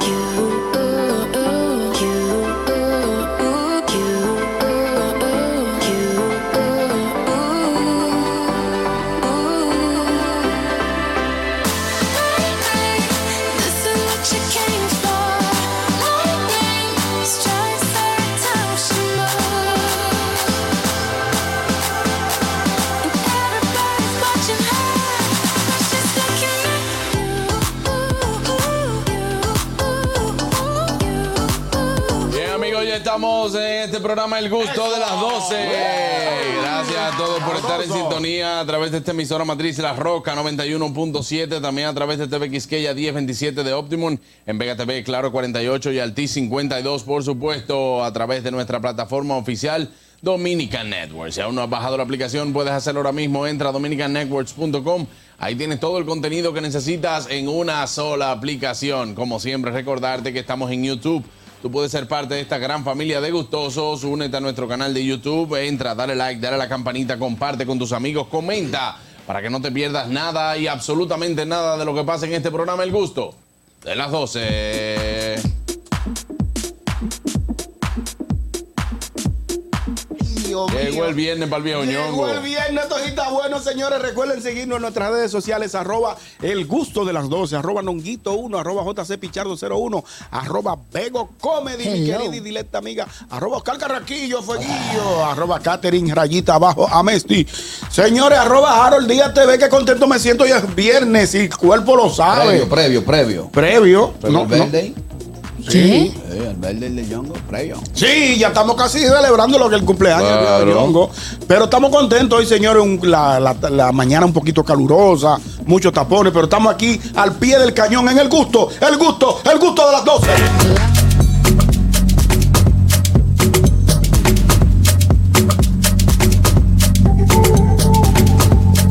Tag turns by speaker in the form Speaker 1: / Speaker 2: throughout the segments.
Speaker 1: you, you, you, you. This is what you came for. Lightning strikes every time she moves, and everybody's watching her. She's looking at you.
Speaker 2: Bien, amigos, ya estamos en este programa El Gusto de las 12. Gracias a todos por estar en sintonía a través de esta emisora matriz La Roca 91.7, también a través de TV Quisqueya 1027 de Optimum, en Vega TV Claro 48 y Altiz 52, por supuesto, a través de nuestra plataforma oficial Dominican Networks. Si aún no has bajado la aplicación, puedes hacerlo ahora mismo. Entra a dominicannetworks.com. Ahí tienes todo el contenido que necesitas en una sola aplicación. Como siempre, recordarte que estamos en YouTube. Tú puedes ser parte de esta gran familia de gustosos. Únete a nuestro canal de YouTube. Entra, dale like, dale a la campanita, comparte con tus amigos, comenta para que no te pierdas nada y absolutamente nada de lo que pasa en este programa El Gusto de las 12.
Speaker 3: Dios mío.
Speaker 2: Llegó el viernes para el viejo ñongo.
Speaker 3: Llegó el viernes, tojita bueno, señores. Recuerden seguirnos en nuestras redes sociales, arroba el gusto de las 12, arroba nonguito1, arroba jcpichardo01, arroba Bego Comedy, mi
Speaker 4: Hello.
Speaker 3: querida y directa amiga, arroba Oscar Carraquillo, Fueguillo, arroba Catherine, rayita abajo, Amesti. Señores, arroba Harold Díaz TV, que contento me siento, hoy es viernes y el cuerpo lo sabe.
Speaker 5: Previo, previo, previo.
Speaker 3: Previo,
Speaker 5: Previo al verde.
Speaker 4: ¿Qué?
Speaker 5: Eh, el verde de Yongo, previo.
Speaker 3: Sí, ya estamos casi celebrando lo que el cumpleaños de
Speaker 2: Claro.
Speaker 3: Ñongo. Pero estamos contentos hoy, señores. un- la, la- la mañana un poquito calurosa, muchos tapones, pero estamos aquí al pie del cañón en el gusto, el gusto, el gusto de las 12.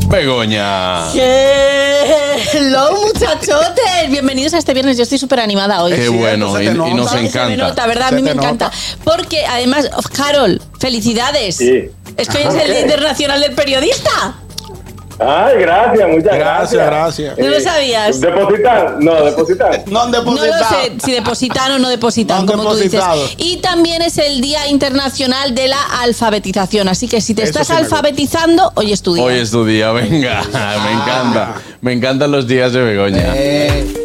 Speaker 2: Begoña. Ah.
Speaker 6: Hello muchachotes, bienvenidos a este viernes. Yo estoy súper animada hoy.
Speaker 2: Qué
Speaker 3: cierto,
Speaker 2: bueno,
Speaker 3: ¿eh? se
Speaker 2: y,
Speaker 3: te
Speaker 2: y
Speaker 3: nota.
Speaker 2: nos
Speaker 3: Se me
Speaker 6: Se me
Speaker 2: encanta.
Speaker 6: nota, ¿verdad? A
Speaker 3: Se
Speaker 6: mí me
Speaker 3: te
Speaker 6: encanta. Porque además, oh, Carol, felicidades.
Speaker 7: Sí.
Speaker 6: Es que hoy es el Día Internacional del Periodista.
Speaker 7: Ay, gracias, muchas
Speaker 3: Gracias,
Speaker 7: gracias.
Speaker 3: gracias.
Speaker 6: No lo sabías.
Speaker 7: Depositan, no, depositan.
Speaker 3: No
Speaker 6: No lo
Speaker 3: depositado.
Speaker 6: sé si depositan o no depositan,
Speaker 3: No
Speaker 6: como tú dices.
Speaker 3: depositado.
Speaker 6: Y también es el Día Internacional de la Alfabetización. Así que si te
Speaker 3: Eso
Speaker 6: estás
Speaker 3: sí me gusta.
Speaker 6: alfabetizando, hoy es tu día.
Speaker 2: Hoy es tu día, venga. Me encanta. Me encantan los días de Begoña.
Speaker 5: Eh,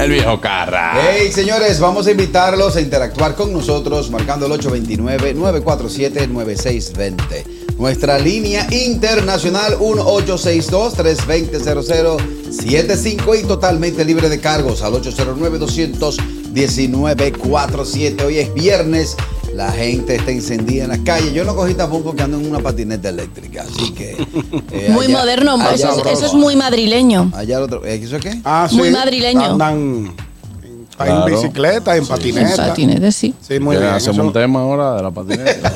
Speaker 2: El viejo Carra.
Speaker 5: hey, señores, vamos a invitarlos a interactuar con nosotros marcando el 829-947-9620. Nuestra línea internacional 1862-320-0075 y totalmente libre de cargos al 809-219-47. Hoy es viernes. La gente está encendida en las calles. Yo no cogí tapón porque ando en una patineta eléctrica, así que... eh,
Speaker 6: muy
Speaker 5: allá-
Speaker 6: moderno,
Speaker 5: allá
Speaker 6: eso, es-
Speaker 5: broma.
Speaker 6: eso es muy madrileño.
Speaker 5: Allá el otro. ¿eh, ¿Eso qué?
Speaker 3: Ah,
Speaker 6: Muy madrileño.
Speaker 3: Andan en,
Speaker 2: Claro.
Speaker 3: en bicicleta, en
Speaker 6: En
Speaker 3: patineta.
Speaker 6: patinetes, sí.
Speaker 3: Sí, muy
Speaker 2: Ya
Speaker 3: bien.
Speaker 2: hacemos
Speaker 3: eso-
Speaker 2: un tema ahora de la patineta.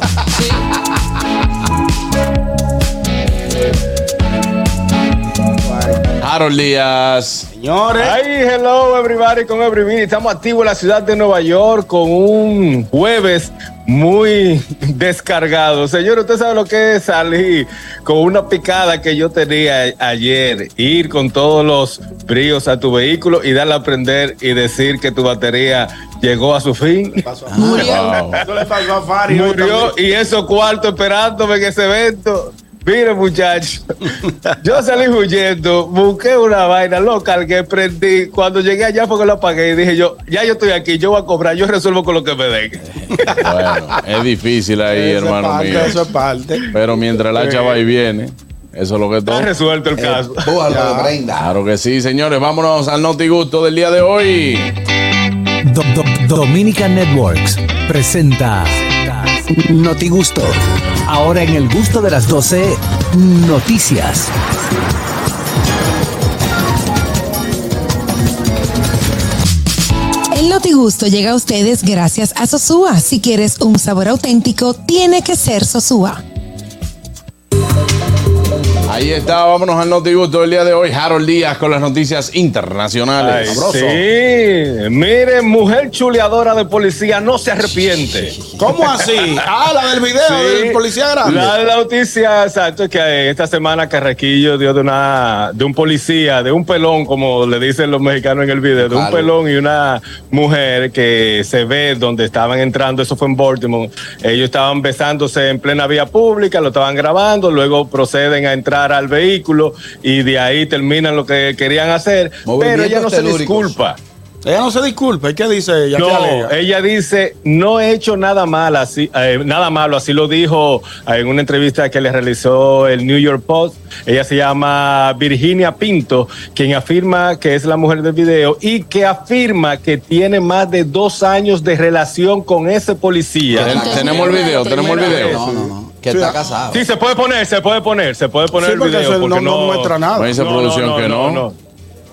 Speaker 2: Harold Díaz.
Speaker 3: Señores,
Speaker 7: Ay, hello everybody con Every Minute. Estamos activos en la ciudad de Nueva York con un jueves muy descargado. Señor, usted sabe lo que es salir con una picada que yo tenía ayer, ir con todos los bríos a tu vehículo y darle a prender y decir que tu batería llegó a su fin.
Speaker 2: Wow.
Speaker 3: eso le pasó a Fari. hoy
Speaker 7: Murió
Speaker 3: también.
Speaker 7: y eso cuarto esperándome en ese evento. Mire, muchacho, yo salí huyendo, busqué una vaina, lo cargué, prendí. Cuando llegué allá fue que lo apagué y dije yo, ya yo estoy aquí, yo voy a cobrar, yo resuelvo con lo que me den.
Speaker 2: Bueno, es difícil ahí,
Speaker 3: Eso es
Speaker 2: hermano
Speaker 7: Ah,
Speaker 3: parte,
Speaker 2: mío.
Speaker 3: Eso es parte.
Speaker 2: Pero mientras la hacha va y viene, Eso es lo que
Speaker 7: Está
Speaker 2: todo.
Speaker 7: resuelto el
Speaker 5: Eh,
Speaker 7: caso.
Speaker 5: bújalo de Brenda.
Speaker 2: Claro que sí, señores. Vámonos al Noti Gusto del día de hoy.
Speaker 8: Do- do- Dominican Networks presenta Notigusto. Ahora en el gusto de las 12, noticias.
Speaker 4: El Notigusto llega a ustedes gracias a Sosúa. Si quieres un sabor auténtico, tiene que ser Sosúa.
Speaker 2: Ahí está, vámonos al Noti Gusto del día de hoy. Harold Díaz con las noticias internacionales.
Speaker 7: Ay,
Speaker 2: Sabroso.
Speaker 7: sí, mire, mujer chuleadora de policía no se arrepiente.
Speaker 3: ¿Cómo así? Ah, la del video
Speaker 7: Sí.
Speaker 3: del policía grande.
Speaker 7: La, la noticia, exacto, es que eh, esta semana Carraquillo dio de una de un policía, de un pelón, como le dicen los mexicanos en el video, de un
Speaker 5: Claro.
Speaker 7: pelón y una mujer que se ve donde estaban entrando, eso fue en Baltimore. Ellos estaban besándose en plena vía pública, lo estaban grabando, luego proceden a entrar al vehículo y de ahí terminan lo que querían hacer, pero
Speaker 5: Movimientos
Speaker 7: ella no se
Speaker 5: telúricos.
Speaker 7: disculpa.
Speaker 3: Ella no se disculpe, ¿qué dice ella? ¿Qué
Speaker 7: No,
Speaker 3: alega?
Speaker 7: ella dice, no he hecho nada mal, así, eh, nada malo, así lo dijo eh, en una entrevista que le realizó el New York Post. Ella se llama Virginia Pinto, quien afirma que es la mujer del video y que afirma que tiene más de dos años de relación con ese policía.
Speaker 2: Ten- Tenemos el video, tenemos el video.
Speaker 5: No, no, no. Que
Speaker 3: Sí,
Speaker 5: está
Speaker 3: ah,
Speaker 5: casado.
Speaker 7: Sí, se puede poner, se puede poner, se puede poner
Speaker 3: Sí,
Speaker 7: el
Speaker 3: porque
Speaker 7: video.
Speaker 3: eso
Speaker 7: porque
Speaker 3: no, no muestra nada.
Speaker 2: Me dice producción que no.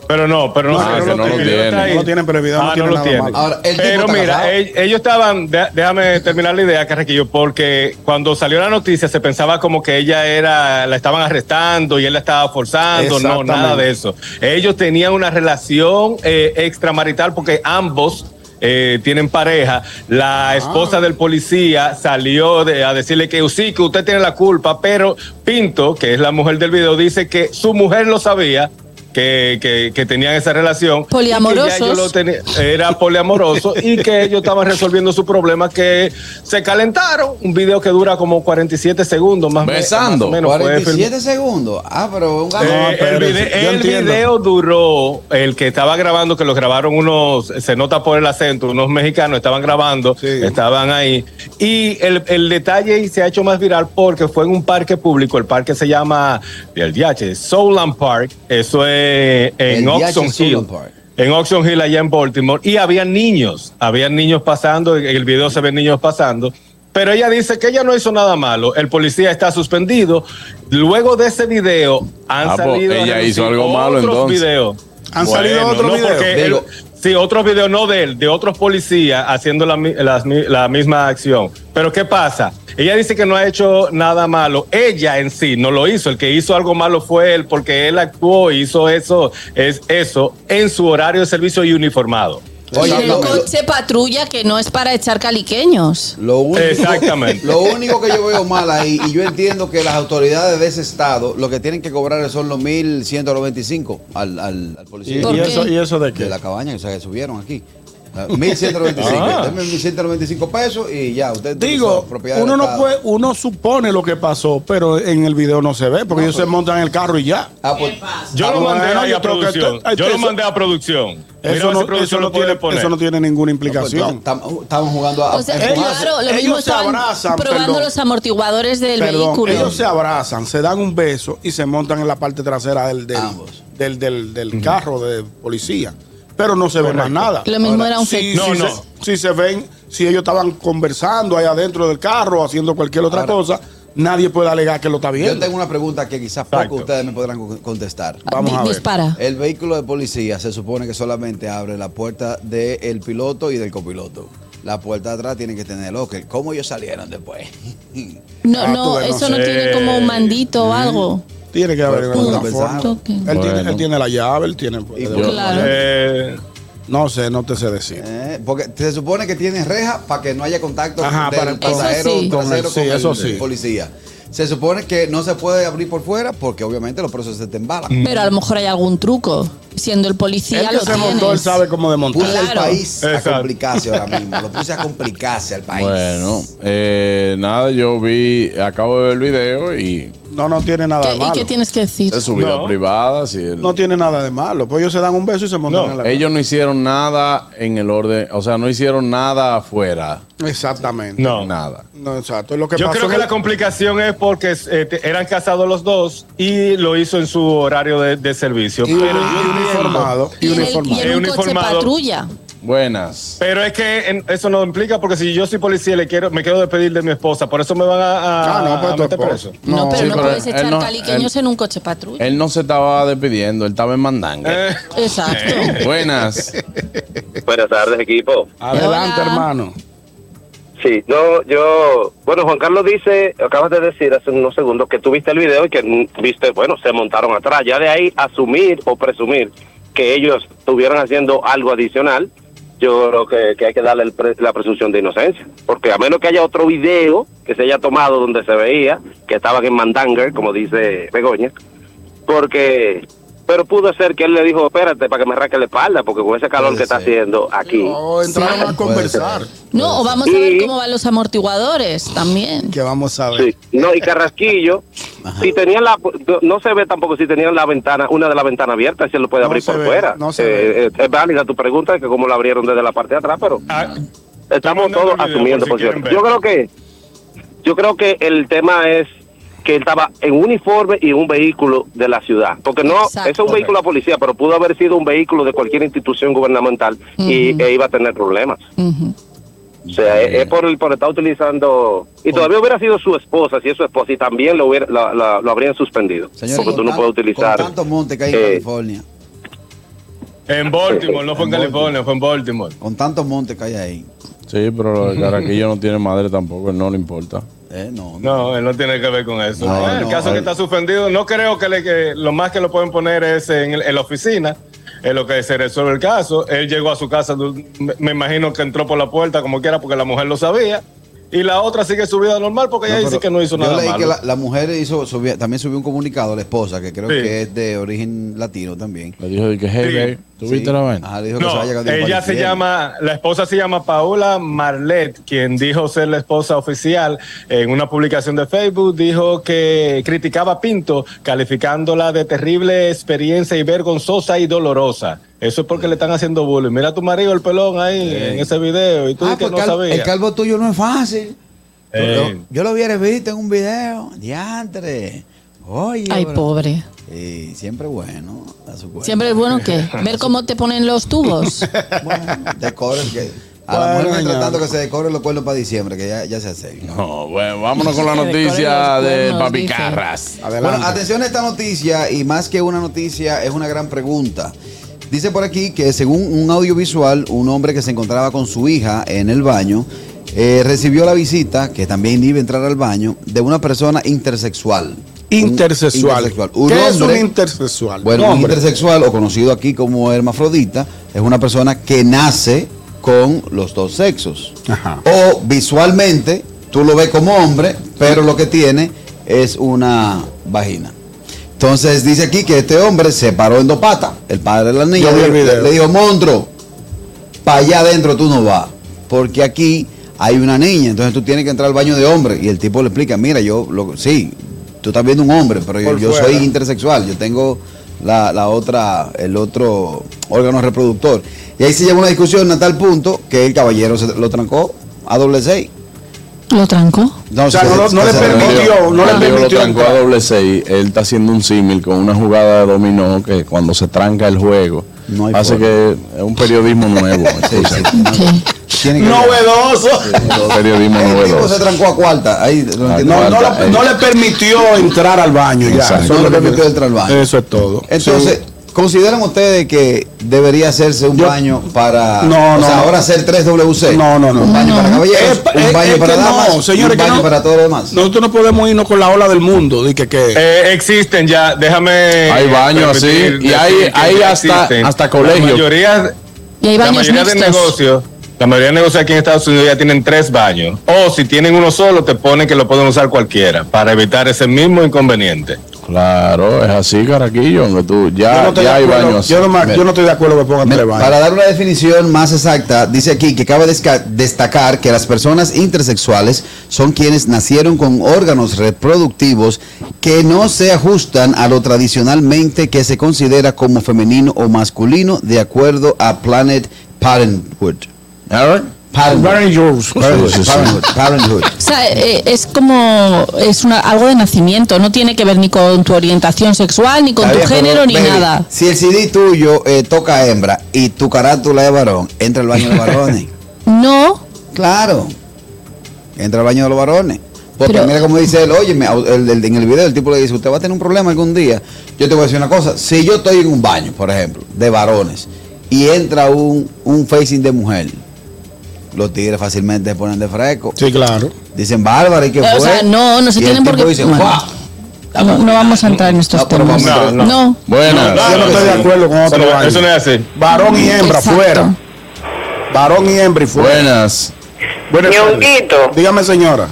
Speaker 7: Pero no, pero no,
Speaker 3: No,
Speaker 7: sé,
Speaker 3: que
Speaker 7: ese
Speaker 3: no lo
Speaker 7: video
Speaker 3: tiene.
Speaker 7: está ahí.
Speaker 3: No lo tiene, pero el video no
Speaker 7: Ah,
Speaker 3: tiene
Speaker 7: lo
Speaker 3: nada
Speaker 7: tiene.
Speaker 3: malo.
Speaker 5: Ahora, el tipo
Speaker 7: Pero
Speaker 5: está casado.
Speaker 7: mira, e- ellos estaban, de- déjame terminar la idea, Carraquillo, porque cuando salió la noticia se pensaba como que ella era, la estaban arrestando y él la estaba forzando, no,
Speaker 3: Exactamente.
Speaker 7: nada de eso. Ellos tenían una relación eh, extramarital porque ambos... eh, tienen pareja, la
Speaker 3: Ah.
Speaker 7: esposa del policía salió de- a decirle que sí, que usted tiene la culpa, pero Pinto, que es la mujer del video, dice que su mujer lo sabía, que, que- que tenían esa relación. y que ya
Speaker 6: Poliamorosos.
Speaker 7: ellos lo teni- era poliamoroso y que ellos estaban resolviendo su problema que se calentaron. Un video que dura como 47 segundos más, o menos-
Speaker 2: Besando.
Speaker 7: más o menos. fue filmado.
Speaker 5: 47 segundos. Ah, pero un
Speaker 7: Eh,
Speaker 5: gato.
Speaker 7: el
Speaker 3: pero
Speaker 7: vide-
Speaker 3: yo
Speaker 7: el
Speaker 3: entiendo.
Speaker 7: video duró, el que estaba grabando, que lo grabaron unos, se nota por el acento, unos mexicanos estaban grabando,
Speaker 3: Sí.
Speaker 7: estaban ahí. Y el, el detalle y se ha hecho más viral porque fue en un parque público, el parque se llama el DH, Solan Park, eso es en
Speaker 5: El DH
Speaker 7: Oxon Hill.
Speaker 5: Solan Park.
Speaker 7: En Oxon Hill, allá en Baltimore, y había niños, había niños pasando, en el video se ven niños pasando, pero ella dice que ella no hizo nada malo, el policía está suspendido. Luego de ese video han
Speaker 2: Ah, pues,
Speaker 7: salido a
Speaker 2: ella
Speaker 7: relucir
Speaker 2: hizo algo malo,
Speaker 7: otros
Speaker 2: entonces.
Speaker 7: videos.
Speaker 3: Han salido otros videos.
Speaker 7: porque él-
Speaker 5: Digo-
Speaker 7: sí, otros videos no de él, de otros policías haciendo la, mi- las mi- la misma acción. Pero ¿qué pasa? Ella dice que no ha hecho nada malo. Ella en sí no lo hizo. El que hizo algo malo fue él porque él actuó y hizo eso, es eso en su horario de servicio y uniformado.
Speaker 6: Oye,
Speaker 5: Oye,
Speaker 6: el
Speaker 5: lo-
Speaker 6: coche patrulla que no es para echar caliqueños.
Speaker 5: Lo único,
Speaker 3: eh,
Speaker 7: Exactamente.
Speaker 5: Lo único que yo veo mal ahí, y yo entiendo que las autoridades de ese estado lo que tienen que cobrar son los 1.195 al, al, al
Speaker 3: ¿Y,
Speaker 5: policía.
Speaker 6: ¿Por
Speaker 3: y
Speaker 6: qué?
Speaker 3: eso, ¿Y eso de qué?
Speaker 5: de la cabaña que se subieron aquí. Ah, 1195,
Speaker 7: Ah.
Speaker 5: Deme 1195 pesos y ya, usted
Speaker 3: Digo,
Speaker 5: utilizó propiedad
Speaker 3: uno
Speaker 5: del
Speaker 3: no
Speaker 5: Estado.
Speaker 3: puede, uno supone lo que pasó, pero en el video no se ve, porque ellos se montan en el carro y ya.
Speaker 5: Ah, pues,
Speaker 7: Yo
Speaker 3: Ah,
Speaker 7: lo mandé
Speaker 3: bueno,
Speaker 7: ahí
Speaker 3: yo
Speaker 7: a
Speaker 3: creo que
Speaker 7: producción.
Speaker 3: esto-
Speaker 7: Yo lo
Speaker 3: eso-
Speaker 7: mandé a producción. Mira
Speaker 3: Eso
Speaker 7: a ver si
Speaker 3: no,
Speaker 7: producción
Speaker 3: eso, no
Speaker 7: puede
Speaker 3: tiene,
Speaker 7: poner.
Speaker 3: eso no tiene ninguna
Speaker 5: no, pues,
Speaker 3: implicación.
Speaker 5: entonces, tam- estamos jugando a,
Speaker 6: O sea,
Speaker 5: a-
Speaker 3: ellos-
Speaker 6: claro, lo
Speaker 3: ellos
Speaker 6: mismo
Speaker 3: se
Speaker 6: están
Speaker 3: abrazan,
Speaker 6: probando
Speaker 3: perdón.
Speaker 6: los amortiguadores del
Speaker 3: Perdón,
Speaker 6: vehículo.
Speaker 3: ellos se abrazan, se dan un beso y se montan en la parte trasera del, del,
Speaker 5: Ambos.
Speaker 3: del, del- del carro de policía. Pero no se ve más nada.
Speaker 6: Lo mismo era un
Speaker 3: si,
Speaker 6: fetiche.
Speaker 7: No,
Speaker 3: si
Speaker 7: no.
Speaker 3: Se, si se ven, si ellos estaban conversando ahí adentro del carro, haciendo cualquier otra
Speaker 5: Ahora-
Speaker 3: cosa, nadie puede alegar que lo está viendo.
Speaker 5: yo tengo una pregunta que quizás poco
Speaker 7: Exacto.
Speaker 5: ustedes me podrán co- contestar.
Speaker 3: Vamos
Speaker 6: Ah, Di-
Speaker 3: a ver.
Speaker 6: Dispara.
Speaker 5: El vehículo de policía se supone que solamente abre la puerta del piloto y del copiloto. La puerta de atrás tiene que tener locker. ¿Cómo ellos salieron después?
Speaker 6: No,
Speaker 3: Ah, tú
Speaker 6: no,
Speaker 3: ves, no
Speaker 6: eso no
Speaker 7: sé.
Speaker 6: tiene como un mandito o algo.
Speaker 3: Tiene que haber
Speaker 5: Pero
Speaker 3: alguna
Speaker 5: tú lo
Speaker 3: forma.
Speaker 5: pensabas.
Speaker 3: Él,
Speaker 6: Ok.
Speaker 3: tiene,
Speaker 2: Bueno.
Speaker 3: él tiene la llave, él tiene. pues, puede-
Speaker 5: por-
Speaker 6: Claro.
Speaker 7: Eh,
Speaker 3: No sé, no te sé decir.
Speaker 5: Eh, porque se supone que tiene reja para que no haya contacto
Speaker 3: Ajá,
Speaker 5: del
Speaker 3: para el
Speaker 5: pasajero
Speaker 6: Eso
Speaker 5: trasero
Speaker 6: sí.
Speaker 3: Con el- sí,
Speaker 5: con el
Speaker 3: eso sí.
Speaker 5: policía. Se supone que no se puede abrir por fuera porque obviamente los procesos se te embalan.
Speaker 6: Pero a lo mejor hay algún truco. Siendo el policía,
Speaker 3: él que
Speaker 6: lo
Speaker 3: se
Speaker 6: tienes.
Speaker 3: montó, él sabe cómo desmontar.
Speaker 5: Puse al
Speaker 6: Claro.
Speaker 5: país
Speaker 7: Exacto.
Speaker 5: a complicarse ahora mismo. Lo puse a complicarse al país.
Speaker 2: Bueno, eh, nada, yo vi, acabo de ver el video y
Speaker 3: No, no tiene nada
Speaker 6: ¿Qué-
Speaker 3: de malo.
Speaker 6: ¿Y qué tienes que decir?
Speaker 2: Es su vida
Speaker 7: No.
Speaker 2: privada. Si él-
Speaker 3: No tiene nada de malo. Pues ellos se dan un beso y se montan
Speaker 7: No,
Speaker 3: en la
Speaker 2: ellos no hicieron nada en el orden, o sea, no hicieron nada afuera.
Speaker 3: Exactamente.
Speaker 7: No.
Speaker 2: Nada.
Speaker 3: No, exacto. Es Lo que
Speaker 7: Yo
Speaker 3: pasó
Speaker 7: creo que
Speaker 3: en
Speaker 7: la complicación es porque eh, te- eran casados los dos y lo hizo en su horario de, de servicio.
Speaker 3: y,
Speaker 7: Pero, yo
Speaker 3: y
Speaker 7: entiendo-
Speaker 3: uniformado.
Speaker 6: Y
Speaker 3: Y
Speaker 6: en, el- y
Speaker 3: uniformado.
Speaker 6: en un coche
Speaker 7: Uniformado.
Speaker 6: patrulla.
Speaker 2: Buenas.
Speaker 7: pero es que en- eso no implica porque si yo soy policía y le quiero, me quiero despedir de mi esposa, por eso me van a, a-
Speaker 3: Ah, no,
Speaker 7: a
Speaker 3: pues tu
Speaker 7: meter
Speaker 3: esposo.
Speaker 7: preso.
Speaker 6: No, pero
Speaker 2: sí,
Speaker 6: no
Speaker 2: pero
Speaker 6: puedes
Speaker 2: él
Speaker 6: echar
Speaker 2: no-
Speaker 6: caliqueños en un coche patrulla.
Speaker 2: Él no se estaba despidiendo, él estaba en mandanga.
Speaker 7: Eh,
Speaker 6: Exacto.
Speaker 2: Buenas.
Speaker 9: Buenas tardes, equipo.
Speaker 3: Adelante,
Speaker 6: Hola.
Speaker 3: hermano.
Speaker 9: Sí, no, yo. Bueno, Juan Carlos dice, acabas de decir hace unos segundos que tú viste el video y que mm, viste, bueno, se montaron atrás. Ya de ahí, asumir o presumir que ellos estuvieran haciendo algo adicional, yo creo que, que hay que darle el pre- la presunción de inocencia. Porque a menos que haya otro video que se haya tomado donde se veía que estaban en Mandanger, como dice Begoña, porque. Pero pudo ser que él le dijo, espérate, para que me arranque la espalda, porque con ese calor
Speaker 5: Puede
Speaker 9: que está
Speaker 5: ser.
Speaker 9: haciendo aquí.
Speaker 3: O entraron
Speaker 6: Sí.
Speaker 3: a conversar.
Speaker 6: No, o vamos a ver
Speaker 9: Y-
Speaker 6: cómo van los amortiguadores también.
Speaker 5: Que vamos a ver.
Speaker 9: Sí, no, y Carrasquillo, si tenían la, no se ve tampoco si tenían la ventana, una de las ventanas abiertas, si él lo puede
Speaker 3: No
Speaker 9: abrir
Speaker 3: se
Speaker 9: por
Speaker 3: ve,
Speaker 9: fuera.
Speaker 3: no se
Speaker 9: Eh,
Speaker 3: ve.
Speaker 9: eh, es válida tu pregunta, que cómo la abrieron desde la parte de atrás, pero
Speaker 7: ah,
Speaker 9: estamos
Speaker 7: mandando
Speaker 9: todos
Speaker 7: el video,
Speaker 9: asumiendo,
Speaker 7: por si
Speaker 9: por cierto.
Speaker 7: quieren
Speaker 9: Yo
Speaker 7: ver.
Speaker 9: creo que, yo creo que el tema es que él estaba en uniforme y en un vehículo de la ciudad, porque no,
Speaker 6: Exacto.
Speaker 9: es un vehículo de la policía, pero pudo haber sido un vehículo de cualquier institución gubernamental y e iba a tener problemas.
Speaker 6: Ujú.
Speaker 9: O sea, es, es por, el, por estar utilizando. Y todavía hubiera sido su esposa, si es su esposa, y también lo, hubiera, la- la- lo habrían suspendido.
Speaker 5: Señores,
Speaker 9: porque tú
Speaker 5: con
Speaker 9: no
Speaker 5: tan-
Speaker 9: puedes utilizar.
Speaker 5: Con tantos montes que hay en
Speaker 9: eh,
Speaker 5: California.
Speaker 7: en Baltimore, no fue en
Speaker 5: En
Speaker 7: California, fue en Baltimore.
Speaker 5: Con tantos montes que hay ahí.
Speaker 2: Sí, pero el caraquillo no tiene madre tampoco, él no le importa.
Speaker 5: Eh, no, no.
Speaker 7: No, él no tiene que ver con eso.
Speaker 5: No,
Speaker 7: Eh, el
Speaker 5: no,
Speaker 7: caso
Speaker 5: eh.
Speaker 7: que está suspendido, no creo que, le- que lo más que lo pueden poner es en, el- en la oficina, en lo que se resuelve el caso. Él llegó a su casa, du- me, me imagino que entró por la puerta como quiera porque la mujer lo sabía. Y la otra sigue su vida normal porque ella
Speaker 5: No,
Speaker 7: dice
Speaker 5: pero
Speaker 7: que no hizo
Speaker 5: yo
Speaker 7: nada
Speaker 5: leí
Speaker 7: malo.
Speaker 5: que la, la mujer hizo, subió- también subió un comunicado, la esposa, que creo
Speaker 7: Sí.
Speaker 5: que es de origen latino también.
Speaker 2: Le dijo de que, hey,
Speaker 7: Sí.
Speaker 2: babe, ¿tú
Speaker 5: Sí.
Speaker 2: viste la vaina?
Speaker 5: Ajá, le dijo que se
Speaker 7: No,
Speaker 5: vaya con Dios para
Speaker 7: ella
Speaker 5: el
Speaker 7: se
Speaker 5: infierno.
Speaker 7: llama, la esposa se llama Paola Marlet, quien dijo ser la esposa oficial en una publicación de Facebook, dijo que criticaba a Pinto, calificándola de terrible experiencia y vergonzosa y dolorosa. Eso es porque le están haciendo bullying. Mira a tu marido el pelón ahí en ese video y tú
Speaker 5: Ah,
Speaker 7: dices
Speaker 5: pues
Speaker 7: que no
Speaker 5: cal- el
Speaker 7: sabías.
Speaker 5: calvo tuyo no es fácil.
Speaker 7: Eh.
Speaker 5: Yo, yo lo hubiera visto en un video. Diantre. Oye.
Speaker 6: Ay,
Speaker 5: bro.
Speaker 6: pobre.
Speaker 5: Sí, siempre bueno. A su cuerpo.
Speaker 6: Siempre es bueno que ver cómo te ponen los tubos.
Speaker 5: Bueno, decore el que. A
Speaker 3: Bueno,
Speaker 5: la mujer mientras
Speaker 3: mañana.
Speaker 5: tanto que se decoren los cuernos para diciembre, que ya, ya se hace.
Speaker 2: No, bueno, vámonos con la
Speaker 6: Que decoren
Speaker 2: noticia
Speaker 6: los
Speaker 2: de
Speaker 6: cuernos,
Speaker 2: Papi
Speaker 6: dice.
Speaker 2: Carras.
Speaker 3: Adelante.
Speaker 5: Bueno, atención a esta noticia, y más que una noticia, es una gran pregunta. Dice por aquí que según un audiovisual, un hombre que se encontraba con su hija en el baño, eh, recibió la visita, que también iba a entrar al baño, de una persona intersexual.
Speaker 3: Intersexual.
Speaker 5: Un intersexual.
Speaker 3: ¿Qué
Speaker 5: Un
Speaker 3: es un
Speaker 5: hombre-
Speaker 3: intersexual?
Speaker 5: Bueno, un
Speaker 3: Nombre.
Speaker 5: intersexual, o conocido aquí como hermafrodita, es una persona que nace con los dos sexos.
Speaker 3: Ajá.
Speaker 5: O visualmente, tú lo ves como hombre, pero lo que tiene es una vagina. Entonces dice aquí que este hombre se paró en dos patas, el padre de la niña,
Speaker 3: Yo vi el
Speaker 5: le-
Speaker 3: video.
Speaker 5: le dijo, monstruo, para allá adentro tú no vas, porque aquí hay una niña, entonces tú tienes que entrar al baño de hombre. Y el tipo le explica, mira, yo, lo, sí, tú estás viendo un hombre, pero yo,
Speaker 3: Por
Speaker 5: yo
Speaker 3: fuera.
Speaker 5: soy intersexual, yo tengo la, la otra, el otro órgano reproductor. Y ahí se lleva una discusión a tal punto que el caballero se, lo trancó a doble seis.
Speaker 6: ¿Lo trancó?
Speaker 5: No,
Speaker 3: O sea,
Speaker 5: que
Speaker 3: no lo- no le
Speaker 5: que
Speaker 3: permitió Permitió, no le
Speaker 2: El libro
Speaker 3: permitió
Speaker 2: trancó a
Speaker 3: entrar.
Speaker 2: doble seis. Él está haciendo un símil con una jugada de dominó que cuando se tranca el juego,
Speaker 5: No hay
Speaker 2: hace
Speaker 5: forma.
Speaker 2: que es un periodismo nuevo.
Speaker 5: Sí, sí, no, tiene que-
Speaker 3: Novedoso.
Speaker 2: Un periodismo
Speaker 5: El tipo se
Speaker 2: nuevo.
Speaker 5: trancó a cuarta. Ahí, lo entiendo.
Speaker 3: No, no, lo-
Speaker 2: eh.
Speaker 3: no le permitió entrar al baño ya.
Speaker 2: Exacto.
Speaker 3: Eso es
Speaker 5: No le
Speaker 3: lo que yo-
Speaker 5: permitió entrar al baño.
Speaker 3: Eso es todo.
Speaker 5: Entonces, ¿consideran ustedes que debería hacerse un
Speaker 3: Yo-
Speaker 5: baño para.
Speaker 3: No,
Speaker 5: Ah, o
Speaker 3: no,
Speaker 5: sea,
Speaker 3: no.
Speaker 5: ahora hacer 3WC?
Speaker 3: No, no, no.
Speaker 5: Un baño para caballeros,
Speaker 3: Es pa- es-
Speaker 5: un baño
Speaker 3: es
Speaker 5: para
Speaker 3: que
Speaker 5: damas,
Speaker 3: no, señores,
Speaker 5: un
Speaker 3: que
Speaker 5: baño
Speaker 3: no.
Speaker 5: para todo lo demás.
Speaker 3: Nosotros no podemos irnos con la ola del mundo. Dije que.
Speaker 7: Eh, existen ya, déjame.
Speaker 2: Hay baños así,
Speaker 7: permitir
Speaker 2: y
Speaker 7: decir
Speaker 2: hay-
Speaker 7: que
Speaker 2: hay hasta-
Speaker 7: existen.
Speaker 2: hasta
Speaker 7: La
Speaker 2: colegios.
Speaker 7: mayoría-
Speaker 6: Y hay
Speaker 7: la
Speaker 6: baños
Speaker 7: mayoría de
Speaker 6: mixtos.
Speaker 7: negocios, la mayoría de negocios aquí en Estados Unidos ya tienen tres baños. O si tienen uno solo, te ponen que lo pueden usar cualquiera para evitar ese mismo inconveniente.
Speaker 2: Claro, es así, Caraquillo, aunque tú ya,
Speaker 3: Yo no estoy
Speaker 2: ya
Speaker 3: de
Speaker 2: hay
Speaker 3: acuerdo-
Speaker 2: baños.
Speaker 3: yo no me- yo no estoy de acuerdo que pongan
Speaker 5: Mira,
Speaker 3: tres baños.
Speaker 5: Para dar una definición más exacta, dice aquí que cabe desca- destacar que las personas intersexuales son quienes nacieron con órganos reproductivos que no se ajustan a lo tradicionalmente que se considera como femenino o masculino de acuerdo a Planet Parenthood. Parenthood. Parenthood.
Speaker 2: Sí, sí, sí.
Speaker 5: Parenthood. Parenthood.
Speaker 6: O sea, eh, es como es una, algo de nacimiento, no tiene que ver ni con tu orientación sexual, ni con
Speaker 5: Está
Speaker 6: tu
Speaker 5: bien, pero,
Speaker 6: género, ni
Speaker 5: baby,
Speaker 6: nada.
Speaker 5: Si el CD tuyo eh, toca hembra y tu carátula es varón, entra al baño de varones.
Speaker 6: No,
Speaker 5: Claro. Entra al baño de los varones. Porque
Speaker 6: Pero-
Speaker 5: mira como dice él, oye, en el video el tipo le dice, usted va a tener un problema algún día. Yo te voy a decir una cosa, si yo estoy en un baño, por ejemplo, de varones, y entra un, un facing de mujer, los tigres fácilmente se ponen de fresco.
Speaker 3: Sí, claro.
Speaker 5: Dicen, bárbara, ¿y qué fue?
Speaker 6: O sea, no, no se
Speaker 5: Y el
Speaker 6: tienen por
Speaker 5: tipo
Speaker 6: qué-
Speaker 5: dice,
Speaker 6: bueno.
Speaker 5: "Guau".
Speaker 6: no, no vamos a entrar en estos
Speaker 5: No, pero
Speaker 6: temas.
Speaker 5: vamos a-
Speaker 6: No,
Speaker 2: Buenas.
Speaker 3: yo no estoy de acuerdo con
Speaker 7: Eso
Speaker 3: otro
Speaker 7: no,
Speaker 3: baño.
Speaker 7: eso no es así.
Speaker 3: Varón y hembra,
Speaker 6: Exacto.
Speaker 3: fuera. Varón y hembra y fuera.
Speaker 2: Buenas.
Speaker 3: Buenas tardes.
Speaker 10: Ñonguito.
Speaker 3: Dígame, señora.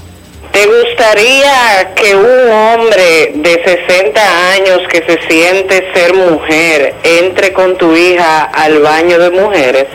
Speaker 10: ¿Te gustaría que un hombre de 60 años que se siente ser mujer entre con tu hija al baño de mujeres?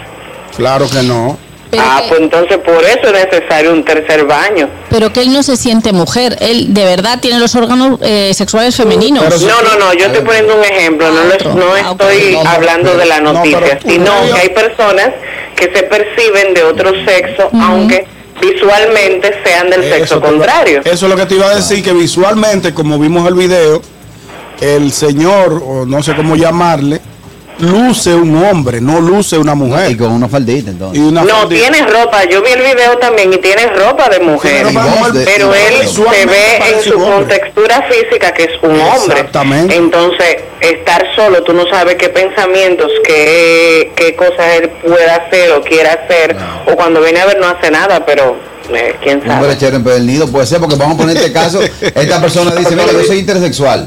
Speaker 3: Claro que no.
Speaker 6: pero,
Speaker 10: ah,
Speaker 6: que,
Speaker 10: pues entonces por eso es necesario un tercer baño.
Speaker 6: pero que él no se siente mujer, él de verdad tiene los órganos eh, sexuales femeninos.
Speaker 10: No, no, no, yo estoy poniendo un ejemplo, no, lo-
Speaker 6: Otro.
Speaker 10: no
Speaker 6: Ah, ok.
Speaker 10: estoy
Speaker 3: No, no,
Speaker 10: hablando de la
Speaker 3: no, pero
Speaker 10: noticia,
Speaker 3: tú
Speaker 10: sino
Speaker 3: no, yo-
Speaker 10: que hay personas que se perciben de otro sexo, aunque visualmente sean del sexo
Speaker 3: te iba-
Speaker 10: contrario.
Speaker 3: Eh, eso es lo que te iba a decir, que visualmente, como vimos el video, el señor, o no sé cómo llamarle, luce un hombre, no luce una
Speaker 5: Y
Speaker 3: mujer.
Speaker 5: con una faldita
Speaker 3: Y
Speaker 5: entonces.
Speaker 3: una
Speaker 10: No,
Speaker 3: faldita.
Speaker 10: tiene ropa. Yo vi el video también y tiene ropa de mujer.
Speaker 3: Tiene ropa de mujer.
Speaker 10: pero él se
Speaker 3: Visualmente
Speaker 10: ve en
Speaker 3: parece
Speaker 10: su
Speaker 3: un hombre.
Speaker 10: contextura física que es un hombre.
Speaker 3: Exactamente.
Speaker 10: Entonces, estar solo, tú no sabes qué pensamientos, qué, qué cosas él pueda hacer o quiera hacer. O cuando viene a ver, no hace nada, pero eh, quién
Speaker 5: Un
Speaker 10: sabe.
Speaker 5: brechero empedernido puede ser, porque vamos a poner este caso, esta persona dice, mira, yo soy intersexual.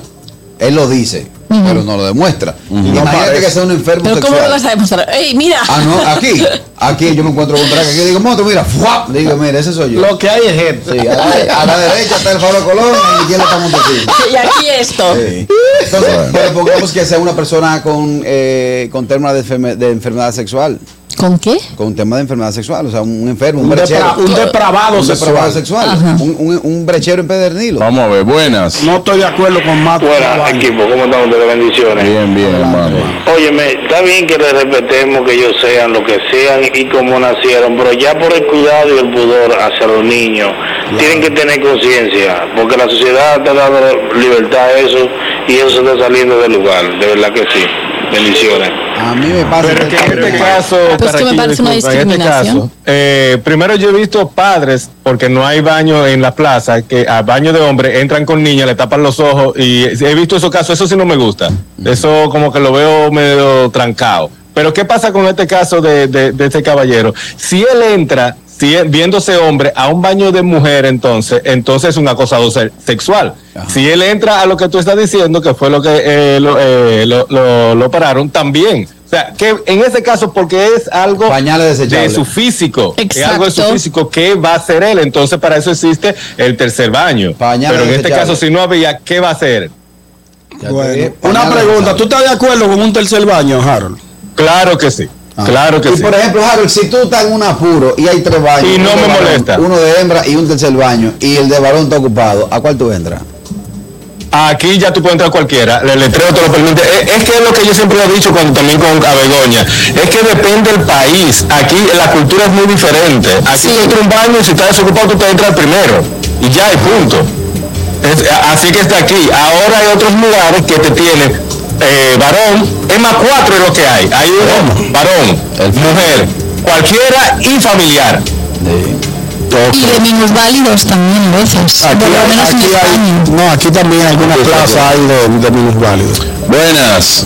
Speaker 5: Él lo dice, pero no lo demuestra. Imagínate que sea un enfermo
Speaker 6: Pero ¿cómo
Speaker 5: sexual.
Speaker 6: lo vas a demostrar? ¡Ey, mira!
Speaker 5: Ah, no, aquí, aquí yo me encuentro con un traje, aquí digo, moto, mira, ¡fuap! Le digo, mira, ese soy yo.
Speaker 3: Lo que hay es gente.
Speaker 5: Sí, a, la, a la derecha está el Pablo Colón, a la izquierda está Montesino.
Speaker 6: Y aquí esto.
Speaker 5: Sí. Entonces, pero pongamos que sea una persona con, eh, con tema de, enferme- de enfermedad sexual,
Speaker 6: ¿Con qué?
Speaker 5: con tema de enfermedad sexual, o sea, un enfermo, un,
Speaker 3: Un, depra-
Speaker 5: brechero.
Speaker 3: un depravado
Speaker 5: un depravado
Speaker 3: sexual.
Speaker 5: sexual, un, un, un brechero empedernido.
Speaker 2: Vamos a ver, buenas.
Speaker 3: No estoy de acuerdo con Mato.
Speaker 9: Buenas, equipo, ¿cómo están ustedes? Bendiciones.
Speaker 2: Bien, bien, hermano.
Speaker 9: Óyeme, está bien que le respetemos que ellos sean lo que sean y como nacieron, pero ya por el cuidado y el pudor hacia los niños, tienen que tener conciencia, porque la sociedad está dando libertad a eso y eso se está saliendo del lugar, de verdad que sí. Bendiciones.
Speaker 5: A mí me pasa
Speaker 7: Pero que en este caso,
Speaker 6: Pues que me
Speaker 7: Carraquillo,
Speaker 6: parece
Speaker 7: disculpa,
Speaker 6: una
Speaker 7: en este
Speaker 6: discriminación.
Speaker 7: caso, eh, primero yo he visto padres, porque no hay baño en la plaza, que a baño de hombre entran con niñas, le tapan los ojos, y he visto esos casos, eso sí no me gusta. Eso como que lo veo medio trancado. Pero ¿qué pasa con este caso de, de, de este caballero? Si él entra, si él- viéndose hombre, a un baño de mujer, entonces, entonces es un acosador se- sexual. Si él entra a lo que tú estás diciendo, que fue lo que eh, lo, eh, lo- lo- lo pararon, también. O sea, que en ese caso, porque es algo
Speaker 5: Pañales
Speaker 7: de
Speaker 5: desechables.
Speaker 7: su físico, es
Speaker 6: Exacto.
Speaker 7: algo de su físico, ¿qué va a hacer él? Entonces, para eso existe el tercer baño.
Speaker 5: Pañales
Speaker 7: Pero en este
Speaker 5: desechables.
Speaker 7: caso, si no había, ¿qué va a hacer?
Speaker 3: Bueno, una pregunta, ¿tú estás de acuerdo con un tercer baño, Harold? Ah.
Speaker 7: Claro que sí. Claro que
Speaker 5: Ah. y
Speaker 7: sí.
Speaker 5: por ejemplo, Harold, si tú estás en un apuro y hay tres baños,
Speaker 7: Y
Speaker 5: uno
Speaker 7: no
Speaker 5: de
Speaker 7: me
Speaker 5: varón,
Speaker 7: molesta.
Speaker 5: uno de hembra y un tercer baño, y el de varón está ocupado, ¿a cuál tú entras?
Speaker 7: Aquí ya tú puedes entrar cualquiera, el letrero te lo permite. Eh, Es, es que es lo que yo siempre lo he dicho cuando, también con a Begoña, es que depende del país, aquí la cultura es muy diferente. Aquí tú entras a un baño y si estás desocupado tú te entras primero y ya y punto. Es- a- así que está aquí. Ahora hay otros lugares que te tienen eh, varón, es más cuatro es lo que hay. Hay uno, varón, mujer, cualquiera y familiar.
Speaker 4: Y de minusválidos también a veces.
Speaker 3: Aquí,
Speaker 4: por lo menos en
Speaker 3: aquí
Speaker 4: España.
Speaker 3: hay, no, aquí también hay algunas plazas hay de, de minusválidos.
Speaker 2: Buenas.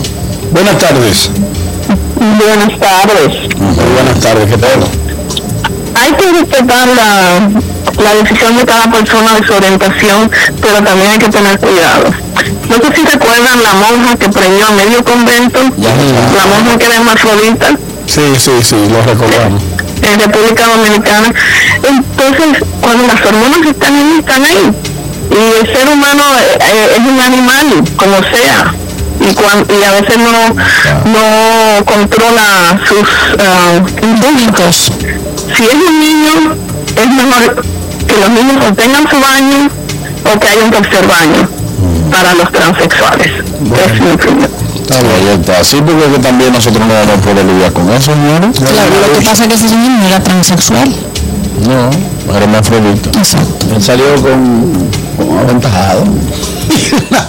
Speaker 3: Buenas tardes.
Speaker 10: Buenas tardes.
Speaker 3: Muy buenas tardes, ¿qué tal?
Speaker 10: Hay que respetar la, la decisión de cada persona de su orientación, pero también hay que tener cuidado. No sé si recuerdan la monja que prendió a medio convento, la monja que era hermafrodita
Speaker 3: Sí, sí, sí, lo recordamos.
Speaker 10: en República Dominicana. Entonces, cuando las hormonas están ahí, están ahí. Y el ser humano eh, eh, es un animal, como sea. Y, cuan- y a veces no, no controla sus ah, impulsos. Si es un niño, es mejor que los niños o tengan su baño o que haya un tercer baño para los transexuales. Es mi opinión.
Speaker 11: Está bien, ya está. Sí, porque es que también nosotros no vamos a poder lidiar con eso, señores.
Speaker 6: Claro, lo que pasa es que ese niño no era transexual.
Speaker 11: No, hermafrodita. Exacto. Él salió con, con aventajado.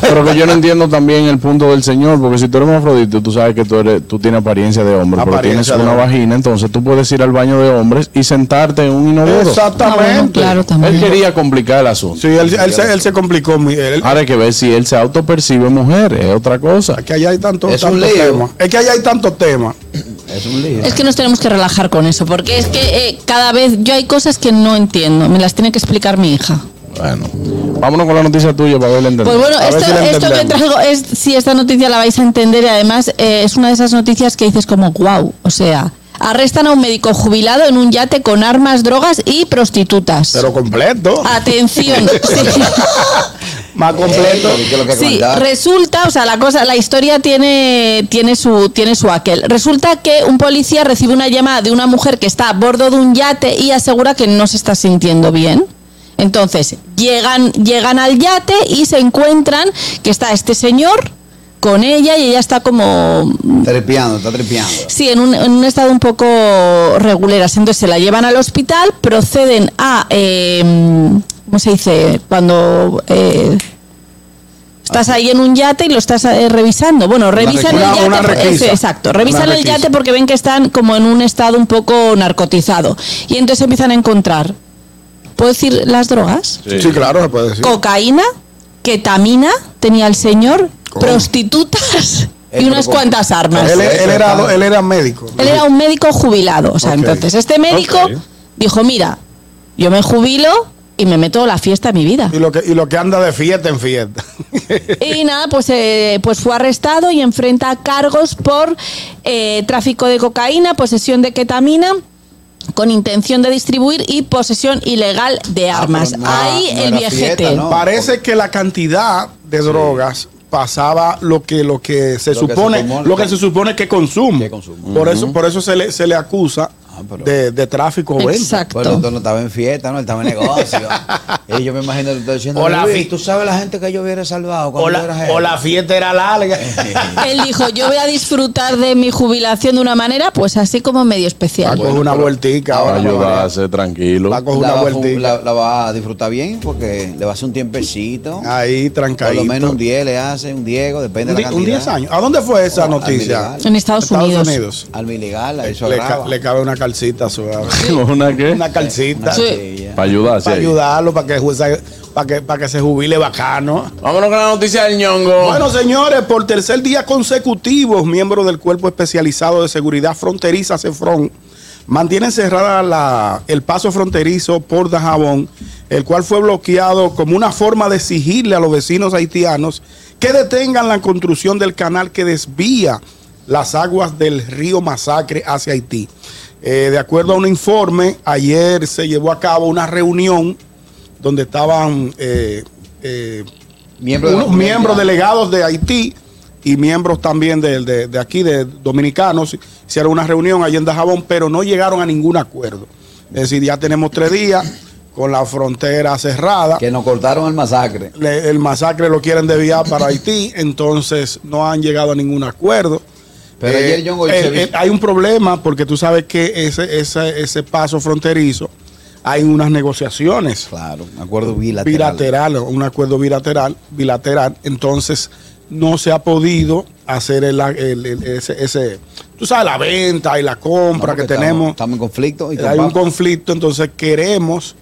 Speaker 2: Pero que yo no entiendo también el punto del señor, porque si tú eres hermafrodita, tú sabes que tú eres, tú tienes apariencia de hombre, pero tienes
Speaker 3: Apariencia de
Speaker 2: una
Speaker 3: hombre.
Speaker 2: vagina, entonces tú puedes ir al baño de hombres y sentarte en un inodoro.
Speaker 3: Exactamente. Ah, bueno, claro, también.
Speaker 2: Él quería complicar el asunto.
Speaker 3: Sí, él, él se, él se complicó. mi- él-
Speaker 2: Ahora hay que ver si él se autopercibe mujer, es otra cosa.
Speaker 3: que allá hay tantos
Speaker 2: Es un
Speaker 3: tantos
Speaker 2: lío.
Speaker 3: temas. Es que allá hay tantos temas. Es un lío.
Speaker 6: Es que nos tenemos que relajar con eso, porque es que eh, cada vez yo hay cosas que no entiendo, me las tiene que explicar mi hija.
Speaker 2: Bueno, vámonos con la noticia tuya para verla entender.
Speaker 6: Pues bueno,
Speaker 2: A ver
Speaker 6: esto,
Speaker 2: si la
Speaker 6: esto que
Speaker 2: entendemos.
Speaker 6: traigo es si esta noticia la vais a entender y además eh, es una de esas noticias que dices como wow, o sea, arrestan a un médico jubilado en un yate con armas, drogas y prostitutas.
Speaker 3: Pero completo.
Speaker 6: Atención. sí.
Speaker 3: Más completo.
Speaker 6: Eh, Sí, resulta, o sea, la cosa, la historia tiene, tiene su, tiene su aquel. Resulta que un policía recibe una llamada de una mujer que está a bordo de un yate y asegura que no se está sintiendo bien. Entonces, llegan, llegan al yate y se encuentran que está este señor con ella y ella está como
Speaker 5: Trepeando, está trepeando.
Speaker 6: Sí, en un, en un estado un poco reguleras. Entonces se la llevan al hospital, proceden a. eh, ¿Cómo se dice? Cuando. eh, Estás ahí en un yate y lo estás eh, revisando. Bueno, revisan el
Speaker 10: requisa.
Speaker 6: yate.
Speaker 10: Una requisa.
Speaker 6: eh, exacto.
Speaker 10: Una
Speaker 6: Revisan el
Speaker 10: requisa.
Speaker 6: yate porque ven que están como en un estado un poco narcotizado. Y entonces empiezan a encontrar. ¿Puedo decir las drogas?
Speaker 3: Sí. claro, se puede decir.
Speaker 6: Cocaína, ketamina, tenía el señor, prostitutas y unas cuantas armas.
Speaker 3: Él, él era, él era médico.
Speaker 6: Él era un médico jubilado. O sea,
Speaker 3: Ok.
Speaker 6: entonces este médico
Speaker 3: Ok.
Speaker 6: dijo, mira, yo me jubilo y me meto a la fiesta de mi vida.
Speaker 3: Y lo, que, y lo que anda de fiesta en fiesta.
Speaker 6: Y nada, pues, eh, pues fue arrestado y enfrenta cargos por eh, tráfico de cocaína, posesión de ketamina con intención de distribuir y posesión ilegal de
Speaker 3: Ah,
Speaker 6: armas. Ah, Ahí el viejete.
Speaker 3: Parece que la cantidad de drogas pasaba lo que lo que se
Speaker 5: Lo que
Speaker 3: supone
Speaker 5: se tomó-
Speaker 3: lo que se supone que consume. Por eso por eso se le, se le acusa de, de tráfico o venta.
Speaker 5: Ah, Bueno, entonces no estaba en fiesta, no, él estaba en negocio. y yo me imagino que tú estás diciendo,
Speaker 3: O la
Speaker 5: "Luis,
Speaker 3: fi-
Speaker 5: tú sabes la gente que yo hubiera salvado cuando yo era jefe".
Speaker 3: fiesta era larga.
Speaker 6: Él dijo, yo voy a disfrutar de mi jubilación de una manera, pues así como medio especial.
Speaker 3: Coge una vueltica
Speaker 2: Para
Speaker 3: ahora.
Speaker 2: ayudarse, tranquilo.
Speaker 5: la, va a fu- la- la va a disfrutar bien porque le va a hacer un tiempecito.
Speaker 3: Ahí, trancadito.
Speaker 5: Por lo menos un 10 le hace, un Diego, depende
Speaker 3: Un
Speaker 5: de
Speaker 3: di-
Speaker 5: la
Speaker 3: un
Speaker 5: cantidad.
Speaker 3: 10 años. ¿A dónde fue esa
Speaker 5: Oh,
Speaker 3: noticia?
Speaker 5: al
Speaker 6: En Estados, Unidos.
Speaker 5: Al miligal, a eso
Speaker 3: Le,
Speaker 5: agrava.
Speaker 3: ca- le cabe una calcita suave.
Speaker 2: ¿Una qué?
Speaker 3: Una calcita.
Speaker 6: Sí.
Speaker 2: Para ayudarse.
Speaker 3: Para
Speaker 2: ahí.
Speaker 3: ayudarlo, para que, jueza- para que, para que se jubile bacano.
Speaker 2: Vámonos con la noticia del ñongo.
Speaker 3: Bueno, señores, por tercer día consecutivo, miembros del Cuerpo Especializado de Seguridad Fronteriza, CEFRON, mantienen cerrada la- el paso fronterizo por Dajabón, el cual fue bloqueado como una forma de exigirle a los vecinos haitianos que detengan la construcción del canal que desvía las aguas del río Masacre hacia Haití. Eh, de acuerdo a un informe, ayer se llevó a cabo una reunión donde estaban eh, eh,
Speaker 5: Miembro de la
Speaker 3: unos
Speaker 5: comunidad.
Speaker 3: miembros delegados de Haití y miembros también de, de- de aquí, de dominicanos, hicieron una reunión allí en Dajabón, pero no llegaron a ningún acuerdo. Es decir, ya tenemos tres días con la frontera cerrada.
Speaker 5: Que nos cortaron el masacre.
Speaker 3: Le- el masacre lo quieren desviar para Haití, entonces no han llegado a ningún acuerdo. Eh,
Speaker 5: Pero ayer John Goicoechea
Speaker 3: el- el-
Speaker 5: viste-
Speaker 3: Hay un problema porque tú sabes que ese, ese, ese paso fronterizo hay unas negociaciones.
Speaker 5: Claro, un acuerdo bilateral.
Speaker 3: bilateral, un acuerdo bilateral, bilateral, entonces no se ha podido hacer el, el- el- ese, ese- tú sabes, la venta y la compra
Speaker 5: No,
Speaker 3: que
Speaker 5: porque estamos-
Speaker 3: tenemos.
Speaker 5: Estamos en conflicto. Y
Speaker 3: hay
Speaker 5: con
Speaker 3: un
Speaker 5: paz.
Speaker 3: conflicto, entonces queremos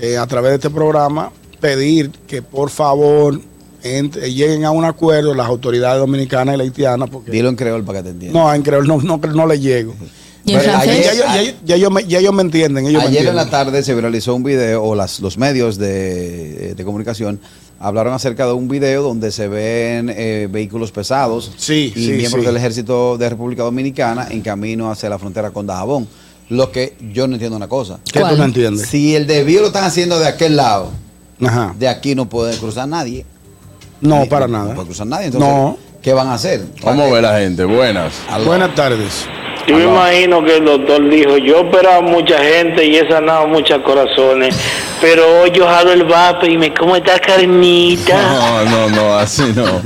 Speaker 3: eh, a través de este programa pedir que por favor entre- lleguen a un acuerdo las autoridades dominicanas y la haitiana, porque
Speaker 5: Dilo en creol para que te entienda.
Speaker 3: no, en creo, no, no, no le llego.
Speaker 6: ¿Y en
Speaker 3: Pero
Speaker 5: francés?
Speaker 3: ya, ellos- ya ellos- ya ellos me, ya ellos me entienden. Ellos me
Speaker 5: Ayer en
Speaker 3: entienden.
Speaker 5: la tarde se viralizó un video, o las, los medios de, de comunicación hablaron acerca de un video donde se ven eh, vehículos pesados
Speaker 3: Sí,
Speaker 5: y
Speaker 3: sí,
Speaker 5: miembros
Speaker 3: sí.
Speaker 5: del ejército de República Dominicana en camino hacia la frontera con Dajabón. Lo que yo no entiendo una cosa.
Speaker 3: ¿Qué tú ¿Cuál? no entiendes?
Speaker 5: Si el desvío lo están haciendo de aquel lado,
Speaker 3: Ajá.
Speaker 5: De aquí no puede cruzar nadie.
Speaker 3: Ah. No, para nada.
Speaker 5: No puede cruzar nadie. Entonces,
Speaker 3: No.
Speaker 5: ¿qué van a hacer?
Speaker 2: Vamos a ver la gente. Buenas.
Speaker 3: Buenas tardes.
Speaker 12: Yo me imagino que el doctor dijo, yo operaba mucha gente y he sanado muchos corazones, pero hoy yo jalo el vape y me como esta carnita.
Speaker 2: No, no, no, así no.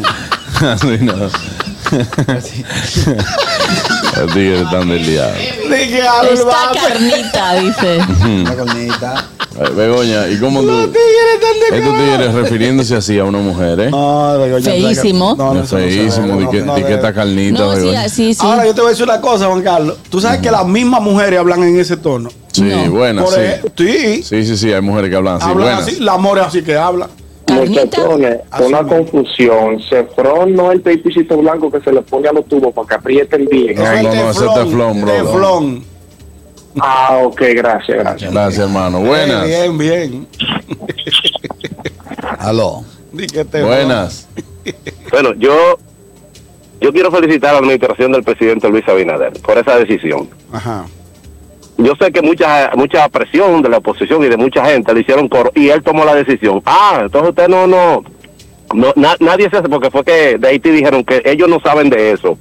Speaker 2: Así no. Los tigres están del diablo.
Speaker 6: Esta carnita, dice.
Speaker 5: La corneta.
Speaker 2: Eh, Begoña, ¿y cómo tú? Estos tigres refiriéndose así a una mujer, ¿eh?
Speaker 3: No, Ah, Begoña.
Speaker 6: Feísimo.
Speaker 3: No, no, eso no se
Speaker 2: Feísimo,
Speaker 3: ve,
Speaker 2: di que,
Speaker 3: no, no,
Speaker 2: di que
Speaker 3: no,
Speaker 2: esta carnita,
Speaker 6: No, sí, ah,
Speaker 2: Begoña.
Speaker 6: sí, sí.
Speaker 3: Ahora yo te voy a decir una cosa, Juan Carlos. Tú sabes que las mismas mujeres hablan en ese tono.
Speaker 2: Sí, buenas,
Speaker 3: Por
Speaker 2: sí.
Speaker 3: ejemplo, sí,
Speaker 2: Sí, sí, sí, hay mujeres que hablan así.
Speaker 3: hablan
Speaker 2: buenas.
Speaker 3: así. La more así que habla.
Speaker 9: Muchachones, una confusión. Cefrón no es el pepicito blanco que se le pone a los tubos para que aprieten bien.
Speaker 2: No, no, no, ese es teflón, bro.
Speaker 3: Teflón.
Speaker 9: Ah, ok, gracias, gracias.
Speaker 2: Gracias, hermano. Buenas.
Speaker 3: Eh, Bien, bien.
Speaker 5: Aló.
Speaker 3: Di que teflón.
Speaker 2: Buenas.
Speaker 9: Bueno, yo, yo quiero felicitar a la administración del presidente Luis Abinader por esa decisión.
Speaker 3: Ajá.
Speaker 9: Yo sé que mucha mucha presión de la oposición y de mucha gente le hicieron coro y él tomó la decisión. Ah, entonces usted no, no, no na- nadie se hace porque fue que de Haití dijeron que ellos no saben de eso.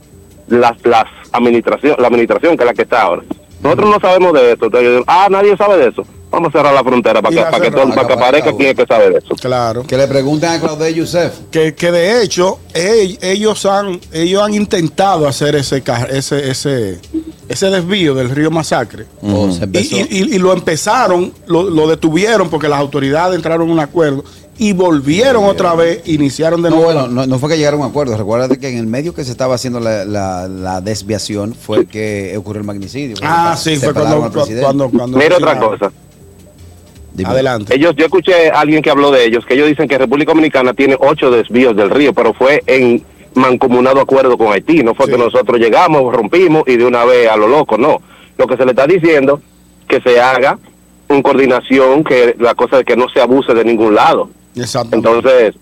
Speaker 9: Las, las administración, la administración que es la que está ahora. Nosotros no sabemos de eso. Entonces, ellos, ah, nadie sabe de eso. Vamos a cerrar la frontera para
Speaker 3: Y
Speaker 9: que,
Speaker 3: la
Speaker 9: para que, todo-
Speaker 3: cerramos,
Speaker 9: para que
Speaker 5: acá, para acá,
Speaker 9: aparezca quién es que sabe de eso.
Speaker 3: Claro.
Speaker 5: Que le pregunten a Claudia Yusef.
Speaker 3: Que, que de hecho e- ellos han ellos han intentado hacer ese ca- ese ese ese desvío del río Masacre
Speaker 5: O se
Speaker 3: y,
Speaker 5: empezó.
Speaker 3: y- y- y lo empezaron lo, lo detuvieron porque las autoridades entraron en un acuerdo y volvieron otra vez iniciaron de
Speaker 5: No,
Speaker 3: nuevo
Speaker 5: bueno, no, no fue que llegaron a un acuerdo. Recuerda que en el medio que se estaba haciendo la, la- la desviación fue que ocurrió el magnicidio.
Speaker 3: ah sí fue
Speaker 5: Separaron
Speaker 3: cuando
Speaker 5: al
Speaker 3: cuando,
Speaker 5: presidente.
Speaker 3: cuando, cuando-
Speaker 9: Mira otra cosa.
Speaker 5: Dime.
Speaker 3: adelante
Speaker 9: Ellos, yo escuché a alguien que habló de ellos, que ellos dicen que República Dominicana tiene ocho desvíos del río, pero fue en mancomunado acuerdo con Haití, no fue
Speaker 3: Sí.
Speaker 9: que nosotros llegamos, rompimos y de una vez a lo loco, no. Lo que se le está diciendo que se haga en coordinación, que la cosa de que no se abuse de ningún lado.
Speaker 3: exactamente
Speaker 9: Entonces,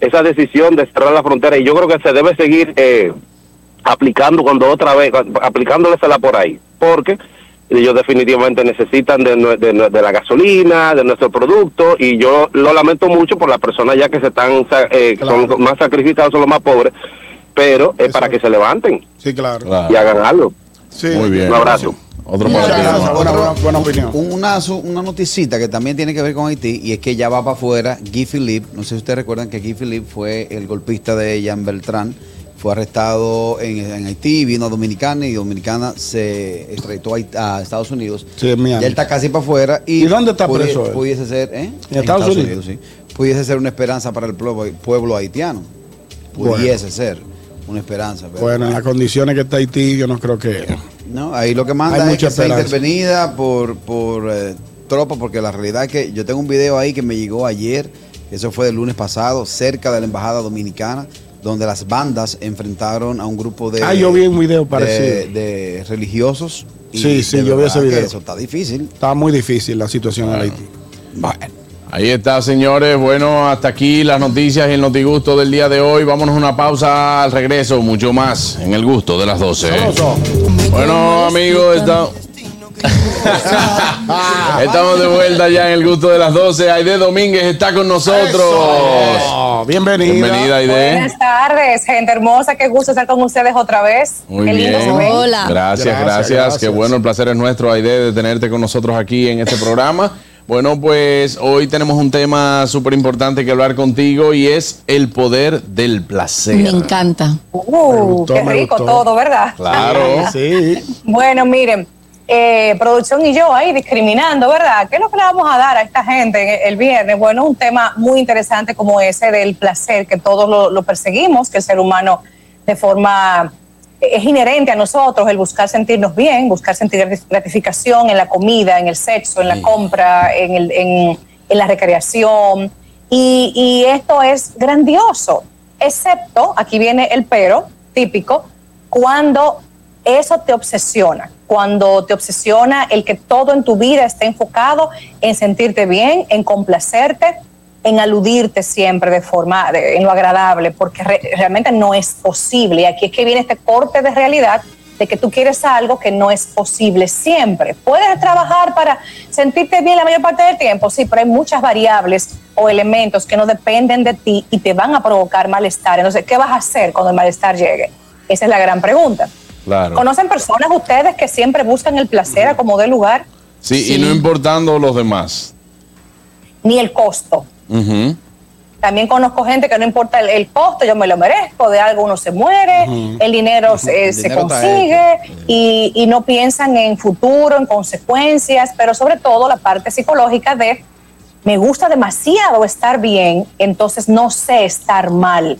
Speaker 9: esa decisión de cerrar la frontera, y yo creo que se debe seguir eh, aplicando cuando otra vez, aplicándolesela por ahí, porque ellos definitivamente necesitan de, nue- de nue- de la gasolina, de nuestro producto, y yo lo lamento mucho por las personas ya que se están, sa- eh,
Speaker 3: Claro.
Speaker 9: son más sacrificadas, son los más pobres, pero es para
Speaker 3: Exacto.
Speaker 9: que se levanten
Speaker 3: sí claro,
Speaker 2: Claro.
Speaker 9: y hagan algo.
Speaker 3: Sí.
Speaker 2: Muy bien.
Speaker 9: Un abrazo.
Speaker 2: Otro
Speaker 3: Muchas
Speaker 2: para ti,
Speaker 3: gracias,
Speaker 2: hermano.
Speaker 3: buena, buena, buena opinión.
Speaker 5: Un- Una, su- una noticita que también tiene que ver con Haití y es que ya va para afuera Guy Philippe. No sé si ustedes recuerdan que Guy Philippe fue el golpista de Jean Beltrán. Fue arrestado en, en Haití, vino a Dominicana y Dominicana se extraditó a, Hait- a Estados Unidos.
Speaker 3: Sí, en Miami.
Speaker 5: Ya él está casi para afuera. ¿Y,
Speaker 3: ¿Y dónde está preso él?
Speaker 5: Pudiese ser, ¿eh?
Speaker 3: ¿En Estados Unidos?
Speaker 5: sí. Pudiese ser una esperanza para el pueblo, pueblo haitiano.
Speaker 3: Bueno.
Speaker 5: Pudiese ser una esperanza. pero-
Speaker 3: bueno en las condiciones que está Haití yo no creo que
Speaker 5: no, ahí lo que
Speaker 3: Hay
Speaker 5: manda es
Speaker 3: mucha
Speaker 5: que sea
Speaker 3: esperanza.
Speaker 5: intervenida por, por eh, tropas, porque la realidad es que yo tengo un video ahí que me llegó ayer, eso fue del lunes pasado, cerca de la embajada dominicana, donde las bandas enfrentaron a un grupo de,
Speaker 3: Ah, yo vi un video
Speaker 5: de-
Speaker 3: parecido.
Speaker 5: de, religiosos.
Speaker 3: Sí, sí,
Speaker 5: de
Speaker 3: yo vi ese
Speaker 5: verdad que
Speaker 3: video.
Speaker 5: Eso está difícil.
Speaker 3: está muy difícil la situación en Haití
Speaker 2: Ahí está, señores. Bueno, hasta aquí las noticias y el notigusto del día de hoy. Vámonos a una pausa al regreso. Mucho más en el gusto de las
Speaker 12: Eh.
Speaker 2: 12. Bueno, amigos, está- estamos de vuelta ya en el gusto de las 12. Aide Domínguez está con nosotros.
Speaker 3: Eso. Oh, bienvenida
Speaker 2: Bienvenida, Aide.
Speaker 13: Buenas tardes, gente hermosa, qué gusto estar con ustedes otra vez.
Speaker 2: Muy
Speaker 13: qué
Speaker 2: bien.
Speaker 13: lindo se ven.
Speaker 6: Hola.
Speaker 2: Gracias, gracias,
Speaker 3: Gracias,
Speaker 2: Qué
Speaker 3: gracias.
Speaker 2: bueno, el placer es nuestro, Aide, de tenerte con nosotros aquí en este programa. Bueno, pues hoy tenemos un tema súper importante que hablar contigo y es el poder del placer.
Speaker 6: Me encanta.
Speaker 13: Uh,
Speaker 3: gustó,
Speaker 13: qué
Speaker 3: me
Speaker 13: rico
Speaker 3: gustó.
Speaker 13: todo, ¿verdad?
Speaker 2: Claro.
Speaker 3: sí
Speaker 13: Bueno, miren, eh, producción y yo ahí discriminando, ¿verdad? ¿Qué es lo que le vamos a dar a esta gente el viernes? Bueno, un tema muy interesante como ese del placer, que todos lo, lo perseguimos, que el ser humano de forma es inherente a nosotros el buscar sentirnos bien, buscar sentir gratis- gratificación en la comida, en el sexo, en la compra, en, el- en- en la recreación. Y, y esto es grandioso, excepto, aquí viene el pero típico, cuando eso te obsesiona, cuando te obsesiona el que todo en tu vida esté enfocado en sentirte bien, en complacerte, en aludirte siempre de forma, de- en lo agradable, porque re- realmente no es posible. Y aquí es que viene este corte de realidad de que tú quieres algo que no es posible siempre. Puedes trabajar para sentirte bien la mayor parte del tiempo, sí, pero hay muchas variables o elementos que no dependen de ti y te van a provocar malestar. Entonces, ¿qué vas a hacer cuando el malestar llegue? Esa es la gran pregunta.
Speaker 2: Claro.
Speaker 13: ¿Conocen personas ustedes que siempre buscan el placer a como dé lugar,
Speaker 2: Sí, y no importando los demás.
Speaker 13: ni el costo?
Speaker 2: Ujú.
Speaker 13: También conozco gente que no importa el, el costo, yo me lo merezco, de algo uno se muere,
Speaker 2: Ujú.
Speaker 13: el dinero, eh,
Speaker 2: El
Speaker 13: se
Speaker 2: dinero está
Speaker 13: consigue y, y no piensan en futuro, en consecuencias, pero sobre todo la parte psicológica de me gusta demasiado estar bien, entonces no sé estar mal.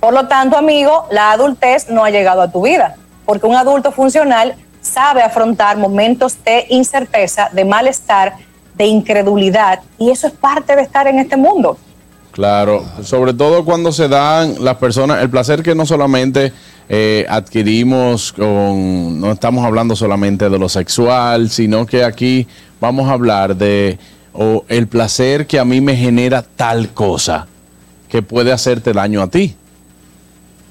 Speaker 13: Por lo tanto, amigo, la adultez no ha llegado a tu vida, porque un adulto funcional sabe afrontar momentos de incerteza, de malestar, de incredulidad, y eso es parte de estar en este mundo.
Speaker 2: Claro, sobre todo cuando se dan las personas, el placer que no solamente eh, adquirimos con, no estamos hablando solamente de lo sexual, sino que aquí vamos a hablar de o el placer que a mí me genera tal cosa que puede hacerte daño a ti.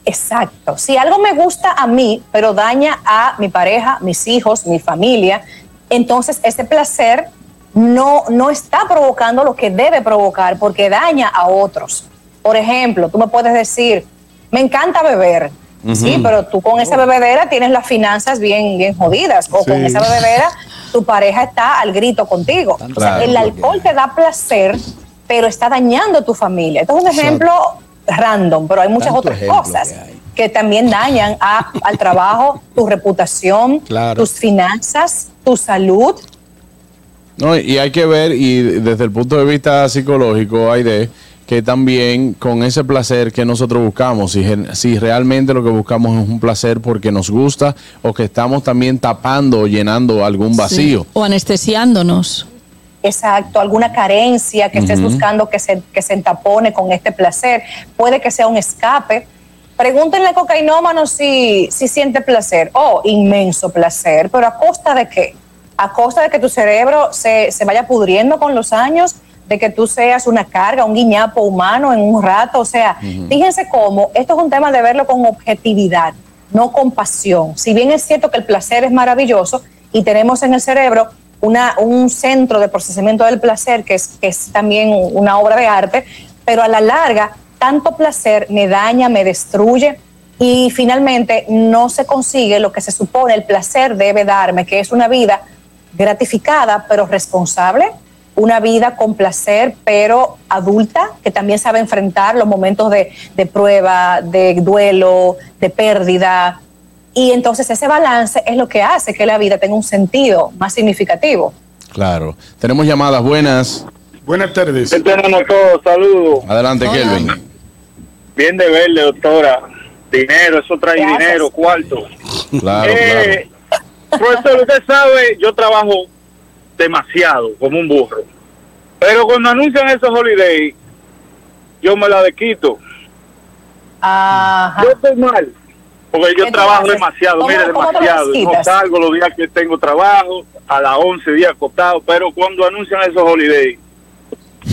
Speaker 13: Exacto. Si algo me gusta a mí, pero daña a mi pareja, mis hijos, mi familia, entonces ese placer no, no está provocando lo que debe provocar porque daña a otros. Por ejemplo, tú me puedes decir, me encanta beber. Sí,
Speaker 14: Ujú. Oh.
Speaker 13: pero tú con esa bebedera tienes las finanzas bien, bien jodidas. O con
Speaker 14: Sí.
Speaker 13: esa bebedera tu pareja está al grito contigo. O sea,
Speaker 14: Claro.
Speaker 13: el alcohol te da placer, pero está dañando tu familia. Esto es un ejemplo random, pero hay muchas
Speaker 14: Tanto
Speaker 13: otras
Speaker 14: ejemplo
Speaker 13: cosas que también dañan a- al trabajo, tu reputación,
Speaker 2: Claro.
Speaker 13: tus finanzas, tu salud.
Speaker 2: No, y hay que ver, y desde el punto de vista psicológico, Aide, que también con ese placer que nosotros buscamos, si, gen- si realmente lo que buscamos es un placer porque nos gusta o que estamos también tapando o llenando algún vacío.
Speaker 6: O anestesiándonos.
Speaker 13: Exacto, alguna carencia que estés
Speaker 2: Ujú.
Speaker 13: buscando que se, que se entapone con este placer. Puede que sea un escape. Pregúntenle a cocainómano si, si siente placer. Oh, inmenso placer, pero ¿a costa de qué? ¿A costa de que tu cerebro se, se vaya pudriendo con los años? ¿De que tú seas una carga, un guiñapo humano en un rato? O sea,
Speaker 14: Ujú.
Speaker 13: fíjense cómo esto es un tema de verlo con objetividad, no con pasión. Si bien es cierto que el placer es maravilloso y tenemos en el cerebro una, un centro de procesamiento del placer, que es, que es también una obra de arte, pero a la larga, tanto placer me daña, me destruye y finalmente no se consigue lo que se supone el placer debe darme, que es una vida gratificada pero responsable, una vida con placer pero adulta, que también sabe enfrentar los momentos de, de prueba, de duelo, de pérdida. Y entonces ese balance es lo que hace que la vida tenga un sentido más significativo.
Speaker 2: Claro. Tenemos llamadas buenas.
Speaker 3: Buenas tardes.
Speaker 12: Tenemos todos, saludos.
Speaker 2: Adelante, Kelvin.
Speaker 12: Bien de verle, doctora. Dinero, eso trae
Speaker 13: Gracias.
Speaker 12: dinero, cuarto.
Speaker 2: Claro,
Speaker 12: Eh, Profesor, usted sabe, yo trabajo demasiado, como un burro. Pero cuando anuncian esos holidays, yo me la desquito.
Speaker 13: Ah,
Speaker 12: Yo estoy mal, porque
Speaker 14: Ah.
Speaker 12: yo
Speaker 14: Entonces,
Speaker 12: trabajo demasiado,
Speaker 14: ¿cómo-
Speaker 12: mire,
Speaker 14: cómo te las
Speaker 12: demasiado. No
Speaker 14: quitas?
Speaker 12: salgo los días que tengo trabajo, a las 11 días acostado, pero cuando anuncian esos holidays,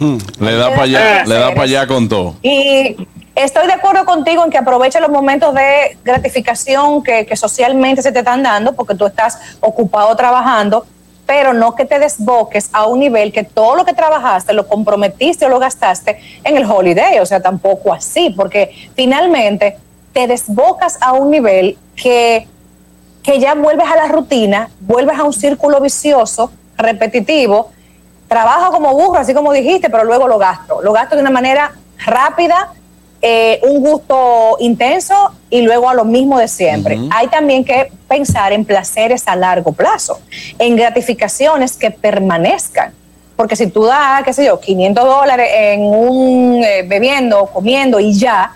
Speaker 2: Le da para allá,
Speaker 13: Eh.
Speaker 2: le da para allá con todo.
Speaker 13: Y estoy de acuerdo contigo en que aprovecha los momentos de gratificación que, que socialmente se te están dando porque tú estás ocupado trabajando, pero no que te desboques a un nivel que todo lo que trabajaste lo comprometiste o lo gastaste en el holiday, o sea, tampoco así, porque finalmente te desbocas a un nivel que que ya vuelves a la rutina, vuelves a un círculo vicioso, repetitivo. Trabajo como burro, así como dijiste, pero luego lo gasto. Lo gasto de una manera rápida, eh, un gusto intenso y luego a lo mismo de siempre. Hay también que pensar en placeres a largo plazo, en gratificaciones que permanezcan. Porque si tú das, qué sé yo, 500 dólares en un eh, bebiendo, comiendo y ya,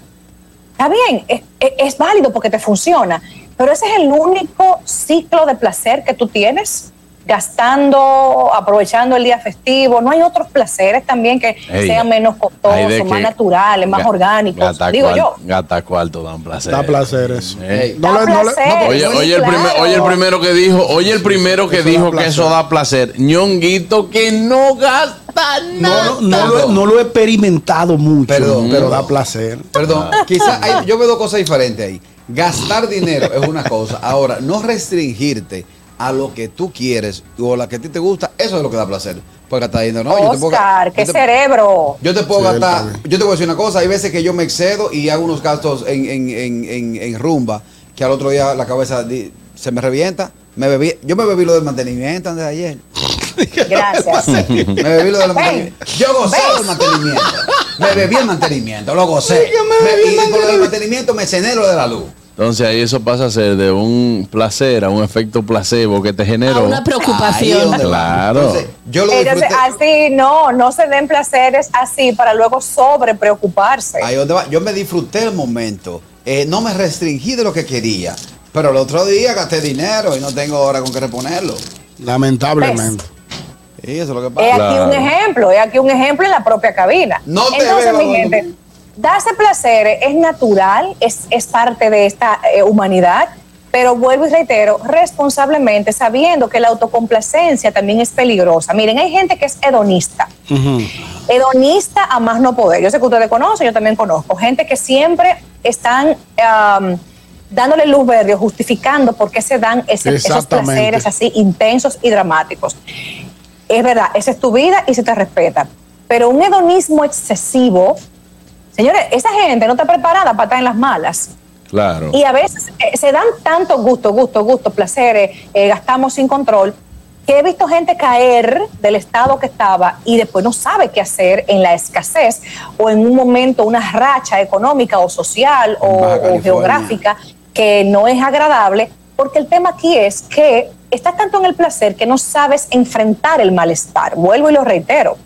Speaker 13: está bien, es, es- es válido porque te funciona, pero ese es el único ciclo de placer que tú tienes, gastando, aprovechando el día festivo, no hay otros placeres también que
Speaker 2: Ey,
Speaker 13: sean menos
Speaker 2: hay de
Speaker 13: costosos, más
Speaker 2: que-
Speaker 13: naturales, más
Speaker 2: Ga-
Speaker 13: orgánicos,
Speaker 2: gata
Speaker 13: digo
Speaker 2: cual-
Speaker 13: yo.
Speaker 2: Gata cuarto dan placer.
Speaker 3: Da placer eso.
Speaker 2: Eh.
Speaker 3: No le- no le- no, porque-
Speaker 2: Oye, oye, el primer- oye, el primero que dijo, oye, el primero que dijo que eso da placer. Ñonguito que no gasta nada.
Speaker 3: no, no lo, he- no lo he experimentado mucho, Mm. pero da placer.
Speaker 5: Perdón,
Speaker 3: Ah.
Speaker 5: quizás yo veo dos cosas diferentes ahí. Gastar dinero es una cosa. Ahora, no restringirte a lo que tú quieres o a la que a ti te gusta, eso es lo que da placer. Porque está diciendo, no, yo te puedo
Speaker 13: Oscar,
Speaker 5: yo
Speaker 13: qué
Speaker 5: te-
Speaker 13: cerebro.
Speaker 5: Yo te puedo
Speaker 13: Sí, él
Speaker 5: gastar, yo te voy a decir una cosa, hay veces que yo me excedo y hago unos gastos en, en- en- en- en rumba, que al otro día la cabeza di- se me revienta. Me bebí, yo me bebí lo del mantenimiento antes de ayer.
Speaker 13: Gracias.
Speaker 5: Me bebí lo del mantenimiento. Yo gocé
Speaker 13: ¿Ves?
Speaker 5: del mantenimiento. Me bebí el mantenimiento, lo gocé. Me- y con lo del mantenimiento me cené lo de la luz.
Speaker 2: Entonces ahí eso pasa a ser de un placer a un efecto placebo que te generó.
Speaker 6: A una preocupación. Ahí es donde va.
Speaker 2: Claro.
Speaker 5: Entonces, yo lo
Speaker 13: Entonces,
Speaker 5: disfruté.
Speaker 13: así no, no se den placeres así para luego sobre preocuparse.
Speaker 5: Ahí donde va. Yo me disfruté el momento. Eh, no me restringí de lo que quería. Pero el otro día gasté dinero y no tengo ahora con qué reponerlo.
Speaker 3: Lamentablemente.
Speaker 5: Y eso es lo que
Speaker 13: He
Speaker 5: pasa.
Speaker 13: aquí un ejemplo, he aquí un ejemplo en la propia cabina.
Speaker 5: No te
Speaker 13: Entonces,
Speaker 5: bebas,
Speaker 13: mi gente, darse placeres es natural, es, es parte de esta eh, humanidad, pero vuelvo y reitero, responsablemente, sabiendo que la autocomplacencia también es peligrosa. Miren, hay gente que es hedonista. hedonista a más no poder. Yo sé que ustedes conocen, yo también conozco. Gente que siempre están am, dándole luz verde o justificando por qué se dan ese- esos
Speaker 3: Exactamente.
Speaker 13: placeres así intensos y dramáticos. Es verdad, esa es tu vida y se te respeta. Pero un hedonismo excesivo, señores, esa gente no está preparada para estar en las malas.
Speaker 2: Claro.
Speaker 13: Y a veces eh, se dan tantos gustos, gustos, gustos, placeres, eh, gastamos sin control, que he visto gente caer del estado que estaba y después no sabe qué hacer en la escasez o en un momento, una racha económica o social o,
Speaker 14: Baja
Speaker 13: o
Speaker 14: California.
Speaker 13: geográfica que no es agradable, porque el tema aquí es que estás tanto en el placer que no sabes enfrentar el malestar. Vuelvo y lo reitero.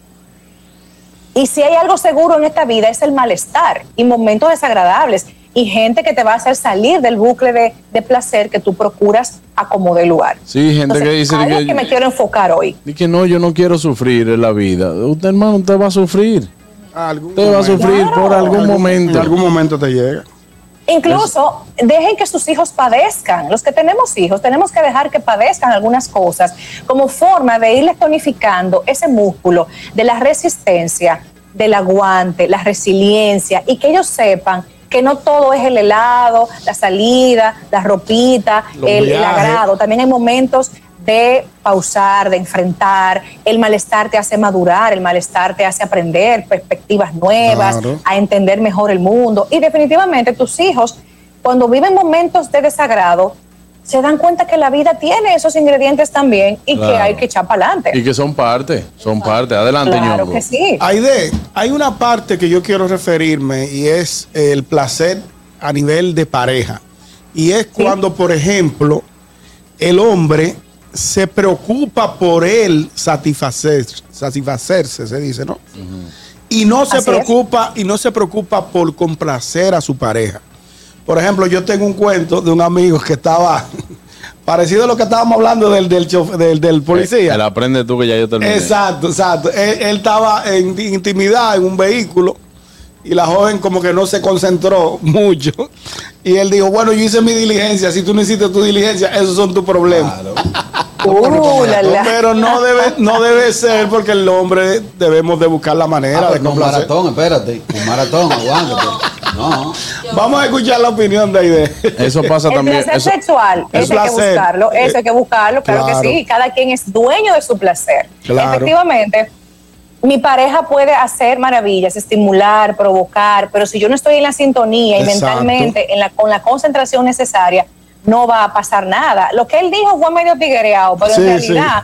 Speaker 13: Y si hay algo seguro en esta vida es el malestar y momentos desagradables y gente que te va a hacer salir del bucle de, de placer que tú procuras a como de lugar.
Speaker 2: Sí, gente que dice
Speaker 13: algo
Speaker 2: que-
Speaker 13: que me quiero enfocar hoy.
Speaker 2: Y que no, yo no quiero sufrir en la vida. Usted, hermano, usted va a sufrir.
Speaker 3: Ah,
Speaker 2: Usted va a sufrir por algún momento.
Speaker 3: En algún momento te llega.
Speaker 13: Incluso dejen que sus hijos padezcan. Los que tenemos hijos tenemos que dejar que padezcan algunas cosas como forma de irles tonificando ese músculo de la resistencia, del aguante, la resiliencia y que ellos sepan que no todo es el helado, la salida, la ropita,
Speaker 14: Los
Speaker 13: el, el
Speaker 14: viajes.
Speaker 13: agrado. También hay momentos de pausar, de enfrentar. El malestar te hace madurar, el malestar te hace aprender perspectivas nuevas,
Speaker 14: Claro.
Speaker 13: a entender mejor el mundo. Y definitivamente tus hijos, cuando viven momentos de desagrado, se dan cuenta que la vida tiene esos ingredientes también y que
Speaker 2: Claro.
Speaker 13: hay que echar para adelante.
Speaker 2: Y que son parte, son parte. Adelante,
Speaker 13: Claro
Speaker 2: Ñongo.
Speaker 13: que sí.
Speaker 3: Aide, hay una parte que yo quiero referirme y es el placer a nivel de pareja. Y es cuando, por ejemplo, el hombre se preocupa por él satisfacer, satisfacerse, se dice, ¿no? Y no se
Speaker 15: Así es.
Speaker 3: preocupa, y no se preocupa por complacer a su pareja. Por ejemplo, yo tengo un cuento de un amigo que estaba parecido a lo que estábamos hablando del, del, chofe- del, del policía.
Speaker 2: Te la aprende tú que ya yo terminé.
Speaker 3: Exacto, exacto. Él, él estaba en di- intimidad en un vehículo y la joven como que no se concentró mucho. Y él dijo, bueno, yo hice mi diligencia, si tú no hiciste tu diligencia, esos son tus problemas. pues,
Speaker 13: Uh, la, la.
Speaker 3: Pero no debe, no debe ser porque el hombre debemos de buscar la manera
Speaker 5: Ah,
Speaker 3: de
Speaker 5: pero no, un
Speaker 3: complacer.
Speaker 5: maratón, espérate. Un maratón, aguántate. No.
Speaker 3: Vamos a escuchar la opinión de Aide.
Speaker 2: Eso
Speaker 13: el placer sexual,
Speaker 3: El
Speaker 13: eso hay que
Speaker 3: placer.
Speaker 13: buscarlo, eso hay que buscarlo, claro,
Speaker 3: Claro.
Speaker 13: que sí, cada quien es dueño de su placer.
Speaker 14: Claro.
Speaker 13: Efectivamente, mi pareja puede hacer maravillas, estimular, provocar, pero si yo no estoy en la sintonía y
Speaker 14: Exacto.
Speaker 13: mentalmente en la, con la concentración necesaria, no va a pasar nada. Lo que él dijo fue medio tiguereado, pero en
Speaker 14: Sí, sí.
Speaker 13: realidad,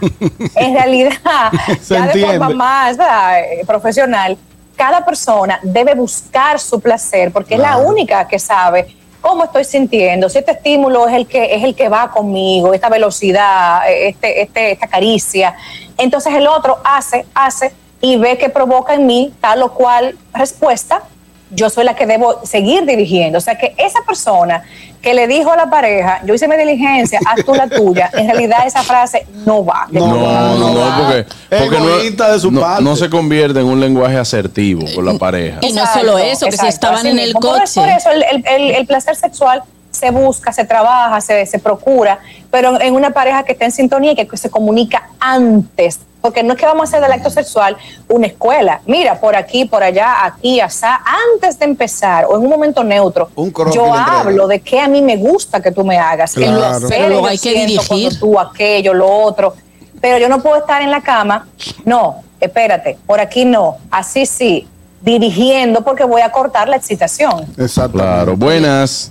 Speaker 13: en realidad,
Speaker 14: Se
Speaker 13: ya de forma
Speaker 14: entiende.
Speaker 13: más ¿verdad? Eh, profesional, cada persona debe buscar su placer porque es la única que sabe cómo estoy sintiendo, si este estímulo es el que es el que va conmigo, esta velocidad, eh, este, este, esta caricia. Entonces el otro hace, hace y ve que provoca en mí tal o cual respuesta. Yo soy la que debo seguir dirigiendo. O sea que esa persona que le dijo a la pareja, yo hice mi diligencia, haz tú la tuya, en realidad esa frase no va.
Speaker 2: No, no, no, porque, porque
Speaker 3: Egoísta
Speaker 2: no, no- no se convierte en un lenguaje asertivo con la pareja.
Speaker 6: Y no solo eso, que si estaban
Speaker 13: así
Speaker 6: en el
Speaker 13: mismo. Por-
Speaker 6: coche.
Speaker 13: Por eso el, el- el- el placer sexual se busca, se trabaja, se, se procura, pero en una pareja que está en sintonía y que se comunica antes, porque no es que vamos a hacer del acto sexual una escuela, mira, por aquí, por allá, aquí, allá, antes de empezar o en un momento neutro,
Speaker 5: Un croquis
Speaker 13: yo
Speaker 5: le entrega.
Speaker 13: hablo de qué a mí me gusta que tú me hagas, que lo
Speaker 5: Claro.
Speaker 13: espere,
Speaker 5: Pero luego
Speaker 13: yo
Speaker 5: hay que
Speaker 13: siento
Speaker 5: dirigir.
Speaker 13: cuando tú, aquello, lo otro, pero yo no puedo estar en la cama, no, espérate, por aquí no, así sí, dirigiendo porque voy a cortar la excitación.
Speaker 3: Exacto.
Speaker 2: Claro, buenas.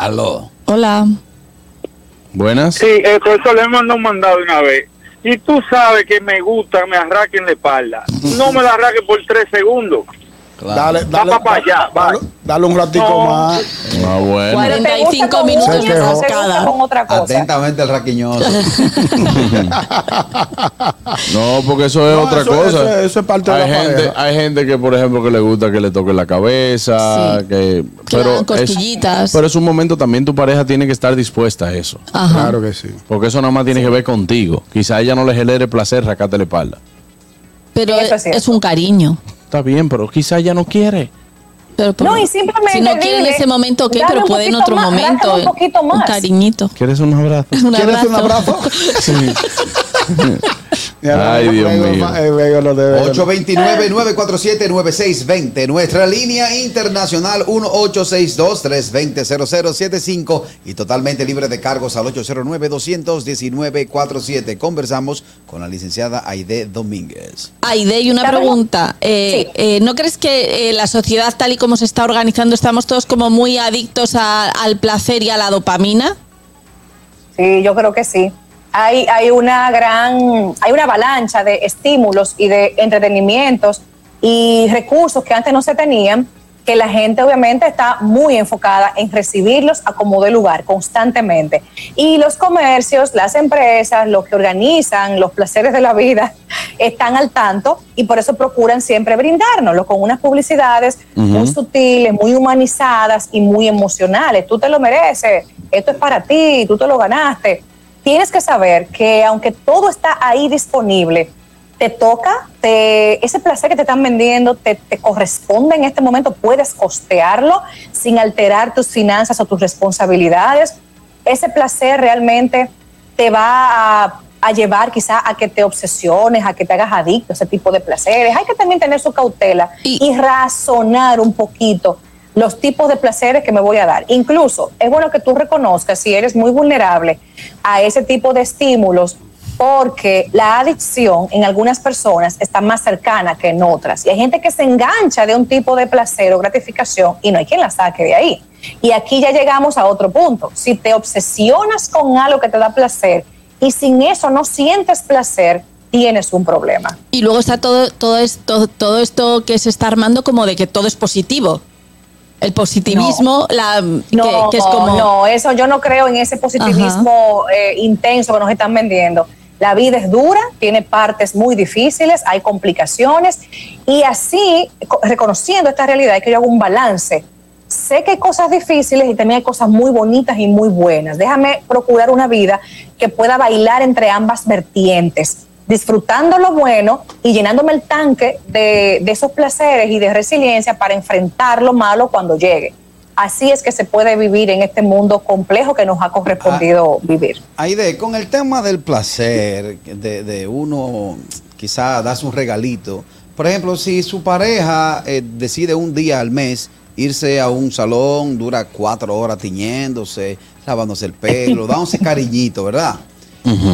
Speaker 11: Aló.
Speaker 6: Hola.
Speaker 2: Buenas.
Speaker 14: Sí, el profesor le mandó un mandado de una vez. Y tú sabes que me gusta, me arraquen la espalda. No me la arraquen por tres segundos.
Speaker 3: Dale, dale,
Speaker 14: Va para allá,
Speaker 3: dale, Eh, dale un ratico más.
Speaker 2: Ah, bueno.
Speaker 6: 45 minutos
Speaker 3: Se
Speaker 6: en esa
Speaker 3: quejó.
Speaker 6: arrascada.
Speaker 5: Atentamente el raquiñoso.
Speaker 2: No, porque eso es
Speaker 3: No,
Speaker 2: otra
Speaker 3: eso-
Speaker 2: cosa.
Speaker 3: eso- eso es parte de
Speaker 2: hay
Speaker 3: la
Speaker 2: gente,
Speaker 3: pareja.
Speaker 2: Hay gente que, por ejemplo, que le gusta que le toque la cabeza,
Speaker 6: Sí.
Speaker 2: que,
Speaker 6: Que le hagan cosquillitas.
Speaker 2: Es, pero es un momento también tu pareja tiene que estar dispuesta a eso.
Speaker 6: Ajá. Claro
Speaker 3: que sí.
Speaker 2: Porque eso nada más tiene que ver contigo. Quizá ella no le genere placer racate la espalda.
Speaker 6: Pero es, un cariño.
Speaker 2: Está bien, pero quizá ella no quiere.
Speaker 6: Pero por-
Speaker 13: No, y simplemente
Speaker 6: Si no quiere en
Speaker 13: dile,
Speaker 6: ese momento, ok,
Speaker 13: dame
Speaker 6: pero
Speaker 13: un
Speaker 6: puede en
Speaker 13: poquito
Speaker 6: otro
Speaker 13: más,
Speaker 6: momento.
Speaker 13: dame un poquito más.
Speaker 6: cariñito.
Speaker 2: ¿Quieres un abrazo?
Speaker 6: Un
Speaker 3: ¿Quieres un
Speaker 6: abrazo.
Speaker 3: abrazo?
Speaker 2: Sí.
Speaker 3: Ya,
Speaker 2: Ay,
Speaker 3: no,
Speaker 2: Dios
Speaker 3: no,
Speaker 2: mío.
Speaker 3: eh, veo lo Eh, de-
Speaker 5: 829-947-9620. Nuestra línea internacional 1862-320-0075 y totalmente libre de cargos al 809-219-47. Conversamos con la licenciada Aide Domínguez.
Speaker 6: Aide, y una pregunta. Eh, eh, ¿No crees que eh, la sociedad tal y como se está organizando estamos todos como muy adictos a- al placer y a la dopamina?
Speaker 13: Sí, yo creo que sí. Hay, hay una gran, hay una avalancha de estímulos y de entretenimientos y recursos que antes no se tenían, que la gente obviamente está muy enfocada en recibirlos a como de lugar constantemente. Y los comercios, las empresas, los que organizan los placeres de la vida están al tanto y por eso procuran siempre brindárnoslo con unas publicidades
Speaker 15: Ujú.
Speaker 13: muy sutiles, muy humanizadas y muy emocionales. Tú te lo mereces, esto es para ti, tú te lo ganaste. Tienes que saber que aunque todo está ahí disponible, te toca, te, ese placer que te están vendiendo te, te corresponde en este momento, puedes costearlo sin alterar tus finanzas o tus responsabilidades. Ese placer realmente te va a, a llevar quizá a que te obsesiones, a que te hagas adicto a ese tipo de placeres. Hay que también tener su cautela y, razonar un poquito los tipos de placeres que me voy a dar. Incluso es bueno que tú reconozcas si eres muy vulnerable a ese tipo de estímulos porque la adicción en algunas personas está más cercana que en otras. Y hay gente que se engancha de un tipo de placer o gratificación y no hay quien la saque de ahí. Y aquí ya llegamos a otro punto. Si te obsesionas con algo que te da placer y sin eso no sientes placer, tienes un problema.
Speaker 6: Y luego está todo, todo, esto, todo esto que se está armando como de que todo es positivo. El positivismo, la, que, que es como...
Speaker 13: no, eso yo no creo en ese positivismo eh, intenso que nos están vendiendo. La vida es dura, tiene partes muy difíciles, hay complicaciones y así, co- reconociendo esta realidad, es que yo hago un balance. Sé que hay cosas difíciles y también hay cosas muy bonitas y muy buenas. Déjame procurar una vida que pueda bailar entre ambas vertientes, disfrutando lo bueno y llenándome el tanque de, de esos placeres y de resiliencia para enfrentar lo malo cuando llegue. Así es que se puede vivir en este mundo complejo que nos ha correspondido vivir.
Speaker 5: Ah, Aide, con el tema del placer, de, de uno quizá das un regalito. Por ejemplo, si su pareja eh, decide un día al mes irse a un salón, dura cuatro horas tiñéndose, lavándose el pelo, dándose cariñito, ¿verdad?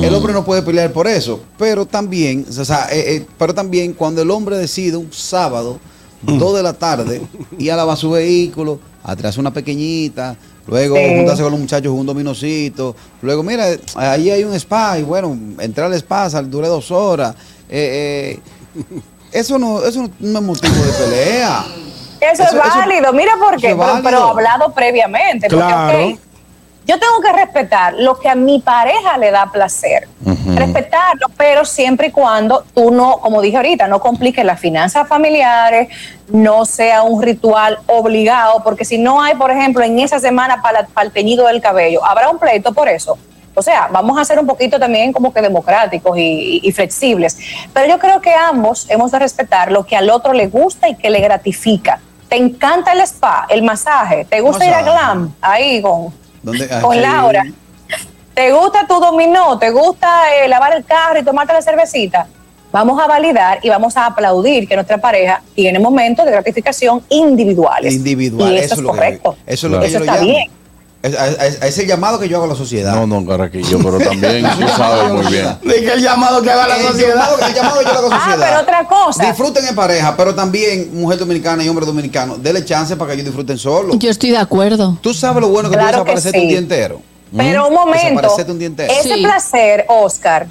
Speaker 5: El hombre no puede pelear por eso, pero también, o sea, eh, eh, pero también cuando el hombre decide un sábado, 2 de la tarde, ir a lavar su vehículo, atrás una pequeñita, luego
Speaker 16: Sí.
Speaker 5: juntarse con los muchachos un dominocito, luego mira, eh, ahí hay un spa y bueno, entrar al spa sal- dure dos horas. eh, eh, eso no, eso no- no es motivo de pelea.
Speaker 13: Eso,
Speaker 5: Eso- eso-
Speaker 13: es válido, mira por
Speaker 5: eso
Speaker 13: qué,
Speaker 5: es
Speaker 13: pero, pero
Speaker 5: válido.
Speaker 13: hablado previamente.
Speaker 5: Claro.
Speaker 13: Porque, ok, yo tengo que respetar lo que a mi pareja le da placer. Respetarlo, pero siempre y cuando tú no, como dije ahorita, no compliques las finanzas familiares, no sea un ritual obligado, porque si no hay, por ejemplo, en esa semana para, la- para el teñido del cabello, habrá un pleito por eso. O sea, vamos a ser un poquito también como que democráticos y, y- y flexibles. Pero yo creo que ambos hemos de respetar lo que al otro le gusta y que le gratifica. ¿Te encanta el spa, el masaje? ¿Te gusta ir a glam? Ahí con,
Speaker 5: ¿Dónde?
Speaker 13: con
Speaker 5: Ay,
Speaker 13: Laura. ¿Te gusta tu dominó? ¿Te gusta eh, lavar el carro y tomarte la cervecita? Vamos a validar y vamos a aplaudir que nuestra pareja tiene momentos de gratificación individuales.
Speaker 5: Individual,
Speaker 13: Y
Speaker 5: eso,
Speaker 13: eso,
Speaker 5: es
Speaker 13: es
Speaker 5: lo
Speaker 13: correcto.
Speaker 5: que yo- eso es lo que yo
Speaker 13: Eso
Speaker 5: lo
Speaker 13: está
Speaker 5: llamo.
Speaker 13: bien.
Speaker 5: Es- a- a- a- es el llamado que yo hago a la sociedad. No,
Speaker 2: no, Carraquillo, pero también tú sabes muy bien.
Speaker 3: De que el llamado que haga la
Speaker 5: El
Speaker 3: sociedad.
Speaker 5: llamado- el llamado que yo le hago a la
Speaker 13: Ah,
Speaker 5: sociedad.
Speaker 13: pero otra cosa.
Speaker 5: Disfruten en pareja, pero también mujer dominicana y hombre dominicano, dele chance para que ellos disfruten solo.
Speaker 6: Yo estoy de acuerdo.
Speaker 5: Tú sabes lo bueno que
Speaker 13: Claro
Speaker 5: tú
Speaker 13: que
Speaker 5: desaparecerte un
Speaker 13: sí.
Speaker 5: día entero.
Speaker 13: Pero
Speaker 5: Mm.
Speaker 13: un momento,
Speaker 5: Desaparecerte un día entero.
Speaker 13: ese placer, Oscar,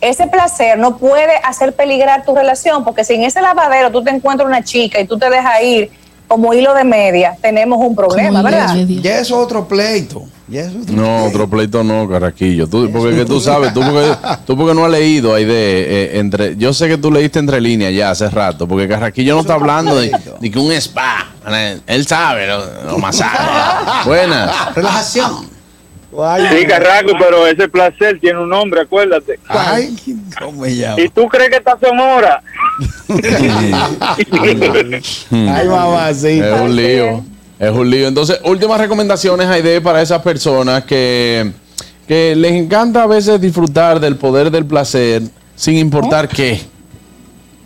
Speaker 13: ese placer no puede hacer peligrar tu relación, porque si en ese lavadero tú te encuentras una chica y tú te dejas ir como hilo de media, tenemos un problema, ¿verdad?
Speaker 5: Ya eso es otro pleito. Ya eso es otro
Speaker 2: No, otro pleito no, Carraquillo. Tú, porque que tú sabes, tú porque, tú porque no has leído ahí de eh, entre. Yo sé que tú leíste entre líneas ya hace rato, porque Carraquillo no está hablando de, de que un spa. eh, Él sabe, los los masajes. Buenas.
Speaker 5: Relajación.
Speaker 14: Sí, Carraco, pero ese placer tiene un nombre, acuérdate.
Speaker 5: Ay, ¿cómo me llamo?
Speaker 14: ¿Y tú crees que estas son horas?
Speaker 3: Ay, mamacita.
Speaker 2: Hmm. Es un lío. Es un lío. Entonces, últimas recomendaciones, Aide, para esas personas que, que les encanta a veces disfrutar del poder del placer sin importar qué.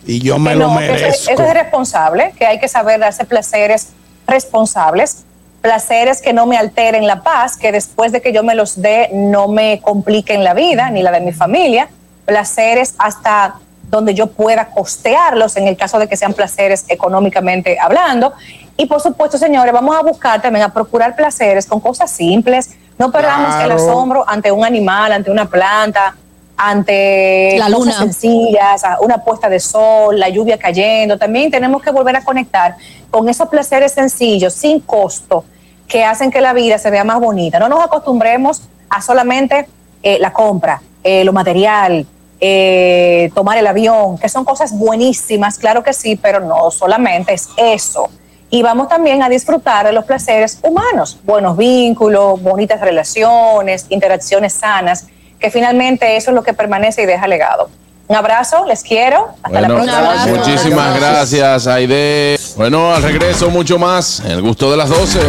Speaker 3: Y yo
Speaker 13: que no, que eso- Eso, es responsable, que hay que saber darse placeres responsables, placeres que no me alteren la paz, que después de que yo me los dé no me compliquen la vida ni la de mi familia, placeres hasta donde yo pueda costearlos en el caso de que sean placeres económicamente hablando. Y por supuesto, señores, vamos a buscar también a procurar placeres con cosas simples. No perdamos el
Speaker 15: Claro.
Speaker 13: asombro ante un animal, ante una planta, ante
Speaker 6: La
Speaker 13: cosas
Speaker 6: luna.
Speaker 13: sencillas días, a una puesta de sol, la lluvia cayendo. También tenemos que volver a conectar con esos placeres sencillos, sin costo, que hacen que la vida se vea más bonita. No nos acostumbremos a solamente eh, la compra, eh, lo material, eh, tomar el avión, que son cosas buenísimas, claro que sí, pero no solamente es eso. Y vamos también a disfrutar de los placeres humanos, buenos vínculos, bonitas relaciones, interacciones sanas, que finalmente eso es lo que permanece y deja legado. Un abrazo, les quiero. Hasta la
Speaker 2: Bueno,
Speaker 13: próxima.
Speaker 2: muchísimas gracias, Aide. Bueno, al regreso, mucho más. El gusto de las 12.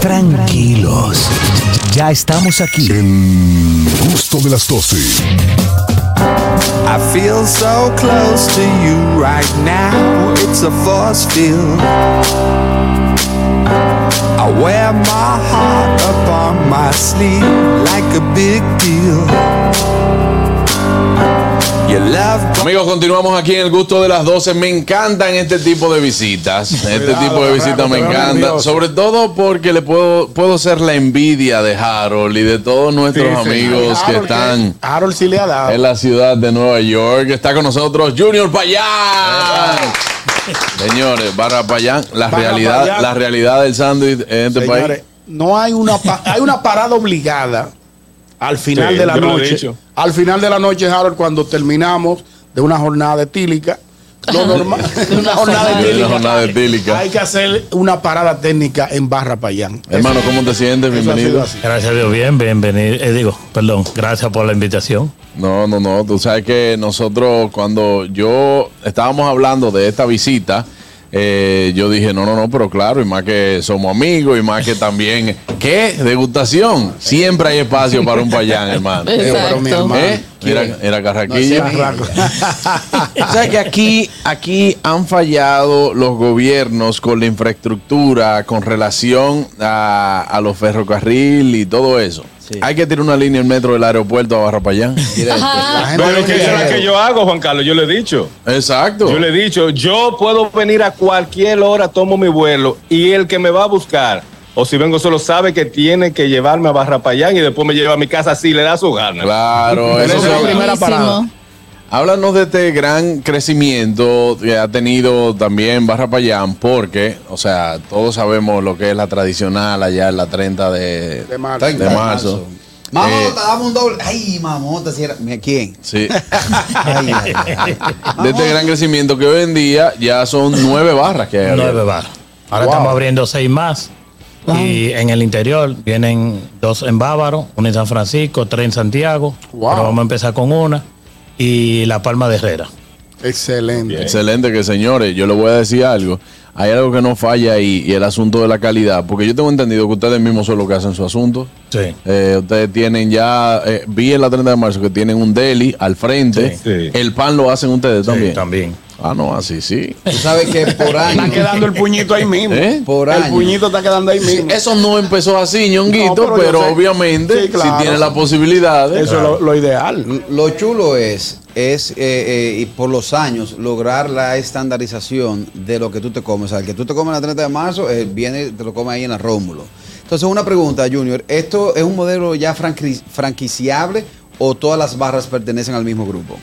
Speaker 8: Tranquilos, ya estamos aquí. En gusto de las 12.
Speaker 16: I feel so close to you right now. It's a force field. I wear my heart upon my sleeve like a big deal. Your love
Speaker 2: Amigos, continuamos aquí en el gusto de las 12. Me encantan este tipo de visitas. Este
Speaker 16: Cuidado,
Speaker 2: tipo de visitas
Speaker 16: Carraco,
Speaker 2: me
Speaker 16: te veo
Speaker 2: encanta.
Speaker 16: nervioso.
Speaker 2: Sobre todo porque le puedo, puedo ser la envidia de Harold y de todos nuestros
Speaker 3: Sí, sí.
Speaker 2: amigos que
Speaker 3: Harold,
Speaker 2: están
Speaker 3: Harold sí le ha dado.
Speaker 2: en la ciudad de Nueva York. Está con nosotros Junior Payán. Señores, Barra Payán, la
Speaker 3: Barra
Speaker 2: realidad,
Speaker 3: Payán.
Speaker 2: la realidad del sándwich en este
Speaker 3: Señores,
Speaker 2: país.
Speaker 3: no hay una, pa- hay una parada obligada al final
Speaker 2: Sí,
Speaker 3: de la
Speaker 2: yo lo he
Speaker 3: noche.
Speaker 2: dicho.
Speaker 3: Al final de la noche, Harold, cuando terminamos de una jornada etílica, lo normal, una jornada
Speaker 2: Yo en la
Speaker 3: etílica,
Speaker 2: jornada etílica.
Speaker 3: hay que hacer una parada técnica en Barra Payán.
Speaker 2: Hermano, ¿cómo te sientes? Bienvenido.
Speaker 17: Gracias a Dios, bien, bienvenido. Eh, digo, perdón, gracias por la invitación.
Speaker 2: No, no, no. Tú sabes que nosotros, cuando yo estábamos hablando de esta visita, eh, yo dije, no, no, no, pero claro, y más que somos amigos, y más que también, ¿qué? Degustación. Siempre hay espacio para un payán, hermano.
Speaker 3: Exacto. Pero mi hermano,
Speaker 2: ¿Eh? Era, era Carraquillo.
Speaker 3: No, ese
Speaker 2: O sea que aquí, aquí han fallado los gobiernos con la infraestructura, con relación a, a los ferrocarril y todo eso. Hay que tirar una línea en metro del aeropuerto a Barra Payán.
Speaker 7: Pero que eso es lo que yo hago, Juan Carlos, yo le he dicho.
Speaker 2: Exacto.
Speaker 7: Yo le he dicho, yo puedo venir a cualquier hora, tomo mi vuelo y el que me va a buscar, o si vengo solo, sabe que tiene que llevarme a Barra Payán y después me lleva a mi casa si le da su gana.
Speaker 2: Claro, eso es la primera parada. Háblanos de este gran crecimiento que ha tenido también Barra Payán, porque, o sea, todos sabemos lo que es la tradicional allá en la 30 de,
Speaker 5: De marzo. 30
Speaker 2: de
Speaker 5: de
Speaker 2: marzo. Eh,
Speaker 5: Mamota, dame un doble. Ay, mamota, si era. Mira, ¿quién?
Speaker 2: sí.
Speaker 5: Ay, ay, ay.
Speaker 2: de este gran crecimiento que hoy en día ya son nueve barras que hay.
Speaker 17: Nueve barras. Ahora
Speaker 2: Wow.
Speaker 17: estamos abriendo seis más. Y en el interior vienen dos en Bávaro, una en San Francisco, tres en Santiago. Pero vamos a empezar con una. Y La Palma de Herrera.
Speaker 3: Excelente.
Speaker 2: Excelente que señores, yo le voy a decir algo. hay algo que no falla ahí y el asunto de la calidad. Porque yo tengo entendido que ustedes mismos son los que hacen su asunto.
Speaker 17: Sí.
Speaker 2: Eh, ustedes tienen ya, eh, vi en la 30 de marzo que tienen un deli al frente.
Speaker 17: Sí.
Speaker 2: El pan lo hacen ustedes también.
Speaker 17: también.
Speaker 2: Ah, no, así sí.
Speaker 5: Tú sabes que por año.
Speaker 3: Está quedando el puñito ahí mismo.
Speaker 2: ¿Eh?
Speaker 5: Por
Speaker 3: el
Speaker 5: año.
Speaker 3: puñito está quedando ahí mismo.
Speaker 2: Eso no empezó así, ñonguito,
Speaker 3: No, pero yo
Speaker 2: pero,
Speaker 3: sé.
Speaker 2: obviamente,
Speaker 3: Sí, claro.
Speaker 2: si tiene la posibilidad.
Speaker 3: Eso es lo, lo ideal.
Speaker 5: Lo chulo es, es eh, eh, y por los años, lograr la estandarización de lo que tú te comes. O sea, el que tú te comes la 30 de marzo, eh, viene y te lo comes ahí en la Rómulo. Entonces, una pregunta, Junior. ¿Esto es un modelo ya franqui- franquiciable o todas las barras pertenecen al mismo grupo?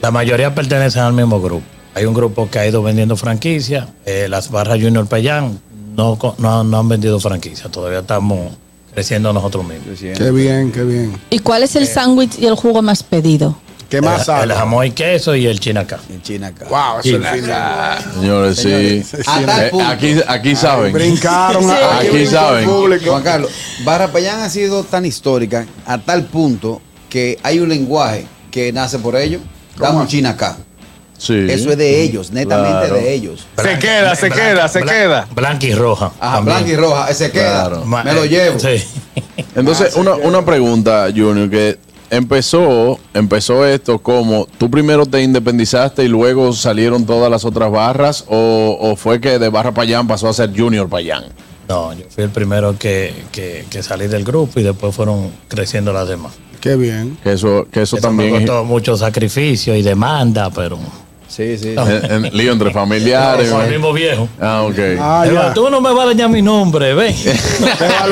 Speaker 17: La mayoría pertenecen al mismo grupo. Hay un grupo que ha ido vendiendo franquicias. eh, las barras Junior Payán no, co- no, han- no han vendido franquicias. Todavía estamos creciendo nosotros mismos.
Speaker 3: Qué bien, qué bien.
Speaker 6: ¿Y cuál
Speaker 2: Eh.
Speaker 6: es el sándwich y el jugo más pedido?
Speaker 3: ¿Qué
Speaker 17: más El, el jamón y queso y el chinacá.
Speaker 5: En China acá.
Speaker 3: Wow, eso es
Speaker 17: China.
Speaker 3: el final.
Speaker 2: Señores, sí.
Speaker 5: a tal
Speaker 2: Eh,
Speaker 5: punto.
Speaker 2: aquí, aquí saben.
Speaker 3: brincaron, Sí. aquí
Speaker 2: Aquí
Speaker 3: brincó
Speaker 2: saben.
Speaker 5: Juan Carlos, Barra Payán ha sido tan histórica a tal punto que hay un lenguaje que nace por ello. Damos China acá.
Speaker 2: Sí.
Speaker 5: Eso es de ellos, netamente
Speaker 2: Claro.
Speaker 5: de ellos.
Speaker 7: Se queda, se queda, se queda.
Speaker 17: Blanca y roja.
Speaker 5: Ajá, blanca y roja, eh, se queda.
Speaker 2: Claro.
Speaker 17: Ma-
Speaker 5: Me lo
Speaker 17: eh,
Speaker 5: llevo.
Speaker 17: Sí.
Speaker 2: Entonces, una, una pregunta, Junior, que empezó, empezó esto como, ¿tú primero te independizaste y luego salieron todas las otras barras? ¿O, o fue que de Barra Payán pasó a ser Junior Payán?
Speaker 17: No, yo fui el primero que, que, que salí del grupo y después fueron creciendo las demás.
Speaker 3: Qué bien.
Speaker 2: Que eso, que eso,
Speaker 17: Eso
Speaker 2: también
Speaker 17: me
Speaker 2: es
Speaker 17: costó mucho sacrificio y demanda, pero...
Speaker 5: Sí, sí.
Speaker 2: en- en- Eh, lío entre familiares.
Speaker 17: Con el
Speaker 2: ¿no?
Speaker 17: mismo viejo.
Speaker 2: Ah, ok.
Speaker 3: Ah,
Speaker 17: Pero
Speaker 3: ya.
Speaker 17: Tú no me vas a dañar mi nombre, ven.
Speaker 3: Qué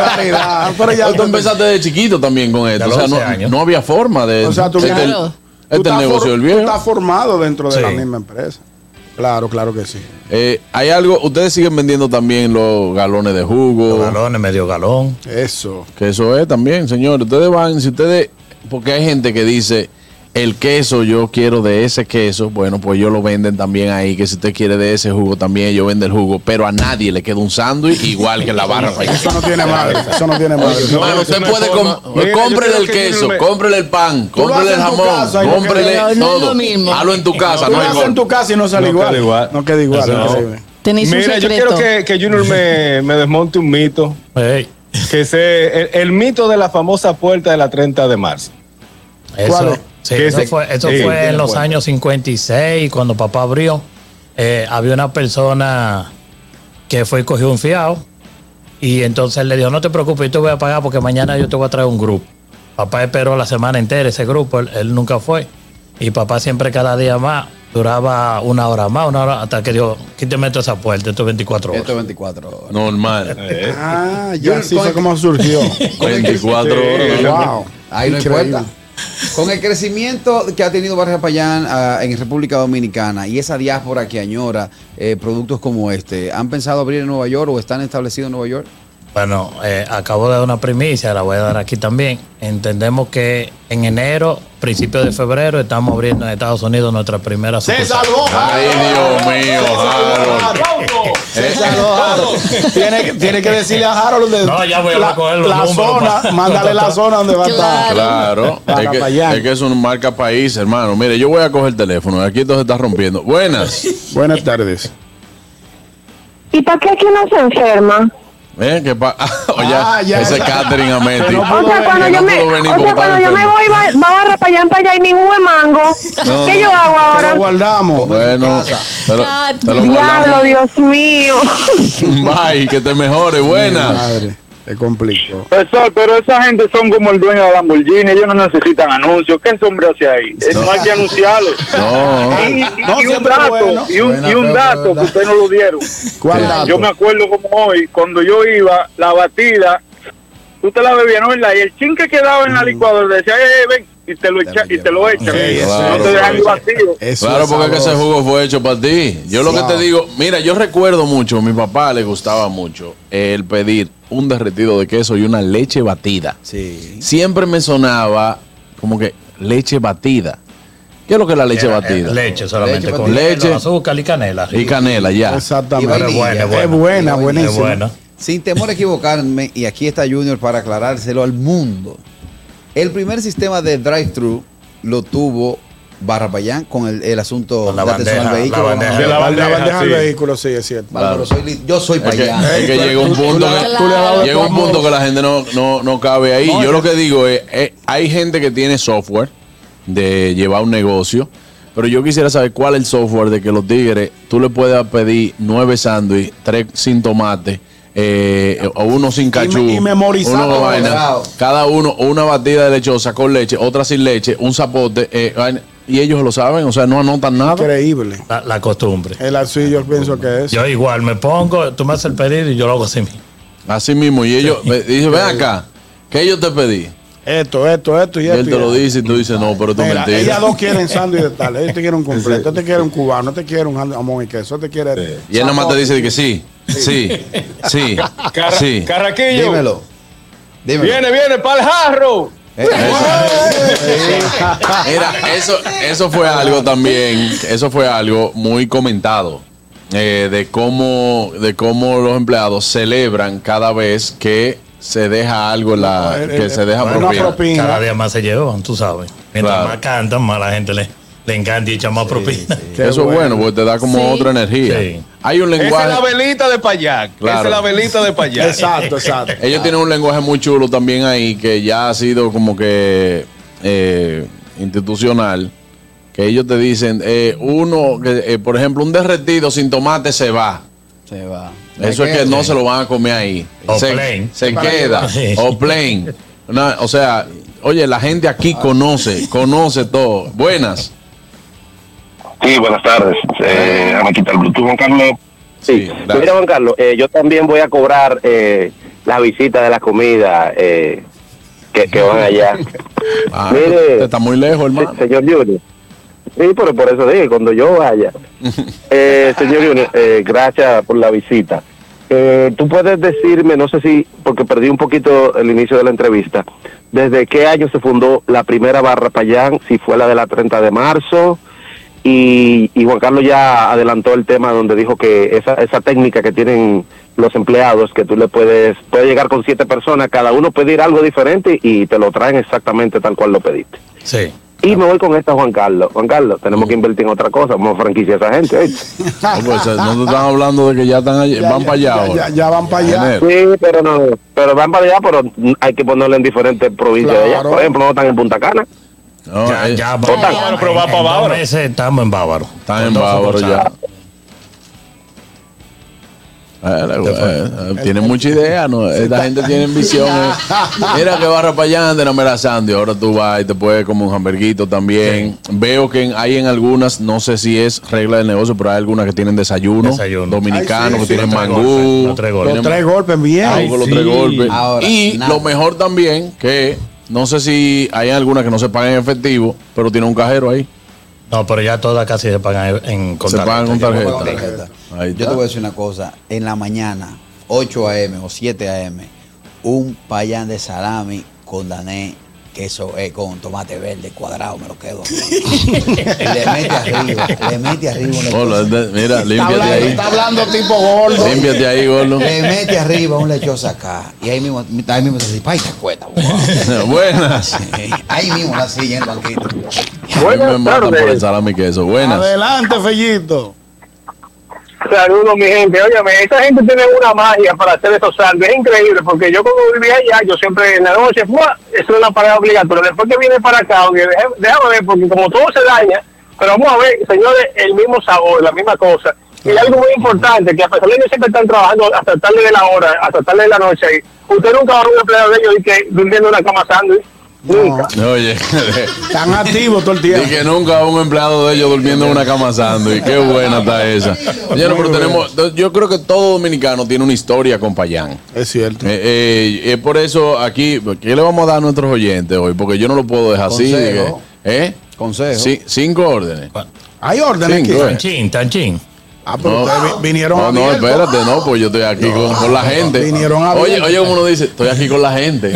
Speaker 3: barbaridad. Pero ya
Speaker 2: Pero tú empezaste de chiquito también con esto.
Speaker 17: De
Speaker 2: O sea,
Speaker 17: los once
Speaker 2: no,
Speaker 17: años.
Speaker 2: no había forma de...
Speaker 3: O sea, tú-
Speaker 2: este el-
Speaker 3: Claro.
Speaker 2: este
Speaker 3: tú
Speaker 2: el
Speaker 3: estás
Speaker 2: negocio
Speaker 3: for-
Speaker 2: del
Speaker 3: tú
Speaker 2: viejo.
Speaker 3: estás formado dentro de la
Speaker 17: Sí.
Speaker 3: misma empresa. Claro, claro que sí.
Speaker 2: Eh, hay algo, ustedes siguen vendiendo también los galones de jugo.
Speaker 17: Galones, medio galón.
Speaker 3: Eso.
Speaker 2: Que eso es también, señores. Ustedes van, si ustedes, porque hay gente que dice, el queso yo quiero de ese queso, bueno, pues ellos lo venden también ahí, que si usted quiere de ese jugo también, ellos venden el jugo, pero a nadie le queda un sándwich igual que la barra. para allá.
Speaker 3: Eso no tiene madre. Eso no tiene madre.
Speaker 7: No,
Speaker 2: Mano,
Speaker 7: no,
Speaker 2: usted
Speaker 7: no hay
Speaker 2: puede
Speaker 7: forma.
Speaker 2: com-
Speaker 7: Mira, yo
Speaker 2: cómprele
Speaker 7: creo
Speaker 2: el
Speaker 7: que
Speaker 2: queso,
Speaker 7: Junior me-
Speaker 2: cómprele el pan,
Speaker 3: Tú lo
Speaker 2: cómprele el
Speaker 3: haces en tu
Speaker 2: jamón,
Speaker 3: casa y no
Speaker 2: cómprele
Speaker 3: queda-
Speaker 6: no, no es
Speaker 2: todo.
Speaker 6: lo mismo.
Speaker 2: Hazlo en tu casa,
Speaker 3: Tú
Speaker 2: no
Speaker 3: lo
Speaker 2: hay
Speaker 3: haces en
Speaker 2: gol.
Speaker 3: tu casa y no sale
Speaker 7: No queda
Speaker 3: igual.
Speaker 7: igual.
Speaker 3: No queda igual.
Speaker 7: Eso no.
Speaker 3: increíble.
Speaker 6: Tenéis un
Speaker 7: Mira, yo quiero
Speaker 6: secreto.
Speaker 7: que, que Junior me, me desmonte un mito,
Speaker 17: Ey,
Speaker 7: que es el, el mito de la famosa puerta de la 30 de marzo.
Speaker 3: ¿Cuál
Speaker 17: eso
Speaker 3: es?
Speaker 17: sí,
Speaker 7: ¿Qué
Speaker 17: eso
Speaker 7: es?
Speaker 17: fue, eso
Speaker 7: Sí,
Speaker 17: fue
Speaker 7: tiene
Speaker 17: en los
Speaker 7: cuenta.
Speaker 17: años 56, cuando papá abrió. Eh, había una persona que fue y cogió un fiado. Y entonces él le dijo, no te preocupes, yo te voy a pagar porque mañana yo te voy a traer un grupo. Papá esperó la semana entera ese grupo, él, él nunca fue. Y papá siempre cada día más, duraba una hora más, una hora, hasta que dijo, quíteme toda esa puerta, esto es 24 horas.
Speaker 5: Esto es 24 horas.
Speaker 2: Normal.
Speaker 3: Ah,
Speaker 5: Yo-
Speaker 3: ya así
Speaker 5: con-
Speaker 3: fue como surgió.
Speaker 2: 24 horas. ¿no?
Speaker 3: wow.
Speaker 5: Ahí no hay
Speaker 3: Increíble.
Speaker 5: puerta. Con el crecimiento que ha tenido Barra Payán ah, en República Dominicana y esa diáspora que añora eh, productos como este, ¿han pensado abrir en Nueva York o están establecidos en Nueva York?
Speaker 17: Bueno, eh, acabo de dar una primicia, la voy a dar aquí también. Entendemos que en enero, principio de febrero, estamos abriendo en Estados Unidos nuestra primera
Speaker 3: Se
Speaker 17: sucursal.
Speaker 3: salvó.
Speaker 2: Pues, Ay, Dios mío, Eh, Harold.
Speaker 3: Se salvó, Harold. Tiene, que- tiene que decirle a Harold de
Speaker 17: No, ya voy a
Speaker 3: la,
Speaker 17: recoger los
Speaker 3: la
Speaker 17: números,
Speaker 3: zona,
Speaker 17: pa.
Speaker 3: mándale la zona donde va a estar.
Speaker 2: Claro,
Speaker 3: Para
Speaker 2: es
Speaker 3: para allá.
Speaker 2: que, es que es una marca país, hermano. Mire, yo voy a coger el teléfono. Aquí esto se está rompiendo. Buenas.
Speaker 3: Buenas tardes.
Speaker 10: ¿Y para qué aquí no se enferma?
Speaker 2: ¿Eh? ¿Qué pa- Oye,
Speaker 3: Ah, ya,
Speaker 2: ese
Speaker 3: ya.
Speaker 2: Catherine Amenti.
Speaker 3: Que no
Speaker 10: O sea, cuando
Speaker 2: Que
Speaker 10: yo
Speaker 2: no
Speaker 10: me,
Speaker 2: pudo venir
Speaker 10: o
Speaker 2: porque
Speaker 10: sea,
Speaker 2: estaba
Speaker 10: cuando yo me
Speaker 2: enfermo.
Speaker 10: voy, va, va a para allá, para allá y ningún mango.
Speaker 2: No,
Speaker 10: ¿Qué
Speaker 2: no.
Speaker 10: yo
Speaker 3: Te
Speaker 10: hago
Speaker 3: lo
Speaker 10: ahora?
Speaker 3: guardamos.
Speaker 2: Bueno, te lo, te lo
Speaker 10: Diablo,
Speaker 2: guardamos.
Speaker 10: Dios mío.
Speaker 2: Bye, que te mejore. Buenas.
Speaker 3: Madre, te complicó.
Speaker 14: Profesor, pero esa gente son como el dueño de Lamborghini, ellos no necesitan anuncios. ¿Qué sombrero hace ahí? Es- No, hay que anunciarlo.
Speaker 2: No.
Speaker 14: Y, y-
Speaker 3: No,
Speaker 14: y un
Speaker 3: siempre
Speaker 14: dato,
Speaker 3: bueno.
Speaker 14: y un, y un
Speaker 5: Buena,
Speaker 14: dato que
Speaker 5: verdad.
Speaker 14: ustedes no lo dieron.
Speaker 3: ¿Cuál
Speaker 2: Sí.
Speaker 3: dato?
Speaker 14: Yo me acuerdo como hoy, cuando yo iba, la batida, tú te la bebías, ¿no? ¿verdad? Y el chin que quedaba en la licuadora decía, "Ey, ey, ven, y te lo, echa, y te lo echan.
Speaker 3: Sí,
Speaker 2: claro,
Speaker 14: no te dejan
Speaker 2: sí.
Speaker 14: el vacío.
Speaker 3: Eso
Speaker 2: Claro,
Speaker 3: es
Speaker 2: porque es que ese
Speaker 3: sabroso.
Speaker 2: jugo fue hecho para ti. Yo lo que te
Speaker 3: Wow.
Speaker 2: digo, mira, yo recuerdo mucho, a mi papá le gustaba mucho el pedir un derretido de queso y una leche batida.
Speaker 5: Sí.
Speaker 2: Siempre me sonaba como que leche batida. ¿Qué es lo que es la leche
Speaker 17: Era, eh,
Speaker 2: batida?
Speaker 17: Leche solamente,
Speaker 5: Leche
Speaker 17: con
Speaker 2: batida. Leche.
Speaker 17: azúcar y canela.
Speaker 2: Y canela, ya.
Speaker 3: Exactamente.
Speaker 5: Y vainilla.
Speaker 3: es
Speaker 17: Es
Speaker 3: buena,
Speaker 5: buena,
Speaker 17: Es
Speaker 3: buenísima.
Speaker 17: bueno.
Speaker 5: Sin temor a equivocarme, y aquí está Junior para aclarárselo al mundo. El primer sistema de drive-thru lo tuvo barra payán con el, el asunto
Speaker 3: la
Speaker 5: atención
Speaker 3: bandeja,
Speaker 5: al vehículo.
Speaker 3: la bandeja. Sí, la bandeja, La bandeja al sí. vehículo, sí, es cierto.
Speaker 5: Bárbaro, soy li- yo soy
Speaker 2: Es que,
Speaker 5: payán.
Speaker 2: es que llega un punto que, llega un punto que la gente no, no, no cabe ahí. Yo lo que digo es, eh, hay gente que tiene software de llevar un negocio, pero yo quisiera saber cuál es el software de que los tigres, tú le puedas pedir nueve sándwiches, tres sin tomate, eh, o uno sin cachú,
Speaker 3: y memorizado,
Speaker 2: uno con vaina.
Speaker 3: memorizado.
Speaker 2: cada uno una batida de lechosa con leche, otra sin leche, un zapote, eh, vaina, y ellos lo saben, o sea, no anotan nada.
Speaker 3: Increíble.
Speaker 17: La, la costumbre.
Speaker 3: El así yo pienso que es.
Speaker 17: Yo igual me
Speaker 2: Ah,
Speaker 17: pongo, tú me haces el pedido y yo lo hago así mismo.
Speaker 2: Así mismo, y ellos ve- dicen, ven acá, ¿qué yo te pedí?
Speaker 3: Esto, esto, esto y,
Speaker 2: Y
Speaker 3: esto.
Speaker 2: él te
Speaker 3: y
Speaker 2: lo
Speaker 3: esto.
Speaker 2: dice y tú dices, no, pero tú
Speaker 3: Mira,
Speaker 2: mentira.
Speaker 3: ellas dos quieren sándwich de tal, ellos te quieren un completo, yo te quieren un cubano, te quieren un jamón y queso, te quieren.
Speaker 2: Y él nada más te dice que sí, sí, sí,
Speaker 7: Carra-
Speaker 2: sí.
Speaker 7: Carraquillo. Dímelo,
Speaker 2: dímelo.
Speaker 7: Viene, viene, pa'l jarro.
Speaker 1: Eh.
Speaker 2: Mira, eso, eso fue algo también, eso fue algo muy comentado. eh, de cómo de cómo los empleados celebran cada vez que se deja algo en la Ah,
Speaker 17: eh,
Speaker 2: que se deja propina.
Speaker 17: Cada día más se llevan, tú sabes. Mientras más cantan, más la gente le, le encanta y echa más propina.
Speaker 2: Eso es bueno porque te da como otra energía.
Speaker 17: Sí.
Speaker 2: Hay un lenguaje
Speaker 7: Esa es la velita de Payac. Esa
Speaker 2: Claro.
Speaker 7: es la velita de Payac.
Speaker 3: Exacto, exacto.
Speaker 2: Ellos tienen un lenguaje muy chulo también ahí que ya ha sido como que eh, institucional. Que ellos te dicen, eh, uno, que, eh, por ejemplo, un derretido sin tomate se va.
Speaker 5: Se va.
Speaker 2: Eso es que no se lo van a comer ahí.
Speaker 17: O
Speaker 2: se
Speaker 17: plain.
Speaker 2: se
Speaker 17: Para
Speaker 2: queda.
Speaker 17: llevar.
Speaker 2: O plain. Una- o sea, oye, la gente aquí conoce, conoce todo. Buenas.
Speaker 9: Sí, buenas tardes. Eh, me quita el Bluetooth, Juan Carlos.
Speaker 2: Sí,
Speaker 9: Mira, Juan Carlos, eh, yo también voy a cobrar eh, la visita de la comida eh, que, que van allá.
Speaker 2: Ah,
Speaker 9: Mire,
Speaker 2: está muy lejos, hermano.
Speaker 9: señor Junior. Sí, pero por eso dije, cuando yo vaya. Eh, señor Junior, eh, gracias por la visita. Eh, Tú puedes decirme, no sé si, porque perdí un poquito el inicio de la entrevista, desde qué año se fundó la primera barra Payán, si fue la de la 30 de marzo, y, y Juan Carlos ya adelantó el tema donde dijo que esa, esa técnica que tienen los empleados, que tú le puedes, puede llegar con siete personas, cada uno pedir algo diferente y te lo traen exactamente tal cual lo pediste.
Speaker 17: Sí.
Speaker 9: Y me voy con esta, Juan Carlos. Juan Carlos, tenemos que invertir en otra cosa, vamos a franquiciar a esa gente. ¿oíste?
Speaker 2: No, pues, eh, no te están hablando de que ya están allí- van para allá ahora.
Speaker 3: van para
Speaker 2: allá.
Speaker 9: Sí, pero no, pero van para allá, pero hay que ponerlo en diferentes provincias de allá.
Speaker 17: Claro.
Speaker 9: Por ejemplo, no están en Punta Cana.
Speaker 17: ya, ya,
Speaker 9: Total. Bávaro, pero va
Speaker 17: en-
Speaker 9: pa'
Speaker 17: en dos
Speaker 9: Bávaro.
Speaker 17: meses estamos en Bávaro. Están
Speaker 2: en Bávaro ya. Eh, la- eh, eh, tiene mucha idea, ¿no? Esta gente tiene visión. eh.
Speaker 3: Ah,
Speaker 2: Mira que barra para allá, ande, no me la sande. Ahora tú vas y te puedes como un hamburguito también. Veo que en- hay en algunas, no sé si es regla del negocio, pero hay algunas que tienen desayuno. Dominicano,
Speaker 3: Ay, sí,
Speaker 2: que
Speaker 3: sí.
Speaker 2: tienen
Speaker 3: Los tres
Speaker 2: mangú.
Speaker 3: Los
Speaker 2: tienen-
Speaker 3: tres golpes, bien.
Speaker 2: Ah, con los tres golpes.
Speaker 3: Ahora,
Speaker 2: y
Speaker 3: nada.
Speaker 2: lo mejor también, que no sé si hay algunas que no se pagan en efectivo, pero tiene un cajero ahí.
Speaker 17: No, pero ya todas casi se pagan en con
Speaker 2: Se pagan con
Speaker 17: Ya no
Speaker 2: tarjeta.
Speaker 17: pagan
Speaker 5: Con
Speaker 17: tarjeta.
Speaker 5: tarjeta. Yo te voy a decir una cosa. En la mañana, 8 a.m. o 7 a.m., un payán de salami con dané, queso, eh, con tomate verde cuadrado, me lo quedo. le mete arriba, le mete arriba. una
Speaker 2: Hola,
Speaker 5: cosa.
Speaker 2: mira, límpiate
Speaker 5: hablando-
Speaker 2: ahí.
Speaker 5: está hablando tipo gordo.
Speaker 2: Límpiate ahí, gordo.
Speaker 5: Le mete arriba un lechoso acá. Y ahí mismo, ahí mismo se dice, ¡ay, te cuesta!
Speaker 2: Buenas.
Speaker 5: Ahí mismo la silla en el banquito.
Speaker 2: A mí me matan por el salami y queso. Buenas.
Speaker 3: Adelante, Fellito.
Speaker 14: Saludos, mi gente. Óyame, esa gente tiene una magia para hacer esos sándwiches. Es increíble, porque yo como vivía allá, yo siempre en la noche, ¡fua! eso es una parada obligatoria. Después que viene para acá, oye, deja- déjame ver, porque como todo se daña, pero vamos a ver, señores, el mismo sabor, la misma cosa. Y algo muy importante, que a pesar de que siempre están trabajando hasta tarde de la hora, hasta tarde de la noche, ahí, usted nunca va a ver un empleado de ellos y que durmiendo en una cama sándwich. Nunca.
Speaker 2: Oye,
Speaker 3: están activos todo el tiempo.
Speaker 2: Y que nunca un empleado de ellos durmiendo en una cama sándwich. Qué buena está esa. Señores, pero tenemos, yo creo que todo dominicano tiene una historia con Payán.
Speaker 3: Es cierto.
Speaker 2: Eh, eh, es por eso aquí, ¿qué le vamos a dar a nuestros oyentes hoy? Porque yo no lo puedo dejar así.
Speaker 5: Consejo.
Speaker 2: de que- ¿Eh?
Speaker 5: Consejo.
Speaker 2: Sí, cinco órdenes.
Speaker 3: Hay órdenes
Speaker 2: Cinco,
Speaker 3: que-
Speaker 2: eh.
Speaker 17: Tanchín, tanchín.
Speaker 3: Ah, pero ustedes vi- vinieron
Speaker 2: no, no,
Speaker 3: abiertos.
Speaker 2: espérate, no, pues yo estoy aquí con, con la gente.
Speaker 3: Vinieron
Speaker 2: oye,
Speaker 3: abiertos.
Speaker 2: oye, como uno dice, estoy aquí con la gente.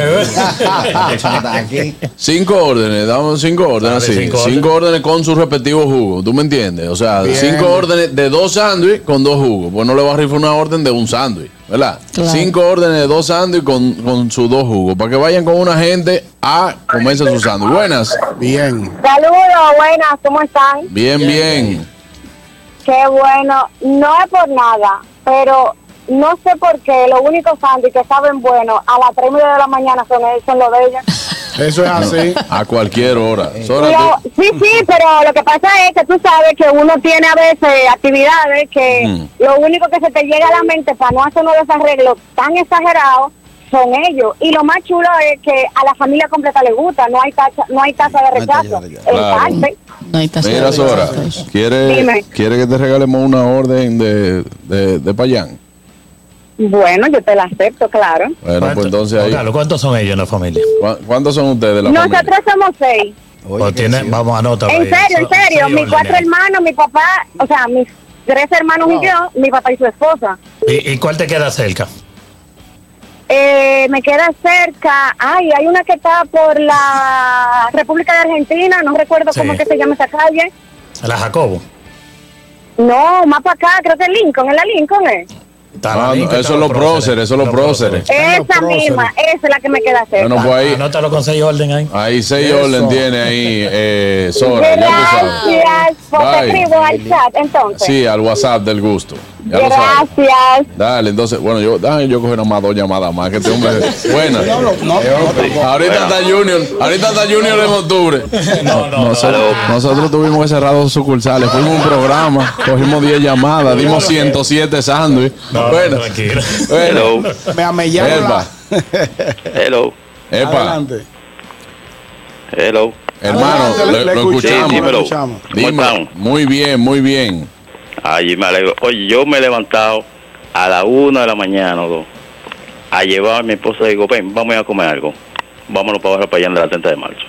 Speaker 2: cinco órdenes, damos cinco órdenes así.
Speaker 17: Dale, cinco
Speaker 2: Cinco,
Speaker 17: órdenes.
Speaker 2: órdenes con sus respectivos jugos, ¿tú me entiendes? O sea,
Speaker 17: Bien.
Speaker 2: cinco órdenes de dos sándwiches con dos jugos. Pues no le vas a rifar una orden de un sándwich, ¿verdad?
Speaker 17: Claro.
Speaker 2: Cinco órdenes de dos sándwiches con, con sus dos jugos, para que vayan con una gente a comerse sus sándwiches. Buenas.
Speaker 3: Bien.
Speaker 18: Saludos, buenas, ¿cómo están?
Speaker 2: Bien, bien.
Speaker 18: Qué bueno. No es por nada, pero no sé por qué los únicos sándwiches que saben bueno a las 3 y media de la mañana son, son los de ellos.
Speaker 3: Eso es así.
Speaker 2: A cualquier hora. Sora, tú-
Speaker 18: Pero- sí, sí, pero lo que pasa es que tú sabes que uno tiene a veces actividades que lo único que se te llega a la mente para no hacer unos desarreglos tan exagerados son ellos. Y lo más chulo es que a la familia completa le gusta, no hay taza, no hay tasa de rechazo. El
Speaker 2: Claro.
Speaker 18: parte.
Speaker 2: Mira, Sora, ¿quiere,
Speaker 18: Dime.
Speaker 2: ¿quiere que te regalemos una orden de, de, de payán?
Speaker 18: Bueno, yo te la acepto, claro.
Speaker 2: Bueno, pues entonces ahí.
Speaker 17: Carlos, ¿cuántos son ellos en la familia?
Speaker 2: ¿Cuántos son ustedes de la familia?
Speaker 18: Nosotros somos seis.
Speaker 17: O tiene- vamos a anotar.
Speaker 18: En serio, en serio. Mis cuatro hermanos, mi papá, o sea, mis tres hermanos y yo, mi papá y su esposa.
Speaker 17: ¿Y, y cuál te queda cerca?
Speaker 18: Eh, me queda cerca, ay, hay una que está por la República de Argentina, no recuerdo
Speaker 17: Sí.
Speaker 18: cómo es que se llama esa calle.
Speaker 17: La Jacobo.
Speaker 18: No, más para acá, creo que es Lincoln, es la Lincoln, ¿eh?
Speaker 2: Ah, no,
Speaker 17: Están
Speaker 2: eso son los próceres, eso son los próceres.
Speaker 18: Esa misma, esa es la que me queda cerca.
Speaker 2: Bueno, pues ahí.
Speaker 17: Anótalo con seis orden ahí.
Speaker 2: Ahí seis
Speaker 17: Eso.
Speaker 2: orden tiene ahí, eh, Sora, ya tú sabes.
Speaker 18: Gracias, por
Speaker 2: Bye.
Speaker 18: te escribo al chat, entonces.
Speaker 2: Sí, al WhatsApp del gusto. Ya lo sabes.
Speaker 18: Gracias.
Speaker 2: Dale, entonces, bueno, yo, dale, yo cogeré más dos llamadas más, que este hombre. Buena. ahorita está Junior, ahorita está Junior en octubre. No, no, Ah. nosotros, nosotros tuvimos que cerrar dos sucursales, fuimos a un programa, cogimos 10 llamadas, dimos 107 sándwiches. bueno, bueno.
Speaker 3: Me amellaron.
Speaker 2: Elba.
Speaker 3: la-
Speaker 2: Hello. Epa,
Speaker 3: Adelante.
Speaker 2: Hello. Hermano,
Speaker 3: Adelante,
Speaker 2: lo,
Speaker 3: le- le
Speaker 2: lo
Speaker 3: escuchamos,
Speaker 2: escuchamos.
Speaker 3: le
Speaker 2: Dímelo.
Speaker 3: escuchamos.
Speaker 12: ¿Cómo
Speaker 2: Dímelo. Muy bien, muy bien.
Speaker 12: Ay, me alegro. Oye, yo me he levantado a la una de la mañana o dos a llevar a mi esposa y digo, ven, vamos a comer algo. Vámonos para abajo para allá en la 30 de marzo.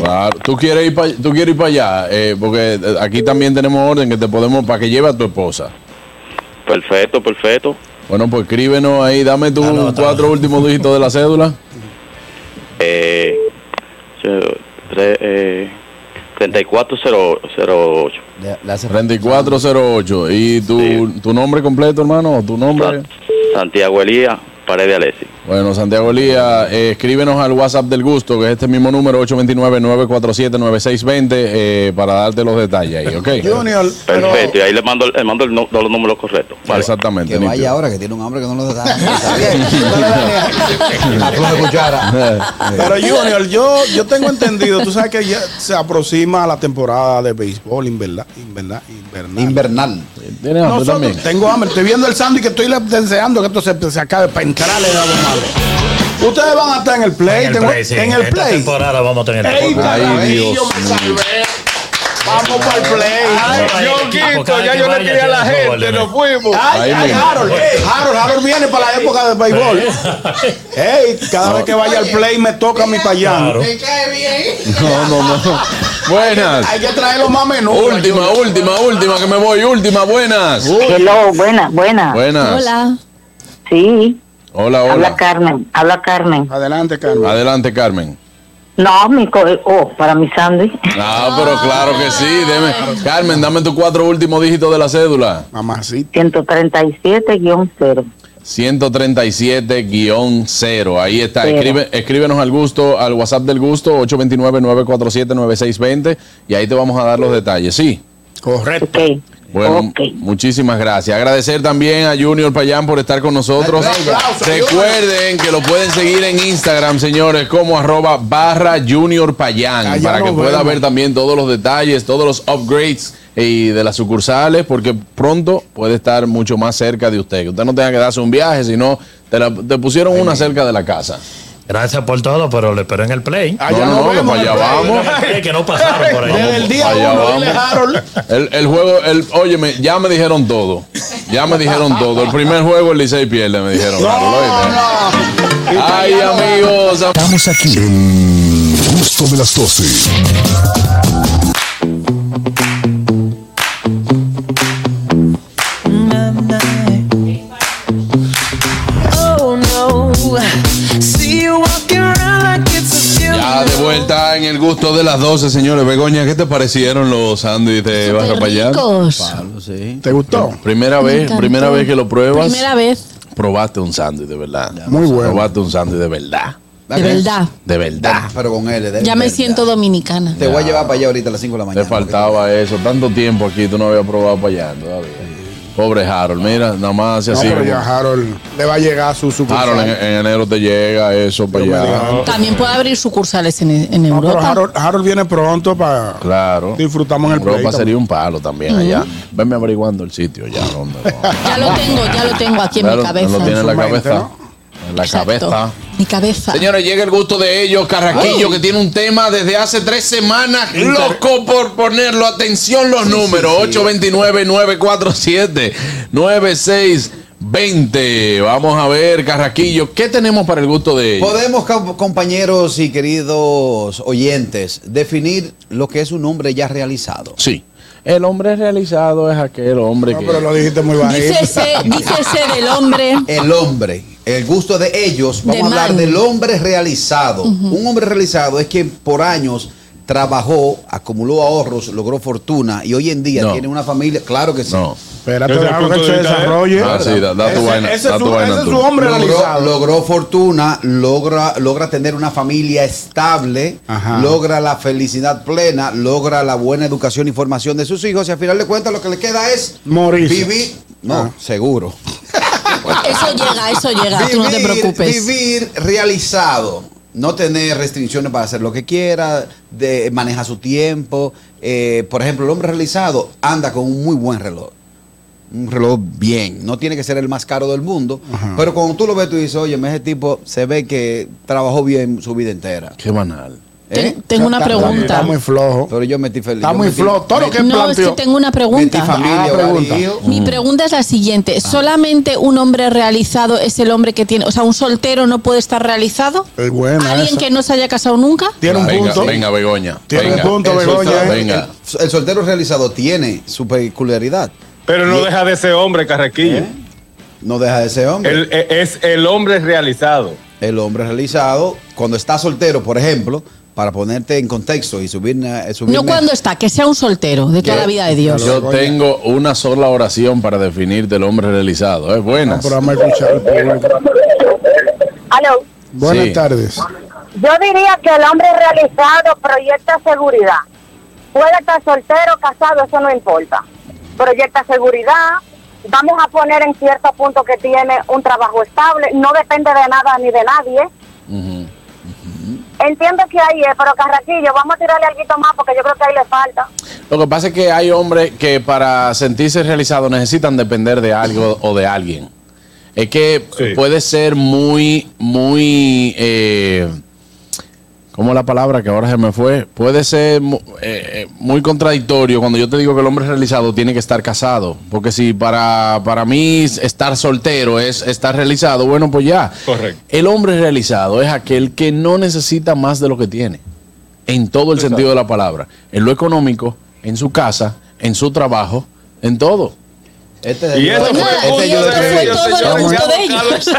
Speaker 2: Claro. ¿Tú quieres ir para tú quieres ir para allá? Eh, porque eh, aquí también tenemos orden que te podemos para que lleve a tu esposa.
Speaker 12: Perfecto, perfecto.
Speaker 2: Bueno, pues escríbenos ahí, dame tus cuatro últimos dígitos de la cédula.
Speaker 12: Eh, yo, tre- eh, 3408.
Speaker 2: 3408. ¿Y tu, tu nombre completo, hermano? ¿O ¿Tu nombre?
Speaker 12: Santiago Elías, Pared de Alessi.
Speaker 2: Bueno, Santiago Elías, eh, escríbenos al WhatsApp del gusto, que es este mismo número, 829-947-9620, eh, para darte los detalles ahí, ¿ok?
Speaker 12: Perfecto, y ahí le mando, le mando el nu- los números correctos.
Speaker 2: Exactamente.
Speaker 5: Que vaya ahora, que tiene un hambre que no lo da. Está bien. La cruz de cuchara.
Speaker 3: Pero Junior, yo, yo tengo entendido, tú sabes que ya se aproxima la temporada de béisbol invernal. Invernal. invernal.
Speaker 2: ¿Tienes hambre
Speaker 3: Nosotros-
Speaker 2: también?
Speaker 3: Tengo hambre, estoy viendo el sándwich que estoy le- deseando que esto se, se acabe para entrarle de algo malo. Ustedes van a estar en el play,
Speaker 17: En el
Speaker 3: tengo-
Speaker 17: play, sí.
Speaker 3: en el
Speaker 17: Esta
Speaker 3: play.
Speaker 17: temporada vamos a tener
Speaker 3: Ey, carabillo, me salvé. Vamos para el play.
Speaker 7: Ay, Yonquito, ya yo le tiré a la gente, nos fuimos.
Speaker 3: Ay, ay, Harold, ey, Harold, Harold viene para la época del béisbol. Ey, cada vez que vaya al play me toca mi payano.
Speaker 16: Me cae bien.
Speaker 2: No, no, no. Buenas.
Speaker 3: Hay que traerlo más menudo.
Speaker 2: Última, última, última, que me voy. Última, buenas.
Speaker 19: Hello, buenas, buenas.
Speaker 2: Buenas.
Speaker 19: Hola. Sí,
Speaker 2: Hola,
Speaker 19: habla
Speaker 2: hola.
Speaker 19: Carmen, habla Carmen.
Speaker 3: Adelante, Carmen.
Speaker 2: Adelante, Carmen.
Speaker 19: No, mi co oh, para mi sándwich.
Speaker 2: Ah, pero claro que sí. deme- Carmen, dame tus cuatro últimos dígitos de la cédula.
Speaker 3: Mamacita.
Speaker 19: 137-0.
Speaker 2: 137-0. Ahí está.
Speaker 19: Cero.
Speaker 2: Escribe, escríbenos al gusto, al WhatsApp del gusto, 829-947-9620. Y ahí te vamos a dar los detalles. Sí.
Speaker 3: Correcto.
Speaker 2: Bueno, muchísimas gracias. Agradecer también a Junior Payán por estar con nosotros. Recuerden que lo pueden seguir en Instagram, señores, como arroba barra Junior Payán, para
Speaker 3: Ah, nos
Speaker 2: que pueda
Speaker 3: vemos.
Speaker 2: ver también todos los detalles, todos los upgrades eh, y de las sucursales, porque pronto puede estar mucho más cerca de usted. Que usted no tenga que darse un viaje, sino te, la- te pusieron una cerca de la casa.
Speaker 17: Gracias por todo, pero le espero en el play.
Speaker 2: Allá No, Ah, nos no, que vemos para en el allá play. vamos.
Speaker 17: Eh, que no pasaron por ahí.
Speaker 2: Vamos, allá vamos. El, el juego, el, óyeme, ya me dijeron todo. Ya me dijeron todo. El primer juego el Licey pierde, me dijeron. Harold, ¿oíste? Ay, amigos.
Speaker 8: Estamos aquí en gusto de las 12.
Speaker 6: Oh,
Speaker 2: gusto de las 12, señores. Begoña, ¿qué te parecieron los sándwiches de Barra Payán?
Speaker 6: Ricos.
Speaker 3: ¿Te gustó?
Speaker 2: Primera
Speaker 6: Me
Speaker 2: vez,
Speaker 6: encantó.
Speaker 2: primera vez que lo pruebas.
Speaker 6: Primera vez,
Speaker 2: Probaste un sándwich de verdad.
Speaker 3: Muy bueno.
Speaker 2: Probaste un sándwich de verdad.
Speaker 6: de verdad.
Speaker 2: De verdad.
Speaker 5: Ah, Pero con él,
Speaker 6: Ya me siento dominicana.
Speaker 5: Te voy a llevar para allá ahorita a las 5 de la mañana.
Speaker 2: Te faltaba eso. Tanto tiempo aquí, tú no habías probado Payán todavía. Pobre Harold, mira, nada más hace
Speaker 3: No,
Speaker 2: así.
Speaker 3: pero
Speaker 2: como-
Speaker 3: ya Harold le va a llegar su sucursal.
Speaker 2: Harold, en, en enero te llega eso para allá.
Speaker 6: También puede abrir sucursales en, en
Speaker 3: Pero
Speaker 6: Europa.
Speaker 3: Harold, Harold viene pronto para
Speaker 2: Claro.
Speaker 3: disfrutamos en el
Speaker 2: Europa
Speaker 3: pleito.
Speaker 2: sería un palo también
Speaker 6: Ujú.
Speaker 2: allá. Venme averiguando el sitio ya. ¿dónde va?
Speaker 6: Ya lo tengo, ya lo tengo aquí en
Speaker 2: Claro,
Speaker 6: mi cabeza.
Speaker 2: Lo tiene en la
Speaker 6: Su mente,
Speaker 2: cabeza.
Speaker 6: ¿no?
Speaker 2: En la
Speaker 6: Exacto.
Speaker 2: cabeza.
Speaker 6: Mi cabeza.
Speaker 2: Señores, llega el gusto de ellos, Carraquillo, que tiene un tema desde hace tres semanas, loco por ponerlo. Atención los números, 829-947-9620. Vamos a ver, Carraquillo, ¿qué tenemos para el gusto de ellos?
Speaker 5: Podemos, com- compañeros y queridos oyentes, definir lo que es un hombre ya realizado.
Speaker 2: Sí. El hombre realizado es aquel hombre que...
Speaker 3: Pero lo dijiste muy bajito.
Speaker 6: Dícese, dícese del hombre.
Speaker 5: El hombre, el gusto de ellos, vamos
Speaker 6: De
Speaker 5: a hablar
Speaker 6: man.
Speaker 5: del hombre realizado. Un hombre realizado es quien por años trabajó, acumuló ahorros, logró fortuna y hoy en día
Speaker 2: No.
Speaker 5: tiene una familia. Claro que sí.
Speaker 3: Espérate, déjalo que se desarrolle.
Speaker 2: Ah, sí, da, da tu
Speaker 3: Ese-
Speaker 2: vaina.
Speaker 3: ese
Speaker 2: da
Speaker 3: es
Speaker 2: tu
Speaker 3: su-
Speaker 2: vaina
Speaker 3: ese es
Speaker 2: tú.
Speaker 3: su hombre
Speaker 5: Logró,
Speaker 3: realizado.
Speaker 5: logró fortuna, logra, logra tener una familia estable, logra la felicidad plena, logra la buena educación y formación de sus hijos y al final de cuentas lo que le queda es
Speaker 3: Morirse.
Speaker 5: vivir, no, seguro,
Speaker 6: Eso llega, eso llega. Tú no te
Speaker 5: vivir,
Speaker 6: preocupes.
Speaker 5: vivir realizado, no tener restricciones para hacer lo que quiera, de, maneja su tiempo. Eh, por ejemplo, el hombre realizado anda con un muy buen reloj. Un reloj bien, no tiene que ser el más caro del mundo, pero cuando tú lo ves, tú dices, oye, ese tipo se ve que trabajó bien su vida entera. ¿Eh?
Speaker 2: Qué banal.
Speaker 6: Ten- tengo una pregunta.
Speaker 3: Está muy flojo.
Speaker 5: Pero yo metí feliz.
Speaker 3: Está
Speaker 5: yo
Speaker 3: muy
Speaker 5: metí-
Speaker 3: flojo. Todo lo que
Speaker 6: No, es que
Speaker 3: planteó.
Speaker 6: tengo una pregunta.
Speaker 5: Metí familia,
Speaker 3: Ah, pregunta.
Speaker 5: hogar, hijo.
Speaker 6: Mi pregunta es la siguiente. ¿Solamente un hombre realizado es el hombre que tiene, o sea, un soltero no puede estar realizado?
Speaker 3: Es
Speaker 2: Ah,
Speaker 3: buena
Speaker 6: ¿Alguien
Speaker 3: esa.
Speaker 6: que no se haya casado nunca?
Speaker 3: Tiene un
Speaker 2: venga,
Speaker 3: punto.
Speaker 2: Venga, Begoña.
Speaker 3: Tiene un
Speaker 2: venga.
Speaker 3: punto,
Speaker 2: El
Speaker 3: Begoña,
Speaker 2: soltero,
Speaker 3: ¿eh?
Speaker 2: Venga.
Speaker 5: El soltero realizado tiene su peculiaridad.
Speaker 7: Pero no
Speaker 5: Y-
Speaker 7: deja de ser hombre, Carraquillo.
Speaker 5: No deja de ser hombre.
Speaker 7: El- e- es el hombre realizado.
Speaker 5: El hombre realizado, cuando está soltero, por ejemplo, para ponerte en contexto y subir. eh,
Speaker 6: No cuando está, que sea un soltero de toda la vida de Dios.
Speaker 2: Yo tengo una sola oración para definir del hombre realizado. Es buena.
Speaker 3: Pero vamos a escuchar al público.
Speaker 18: Aló.
Speaker 3: Buenas
Speaker 2: Sí.
Speaker 3: tardes.
Speaker 18: Yo diría que el hombre realizado proyecta seguridad. Puede estar soltero, casado, eso no importa. Proyecta seguridad. Vamos a poner en cierto punto que tiene un trabajo estable. No depende de nada ni de nadie. Entiendo que ahí es, pero Carraquillo, vamos a tirarle algo más porque yo creo que ahí le falta.
Speaker 2: Lo que pasa es que hay hombres que para sentirse realizados necesitan depender de algo o de alguien. Es que puede ser muy, muy... Eh, ¿Cómo es la palabra que ahora se me fue? Puede ser mu- eh, eh, muy contradictorio cuando yo te digo que el hombre realizado tiene que estar casado. Porque si para, para mí estar soltero es estar realizado, bueno, pues ya.
Speaker 7: Correcto.
Speaker 2: El hombre realizado es aquel que no necesita más de lo que tiene, en todo el sentido de la palabra, en lo económico, en su casa, en su trabajo, en todo.
Speaker 7: Y eso fue
Speaker 5: Este yo
Speaker 7: punto de
Speaker 5: definí.
Speaker 7: ellos,
Speaker 6: todo
Speaker 7: señores.
Speaker 6: el gusto de
Speaker 7: Ya
Speaker 6: ellos.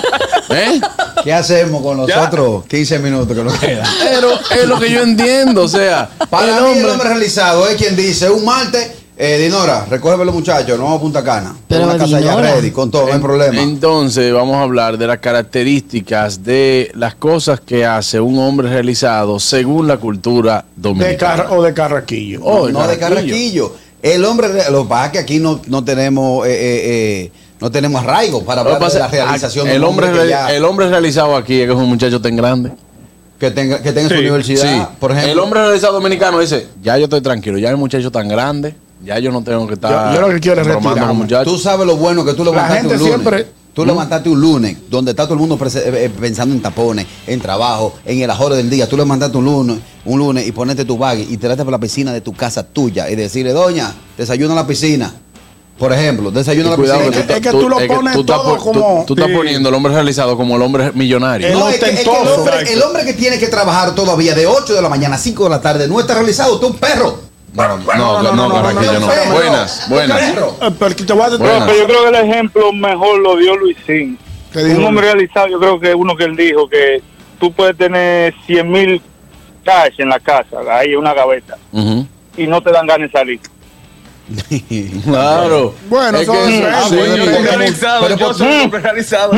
Speaker 2: ¿Eh?
Speaker 5: ¿Qué hacemos con nosotros? 15 minutos que nos quedan.
Speaker 2: Pero es lo que yo entiendo, o sea,
Speaker 5: Para
Speaker 2: el
Speaker 5: mí, el
Speaker 2: hombre-
Speaker 5: hombre realizado es quien dice un martes. Eh, Dinora, recógeme los muchachos, no vamos a Punta Cana.
Speaker 6: Pero,
Speaker 5: Pero una casa ya
Speaker 6: Dinora.
Speaker 5: ready, con todo, no hay problema.
Speaker 2: Entonces vamos a hablar de las características de las cosas que hace un hombre realizado según la cultura
Speaker 3: De
Speaker 2: dominicana.
Speaker 3: car o de carraquillo.
Speaker 2: Oh,
Speaker 5: no de carraquillo. El hombre, re- lo que pasa es que aquí no, no tenemos eh, eh, eh, no tenemos arraigo para
Speaker 2: Lo que
Speaker 5: hablar de
Speaker 2: pasa
Speaker 5: la
Speaker 2: es que
Speaker 5: realización de
Speaker 2: el
Speaker 5: un
Speaker 2: hombre, eh,
Speaker 5: hombre que
Speaker 2: re-
Speaker 5: ya-
Speaker 2: el hombre realizado aquí es que es un muchacho tan grande.
Speaker 5: que tenga, que tenga su universidad,
Speaker 2: sí.
Speaker 5: por ejemplo.
Speaker 2: El hombre realizado dominicano dice, ya yo estoy tranquilo, ya el muchacho tan grande, ya yo no tengo que estar
Speaker 3: Yo- yo lo que quiero es
Speaker 2: bromando con
Speaker 3: retirarme.
Speaker 2: muchachos.
Speaker 5: Tú sabes lo bueno que tú levantaste
Speaker 3: gente
Speaker 5: un lunes.
Speaker 3: siempre- ¿Mm?
Speaker 5: Tú levantaste un lunes donde está todo el mundo prese- eh, eh, pensando en tapones, en trabajo, en el ajoro del día. Tú levantaste un lunes, un lunes y ponerte tu bague y te vas para la piscina de tu casa tuya y decirle, doña, desayuno en la piscina. Por ejemplo, desayuno en la
Speaker 2: Cuidado
Speaker 5: piscina.
Speaker 2: estás-
Speaker 3: es que tú lo
Speaker 2: es que
Speaker 3: pones
Speaker 2: tú estás
Speaker 3: todo
Speaker 2: pon- tú-
Speaker 3: como-
Speaker 2: tú estás
Speaker 3: Sí.
Speaker 2: poniendo el hombre realizado como el hombre millonario.
Speaker 3: El
Speaker 5: No, es que- es que el,
Speaker 3: ostentoso.
Speaker 5: hombre, el hombre que tiene que trabajar todavía de 8 de la mañana a 5 de la tarde no está realizado, tú un perro.
Speaker 2: No, no, no, Carraquillo, no.
Speaker 5: no, no.
Speaker 2: Buenas, buenas.
Speaker 5: Perro.
Speaker 3: Eh, Pero que te voy a
Speaker 2: Buenas.
Speaker 20: Pero yo creo que el ejemplo mejor lo dio Luisín.
Speaker 3: ¿Qué dijo
Speaker 20: Un hombre realizado, yo creo que uno que él dijo que tú puedes tener 100 mil cash en la casa, hay una gaveta, y no te dan ganas de salir.
Speaker 2: Claro.
Speaker 20: Bueno,
Speaker 2: Es
Speaker 20: son-
Speaker 2: que-
Speaker 20: Mm. Ah,
Speaker 2: sí,
Speaker 20: bueno, yo
Speaker 2: porque-
Speaker 20: estoy realizado,
Speaker 2: pero
Speaker 20: yo
Speaker 2: por- ¿Eh?
Speaker 20: soy un hombre realizado.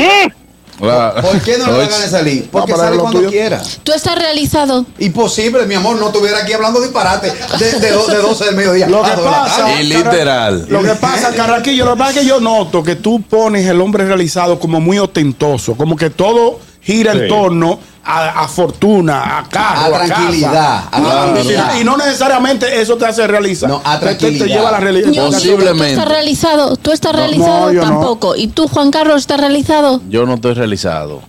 Speaker 2: Claro.
Speaker 5: ¿Por qué no le dan ganas de salir? Porque
Speaker 2: Ah, para
Speaker 5: sale
Speaker 2: lo
Speaker 5: cuando
Speaker 2: tuyo.
Speaker 5: quiera.
Speaker 6: Tú estás realizado.
Speaker 5: Imposible, mi amor, no estuviera aquí hablando disparate de, de, do- de 12 del mediodía. Ah,
Speaker 3: Lo que
Speaker 5: a dos de la
Speaker 3: pasa-
Speaker 5: tarde.
Speaker 3: Y literal. Lo que pasa, Carraquillo, lo que pasa es que yo noto que tú pones el hombre realizado como muy ostentoso, como que todo gira
Speaker 20: Sí.
Speaker 3: en torno a, a fortuna, a carro,
Speaker 5: A
Speaker 3: casa.
Speaker 5: tranquilidad, a
Speaker 3: Y-
Speaker 5: tranquilidad.
Speaker 3: y, y no necesariamente eso te hace realizar. No, a
Speaker 5: tranquilidad.
Speaker 3: Te lleva a la realidad.
Speaker 6: Yo- Tú estás realizado, tú estás realizado
Speaker 2: yo no.
Speaker 6: tampoco. ¿Y tú, Juan Carlos, estás realizado?
Speaker 2: Yo no estoy realizado.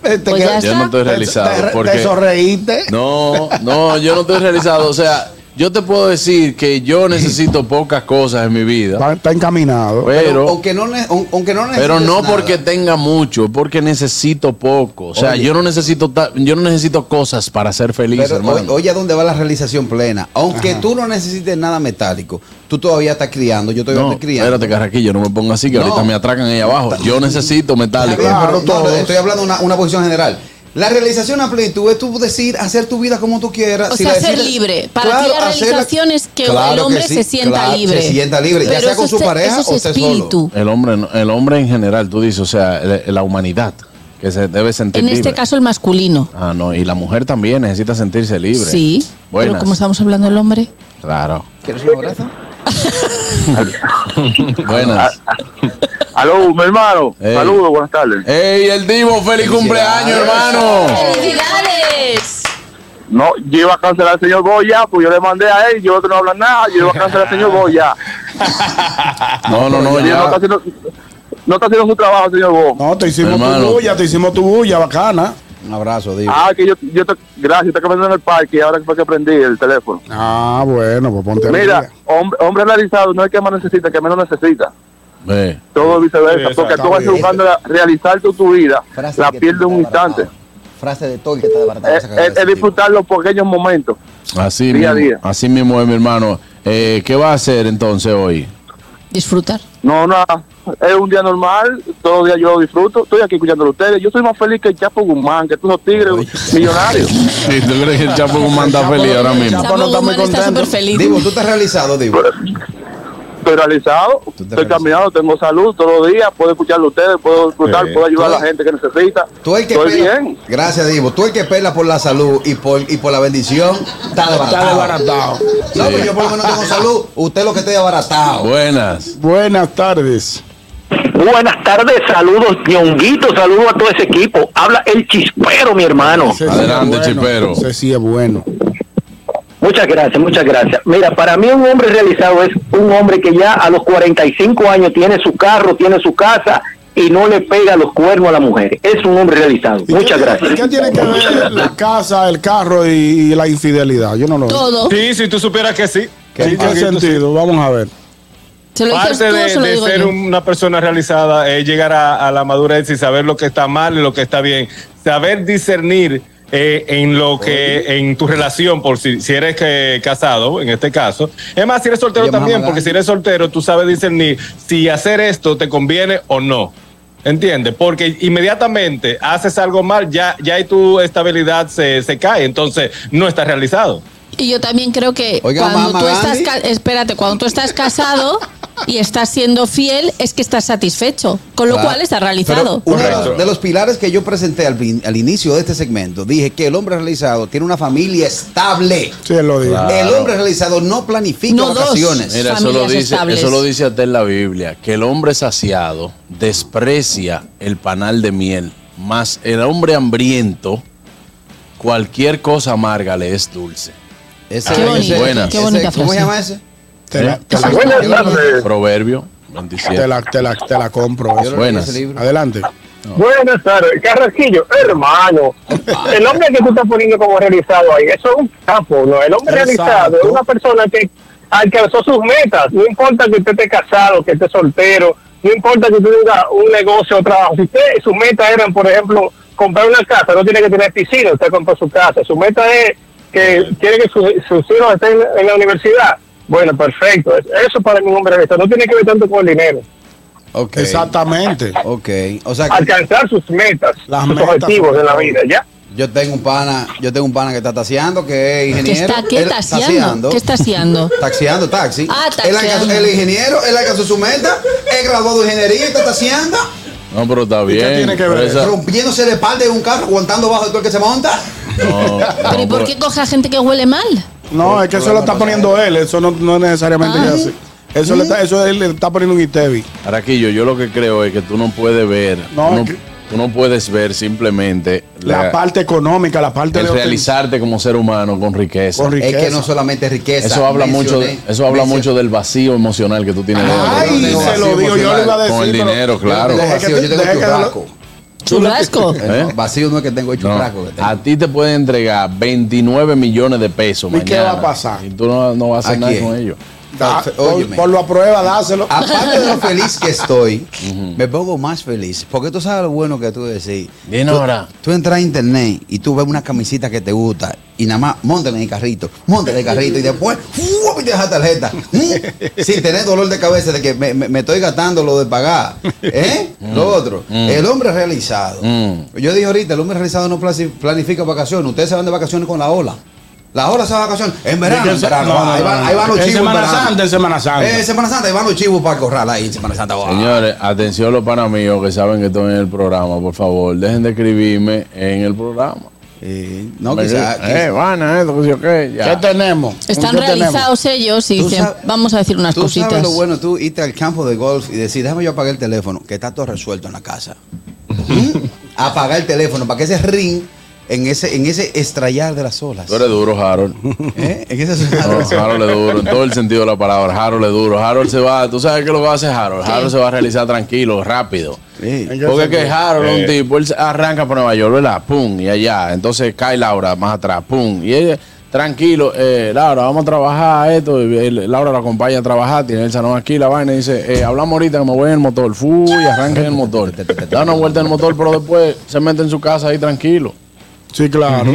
Speaker 6: Pues ya
Speaker 2: Yo no
Speaker 6: está.
Speaker 2: estoy realizado. porque-
Speaker 3: sonreíste?
Speaker 2: No, no, yo no estoy realizado. O sea, yo te puedo decir que yo necesito pocas cosas en mi vida.
Speaker 3: Está, está encaminado.
Speaker 2: Pero-
Speaker 5: aunque no, ne- aun- aunque no
Speaker 2: Pero
Speaker 5: necesites
Speaker 2: no
Speaker 5: nada.
Speaker 2: porque tenga mucho, porque necesito poco. O sea,
Speaker 5: Oye.
Speaker 2: yo no necesito ta- yo no necesito cosas para ser feliz,
Speaker 5: Pero
Speaker 2: hermano.
Speaker 5: oye, oye, ¿a dónde va la realización plena? Aunque
Speaker 2: Ajá.
Speaker 5: tú no necesites nada metálico, tú todavía estás criando, yo todavía
Speaker 2: no,
Speaker 5: estoy criando.
Speaker 2: espérate, Carraquillo, no me ponga así que
Speaker 5: No.
Speaker 2: ahorita me atracan ahí abajo. Yo necesito metálico.
Speaker 5: Está bien, pero no, no, estoy hablando de una, una posición general. La realización a plenitud es tú decir, hacer tu vida como tú quieras.
Speaker 6: O
Speaker 5: si
Speaker 6: sea,
Speaker 5: la
Speaker 6: ser
Speaker 5: decides-
Speaker 6: libre. Para ti
Speaker 5: Claro,
Speaker 6: la
Speaker 5: hacerla-
Speaker 6: realización es que el
Speaker 5: Claro
Speaker 6: hombre
Speaker 5: sí,
Speaker 6: se sienta
Speaker 5: claro,
Speaker 6: libre.
Speaker 5: Se sienta libre, ya
Speaker 6: Pero
Speaker 5: sea con
Speaker 6: eso
Speaker 5: su
Speaker 6: es-
Speaker 5: pareja
Speaker 6: eso es
Speaker 5: o usted
Speaker 6: espíritu.
Speaker 5: solo.
Speaker 2: El hombre, no- el hombre en general, tú dices, o sea, el- la humanidad que se debe sentir
Speaker 6: En este
Speaker 2: libre.
Speaker 6: caso, el masculino.
Speaker 2: Ah, no, y la mujer también necesita sentirse libre.
Speaker 6: Sí. Pero
Speaker 2: Buenas.
Speaker 6: como estamos hablando del hombre.
Speaker 2: Claro.
Speaker 5: ¿Quieres un abrazo?
Speaker 2: Buenas.
Speaker 20: Aló, mi hermano.
Speaker 2: Ey.
Speaker 20: Saludos, buenas tardes.
Speaker 2: ¡Ey, el Divo! ¡Feliz cumpleaños, hermano!
Speaker 6: ¡Felicidades!
Speaker 20: No, yo iba a cancelar al señor Goya, pues yo le mandé a él, yo no hablan nada, yo iba a cancelar al señor Goya.
Speaker 2: No, no, no,
Speaker 20: Yo no está
Speaker 2: ya.
Speaker 20: haciendo, no está haciendo su trabajo, señor Goya.
Speaker 3: No, te hicimos
Speaker 2: Hermano.
Speaker 3: tu bulla, te hicimos tu bulla, bacana.
Speaker 5: Un abrazo, digo.
Speaker 20: Ah, que yo, yo te, gracias, está cambiando en el parque y ahora fue que prendí el teléfono.
Speaker 3: Ah, bueno, pues ponte
Speaker 20: Mira,
Speaker 3: alegría.
Speaker 20: hombre, hombre realizado no es que más necesita, que menos necesita.
Speaker 2: Ve.
Speaker 20: Todo viceversa,
Speaker 3: Sí,
Speaker 20: porque tú vas
Speaker 3: exactamente.
Speaker 20: buscando la- realizar tu, tu vida,
Speaker 5: Frase
Speaker 20: la
Speaker 5: que
Speaker 20: pierdes un instante. Eh,
Speaker 5: Frase de todo el que está de
Speaker 2: Eh,
Speaker 5: verdad.
Speaker 20: Es, es- es disfrutar los pequeños momentos.
Speaker 2: Así
Speaker 20: Día a
Speaker 2: mismo,
Speaker 20: día.
Speaker 2: así mismo es, mi hermano. Eh, ¿Qué va a hacer entonces hoy?
Speaker 6: Disfrutar.
Speaker 20: No, no, es un día normal, todos los días yo lo disfruto, estoy aquí escuchándolo a ustedes, yo soy más feliz que el Chapo Guzmán, que todos los tigres millonarios.
Speaker 2: Sí, ¿Tú crees que el Chapo Guzmán está feliz ahora mismo?
Speaker 6: Chapo no está muy Guzmán está contento. superfeliz.
Speaker 5: Digo, tú estás realizado, digo.
Speaker 20: Estoy realizado, estoy caminando, tengo salud todos los días, puedo escucharlo a ustedes, puedo disfrutar,
Speaker 5: Eh,
Speaker 20: puedo ayudar a
Speaker 5: tú-
Speaker 20: la gente que necesita.
Speaker 5: Tú el que
Speaker 20: estoy
Speaker 5: pela-
Speaker 2: eh.
Speaker 20: bien.
Speaker 5: Gracias, Divo. Tú el que pela por la salud y por, y por la bendición, está desbaratado.
Speaker 3: desbaratado.
Speaker 5: No,
Speaker 3: Sí.
Speaker 5: pero yo por lo menos tengo salud. Usted lo que esté desbaratado.
Speaker 2: Buenas.
Speaker 3: Buenas tardes.
Speaker 21: Buenas tardes, saludos, Ñonguito, saludos a todo ese equipo. Habla el chispero, mi hermano.
Speaker 2: Adelante, chipero.
Speaker 3: Ese sí es bueno.
Speaker 21: Muchas gracias, muchas gracias. Mira, para mí un hombre realizado es un hombre que ya a los 45 años tiene su carro, tiene su casa y no le pega los cuernos a la mujer. Es un hombre realizado. Muchas gracias.
Speaker 3: ¿Qué tiene que ver la casa, el carro y, y la infidelidad? Yo no lo veo.
Speaker 6: Todo.
Speaker 7: Sí, si tú supieras que sí.
Speaker 3: ¿Qué, qué
Speaker 7: Sí, Ñonguito,
Speaker 3: sentido? Vamos a ver.
Speaker 6: ¿Se lo dices
Speaker 7: Parte
Speaker 6: tú o
Speaker 7: de,
Speaker 6: se lo
Speaker 7: de
Speaker 6: digo
Speaker 7: ser
Speaker 6: yo?
Speaker 7: una persona realizada es llegar a, a la madurez y saber lo que está mal y lo que está bien. Saber discernir eh, en lo que, en tu relación, por si, si eres que- casado, en este caso. Es más, si eres soltero
Speaker 5: Oye, mamá,
Speaker 7: también,
Speaker 5: ¿verdad?
Speaker 7: porque si eres soltero, tú sabes discernir si hacer esto te conviene o no. ¿Entiendes? Porque inmediatamente haces algo mal, ya, ya y tu estabilidad se, se cae, entonces no estás realizado.
Speaker 6: Y yo también creo que
Speaker 7: Oiga,
Speaker 6: cuando
Speaker 7: Mama
Speaker 6: tú estás
Speaker 7: Gandhi.
Speaker 6: ca- espérate, cuando tú estás casado y estás siendo fiel, es que estás satisfecho, con lo
Speaker 5: Claro.
Speaker 6: cual estás
Speaker 5: Pero
Speaker 6: realizado.
Speaker 5: uno de los, de los pilares que yo presenté al, pin- al inicio de este segmento, dije que el hombre realizado tiene una familia estable.
Speaker 3: Sí, lo digo.
Speaker 5: El hombre realizado no planifica vacaciones.
Speaker 2: Mira, eso lo, dice, eso lo dice hasta en la Biblia, que el hombre saciado desprecia el panal de miel, mas el hombre hambriento, cualquier cosa amarga le es dulce.
Speaker 5: Ese-
Speaker 2: Ay,
Speaker 5: ese-
Speaker 2: buenas.
Speaker 5: ese- ¿Cómo se llama ese? Ah,
Speaker 3: Te la, te la-
Speaker 5: Buenas tardes.
Speaker 2: Proverbio
Speaker 3: te
Speaker 2: 27.
Speaker 3: la, te la- te la compro.
Speaker 2: Yo lo leí Buenas. ese
Speaker 3: Adelante.
Speaker 20: Buenas tardes,
Speaker 14: Carrasquillo, hermano, el hombre que tú estás poniendo como realizado ahí, eso es un capo, ¿no? El
Speaker 3: Exacto.
Speaker 14: hombre realizado es una persona que alcanzó sus metas, no importa que usted esté casado, que esté soltero, no importa que usted tenga un negocio o trabajo, si usted, sus metas eran, por ejemplo, comprar una casa, no tiene que tener piscina, usted compró su casa, su meta es que quiere que sus, sus hijos estén en la universidad, bueno, perfecto, Es- eso para mí es un hombre realizado, no tiene que ver tanto con el dinero.
Speaker 3: Exactamente.
Speaker 5: Ok. O sea,
Speaker 14: alcanzar sus metas,
Speaker 3: Las
Speaker 14: sus
Speaker 3: metas,
Speaker 14: objetivos
Speaker 3: sobre
Speaker 14: en la
Speaker 3: todo.
Speaker 14: vida, ¿ya?
Speaker 5: Yo tengo un pana, yo tengo un pana que está taseando, que es
Speaker 6: ¿Qué
Speaker 5: ingeniero.
Speaker 6: está, ¿qué,
Speaker 5: Él-
Speaker 6: taxiando? ¿Qué está haciendo?
Speaker 5: Taxiando, taxi.
Speaker 6: Ah,
Speaker 5: Él
Speaker 6: taxiando.
Speaker 5: alcanzó- El ingeniero, él alcanzó su meta, es graduado de ingeniería y está taseando,
Speaker 2: No, pero está bien. pero esa-
Speaker 5: rompiéndose de espalda de un carro, aguantando bajo de todo el que se monta.
Speaker 2: no, no,
Speaker 6: ¿Pero y por
Speaker 2: pero-
Speaker 6: qué coge a gente que huele mal?
Speaker 3: No, es que eso lo está poniendo él, eso no, no es necesariamente que
Speaker 6: Ay.
Speaker 3: así. Eso, le está, eso él le está poniendo un ITEVI.
Speaker 2: Araquillo, yo lo que creo es que tú no puedes ver,
Speaker 3: No,
Speaker 2: tú, no,
Speaker 3: que-
Speaker 2: tú no puedes ver simplemente
Speaker 3: La,
Speaker 2: la-
Speaker 3: parte económica, la parte
Speaker 2: el
Speaker 3: de
Speaker 2: realizarte como ser humano con riqueza.
Speaker 3: Con riqueza.
Speaker 5: Es que no solamente es riqueza.
Speaker 2: Eso habla mucho, de-
Speaker 5: mencioné-
Speaker 2: eso habla mucho del vacío emocional que tú tienes.
Speaker 5: Ay,
Speaker 2: dentro.
Speaker 5: se lo digo, yo le iba a decir,
Speaker 2: Con el
Speaker 5: pero-
Speaker 2: dinero,
Speaker 5: pero
Speaker 2: claro.
Speaker 5: tengo vacío, yo tengo
Speaker 2: Deja que-
Speaker 5: churrasco.
Speaker 6: ¿Churrasco?
Speaker 5: Eh, no, Vacío no es que tengo, es
Speaker 2: No,
Speaker 5: churrasco.
Speaker 2: a ti te pueden entregar 29 millones de pesos
Speaker 3: ¿Y qué
Speaker 2: mañana,
Speaker 3: va a pasar?
Speaker 2: Y tú no, no vas a
Speaker 5: ¿A
Speaker 2: hacer nada
Speaker 5: quién?
Speaker 2: con ellos.
Speaker 3: Da-
Speaker 5: Ah, Óyeme.
Speaker 3: por, por lo aprueba, dáselo.
Speaker 5: Aparte de lo feliz que estoy, me pongo más feliz. Porque tú sabes lo bueno que tú decís.
Speaker 2: Bien
Speaker 5: tú,
Speaker 2: ahora.
Speaker 5: Tú entras a internet y tú ves una camisita que te gusta y nada más montala en el carrito, montala en el carrito y después ¡fuu! y te deja tarjeta. ¡Mm! Sin tener dolor de cabeza de que me, me- me estoy gastando lo de pagar. ¿Eh?
Speaker 3: Mm.
Speaker 5: Lo otro. El hombre realizado.
Speaker 2: Mm.
Speaker 5: Yo dije ahorita, el hombre realizado no plasi- planifica vacaciones. Ustedes se van de vacaciones con la ola. La ola se va de vacaciones. En verano, en verano.
Speaker 3: No, no,
Speaker 5: ahí,
Speaker 3: no,
Speaker 5: van,
Speaker 3: no.
Speaker 5: ahí van los
Speaker 3: En
Speaker 5: chivos. en
Speaker 3: Semana
Speaker 5: verano.
Speaker 3: Santa, en Semana Santa.
Speaker 5: Eh, Semana Santa, ahí van los chivos para el corral ahí en Semana Santa. Wow.
Speaker 2: Señores, atención los panas míos que saben que estoy en el programa, por favor, dejen de escribirme en el programa.
Speaker 5: no,
Speaker 2: Me-
Speaker 5: quizá-
Speaker 2: eh,
Speaker 5: quizá-
Speaker 2: vana, esto, que sé yo qué, ya.
Speaker 3: ¿Qué tenemos?
Speaker 6: Están
Speaker 3: ¿Qué tenemos?
Speaker 6: realizados ellos y
Speaker 5: Tú
Speaker 6: dicen,
Speaker 5: sabes-
Speaker 6: vamos a decir unas
Speaker 5: Tú
Speaker 6: cositas.
Speaker 5: sabes lo bueno, tú irte al campo de golf y decir, déjame yo apagar el teléfono, que está todo resuelto en la casa. ¿Mm? apagar el teléfono para que ese ring, en ese, en ese estrellar de las olas.
Speaker 2: Tú eres duro, Harold.
Speaker 5: ¿eh? En ese
Speaker 2: No, Harold es duro, en todo el sentido de la palabra. Harold es duro. Harold se va, tú sabes qué lo va a hacer Harold. Harold se va a realizar tranquilo, rápido. Porque es que Harold es un
Speaker 5: Eh.
Speaker 2: tipo, él se- arranca para Nueva York, ¿verdad? Pum, y allá. Entonces cae Laura más atrás, pum. Y ella, tranquilo, eh, Laura, vamos a trabajar esto. Y él- Laura lo acompaña a trabajar, tiene el salón aquí, la vaina, y dice, eh, hablamos ahorita que me voy en el motor. Fu, y arranca en el motor. Da una vuelta en el motor, pero después se mete en su casa ahí tranquilo.
Speaker 3: Sí, claro.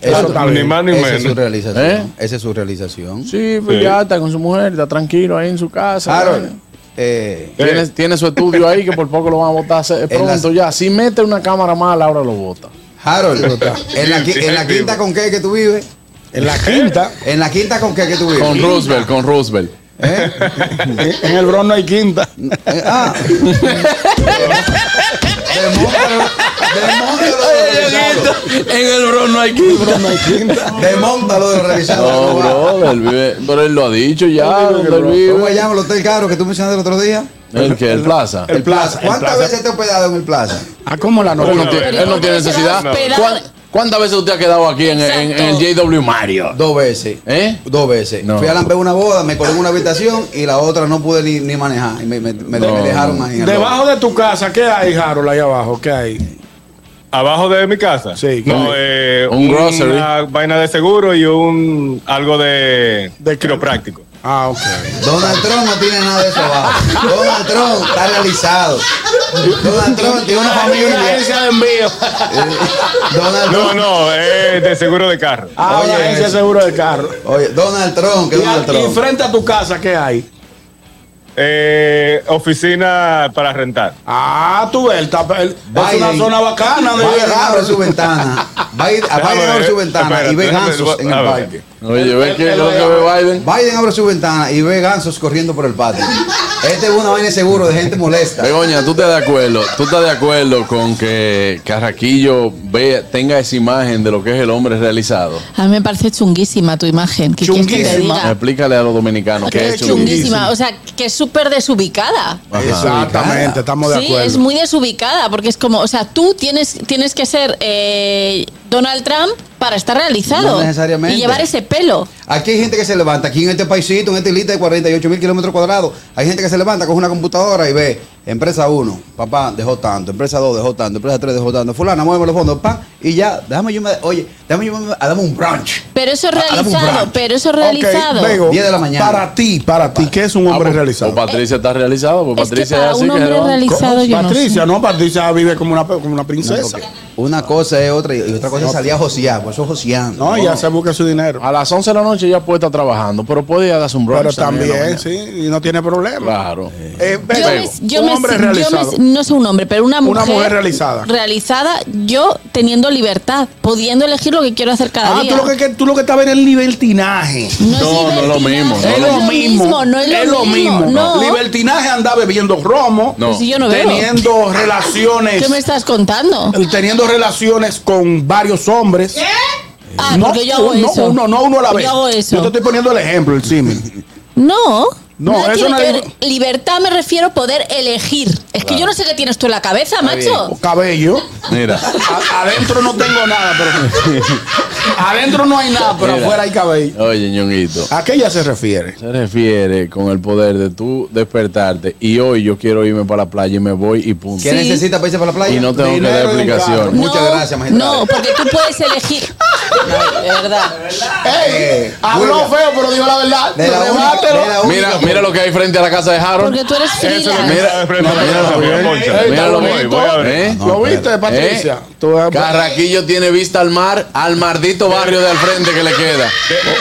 Speaker 2: Eso está bien.
Speaker 5: Esa es su realización.
Speaker 2: ¿Eh?
Speaker 5: Esa es su realización.
Speaker 2: Sí, pues ya está con su mujer, está tranquilo ahí en su casa.
Speaker 5: Harold,
Speaker 2: Bueno.
Speaker 5: eh,
Speaker 2: Tiene, tiene su estudio ahí que por poco lo van a votar pronto ya. Si mete una cámara más, Laura lo vota.
Speaker 5: Harold, en la, qui- en la quinta con qué que tú vives.
Speaker 3: En la quinta.
Speaker 5: En la quinta con qué que tú vives.
Speaker 2: Con Roosevelt, con Roosevelt.
Speaker 3: en el Bronx no hay quinta.
Speaker 5: ¿Eh? Ah.
Speaker 2: En el bro no hay quinta.
Speaker 5: Desmontalo de realizado.
Speaker 2: No, bro, él vive- pero él lo ha dicho ya. donde él
Speaker 5: ¿Cómo se
Speaker 2: vive.
Speaker 5: llama el hotel caro que tú mencionaste el otro día?
Speaker 2: ¿El que ¿El Plaza?
Speaker 5: El Plaza. ¿Cuántas veces te he hospedado en el Plaza?
Speaker 3: Ah, como la
Speaker 2: Él no tiene, él no tiene necesidad. ¿Cuán- ¿Cuántas veces usted ha quedado aquí en, en- en el JW Mario?
Speaker 5: Dos veces.
Speaker 2: ¿Eh?
Speaker 5: Dos veces.
Speaker 2: No.
Speaker 5: Fui a Lampe una boda, me colé en una habitación y la otra no pude ni, ni manejar. Y me, me- me-
Speaker 3: No.
Speaker 5: me dejaron ahí. en el
Speaker 3: Debajo de tu casa, ¿qué hay, Harold? Ahí abajo, ¿qué hay?
Speaker 7: Abajo de mi casa.
Speaker 3: Sí.
Speaker 7: No, eh,
Speaker 3: Un
Speaker 7: una
Speaker 3: grocery.
Speaker 7: vaina de seguro y un algo de, quiropráctico.
Speaker 3: Ah, ok.
Speaker 5: Donald Trump no tiene nada de eso abajo. Donald Trump está realizado. Donald Trump tiene una familia.
Speaker 3: de envío.
Speaker 5: Donald
Speaker 7: No, no, es de seguro de carro.
Speaker 3: Ah, la agencia de seguro del carro.
Speaker 5: Oye, Donald Trump, que
Speaker 3: Y
Speaker 5: Donald
Speaker 3: a-
Speaker 5: Trump.
Speaker 3: Y frente a tu casa, ¿qué hay?
Speaker 7: Eh, oficina para rentar.
Speaker 3: Ah, tú ves, el tapa- el- es una
Speaker 5: Biden.
Speaker 3: zona bacana. de-
Speaker 5: Biden abre su ventana. Biden, a
Speaker 3: Déjame
Speaker 5: Biden abre
Speaker 3: ver,
Speaker 5: su ventana y ve
Speaker 3: espérate, déjame
Speaker 5: gansos en
Speaker 3: ver,
Speaker 5: el
Speaker 3: a ver.
Speaker 5: parque.
Speaker 2: Oye, ve que lo que ve Biden.
Speaker 5: Biden abre su ventana y ve gansos corriendo por el patio. Este es una vaina de seguro de gente molesta.
Speaker 2: Begoña, ¿tú estás de acuerdo? ¿Tú estás de acuerdo con que Carraquillo vea, tenga esa imagen de lo que es el hombre realizado?
Speaker 6: A mí me parece chunguísima tu imagen. ¿Qué quieres que te diga?
Speaker 2: Explícale a los dominicanos que
Speaker 6: Que
Speaker 2: es
Speaker 6: es chunguísima.
Speaker 2: chunguísima.
Speaker 6: O sea, que es súper desubicada.
Speaker 2: Ajá.
Speaker 3: Exactamente, estamos de
Speaker 6: Sí,
Speaker 3: acuerdo.
Speaker 6: es muy desubicada, porque es como, o sea, tú tienes, tienes que ser eh, Donald Trump para estar realizado.
Speaker 5: No necesariamente.
Speaker 6: Y llevar ese pelo.
Speaker 5: Aquí hay gente que se levanta, aquí en este paisito, en esta islita de 48 mil kilómetros cuadrados, hay gente que se levanta, coge una computadora y ve, empresa 1, papá, dejó tanto, empresa 2, dejó tanto, empresa 3, dejó tanto, fulana, muéveme los fondos, pan, y ya, déjame yo me, oye, déjame yo me, a dame un brunch.
Speaker 6: Pero eso es
Speaker 5: Ah, dame un
Speaker 6: realizado,
Speaker 5: brunch.
Speaker 6: pero eso es
Speaker 3: Ok,
Speaker 6: realizado.
Speaker 3: Bego, Para ti, para ti, ¿qué es un hombre realizado?
Speaker 2: O Ah, pues, Patricia está realizado, pues
Speaker 6: Es que
Speaker 2: Patricia
Speaker 6: para
Speaker 2: es así
Speaker 6: un
Speaker 2: que
Speaker 6: hombre
Speaker 2: se levanta.
Speaker 6: realizado
Speaker 3: ¿Cómo?
Speaker 6: yo no
Speaker 3: Patricia,
Speaker 6: sé.
Speaker 3: no, Patricia vive como una, como una princesa.
Speaker 5: Una cosa es otra, y y otra cosa es salir a josear, pues eso es joseando.
Speaker 3: No, ya se busca su dinero.
Speaker 2: A las 11 de la noche ya puede estar trabajando, pero puede ir a darse un brunch
Speaker 3: Pero
Speaker 2: en
Speaker 3: también,
Speaker 2: la mañana.
Speaker 3: sí, y no tiene problema.
Speaker 2: Claro.
Speaker 3: Eh,
Speaker 6: Yo me, yo me
Speaker 3: hombre
Speaker 6: si- yo me-
Speaker 3: realizado.
Speaker 6: no sé un hombre, pero una
Speaker 3: Una
Speaker 6: mujer.
Speaker 3: mujer realizada.
Speaker 6: Realizada, yo teniendo libertad, pudiendo elegir lo que quiero hacer cada
Speaker 3: Ah,
Speaker 6: día.
Speaker 3: tú lo, que, que- tú lo que estabas era el libertinaje.
Speaker 2: No, no es lo mismo. no
Speaker 3: es
Speaker 2: es
Speaker 3: lo mismo.
Speaker 6: mismo, no es lo mismo, no.
Speaker 3: Libertinaje anda bebiendo romo.
Speaker 2: No. Pues
Speaker 6: si yo no bebo.
Speaker 3: Teniendo relaciones.
Speaker 6: ¿Qué me estás contando?
Speaker 3: Teniendo relaciones con varios hombres.
Speaker 6: Ah,
Speaker 3: no,
Speaker 6: porque yo hago
Speaker 3: uno,
Speaker 6: eso.
Speaker 3: uno, no uno a la
Speaker 6: Yo
Speaker 3: vez.
Speaker 6: hago eso.
Speaker 3: Yo te estoy poniendo el ejemplo, el símil.
Speaker 6: No.
Speaker 3: No,
Speaker 6: nada
Speaker 3: eso
Speaker 6: tiene
Speaker 3: no
Speaker 6: que
Speaker 3: es-
Speaker 6: ver. Libertad me refiero a poder elegir. Es que yo no sé qué tienes tú en la cabeza, macho.
Speaker 3: Cabello.
Speaker 2: Mira.
Speaker 3: A- adentro no tengo nada, pero. adentro no hay nada, pero
Speaker 2: Mira.
Speaker 3: afuera hay cabello.
Speaker 2: Oye, ñonguito.
Speaker 3: ¿A qué ella se refiere?
Speaker 2: Se refiere con el poder de tú despertarte y hoy yo quiero irme para la playa y me voy y punto.
Speaker 5: ¿Qué necesita para irse para la playa?
Speaker 2: Y no tengo que
Speaker 5: Dinero
Speaker 2: dar
Speaker 5: y un
Speaker 2: explicaciones.
Speaker 5: carro. Muchas gracias, magistrado.
Speaker 6: No, porque tú puedes elegir. De verdad.
Speaker 3: ¡Ey!
Speaker 5: Habló
Speaker 3: feo, pero dijo la verdad.
Speaker 5: De la
Speaker 3: Rebátelo.
Speaker 5: única- de la única-
Speaker 2: Mira, mira lo que hay frente a la casa de Harold.
Speaker 6: Porque tú eres freelance.
Speaker 2: Mira,
Speaker 7: Frente a la
Speaker 2: míralo,
Speaker 7: casa, voy a
Speaker 2: míralo,
Speaker 7: ponchar.
Speaker 2: míralo,
Speaker 7: Voy, voy a ver.
Speaker 2: ¿eh?
Speaker 3: ¿Lo viste, Patricia?
Speaker 2: ¿Eh? Carraquillo tiene vista al mar, al maldito barrio del frente que le queda.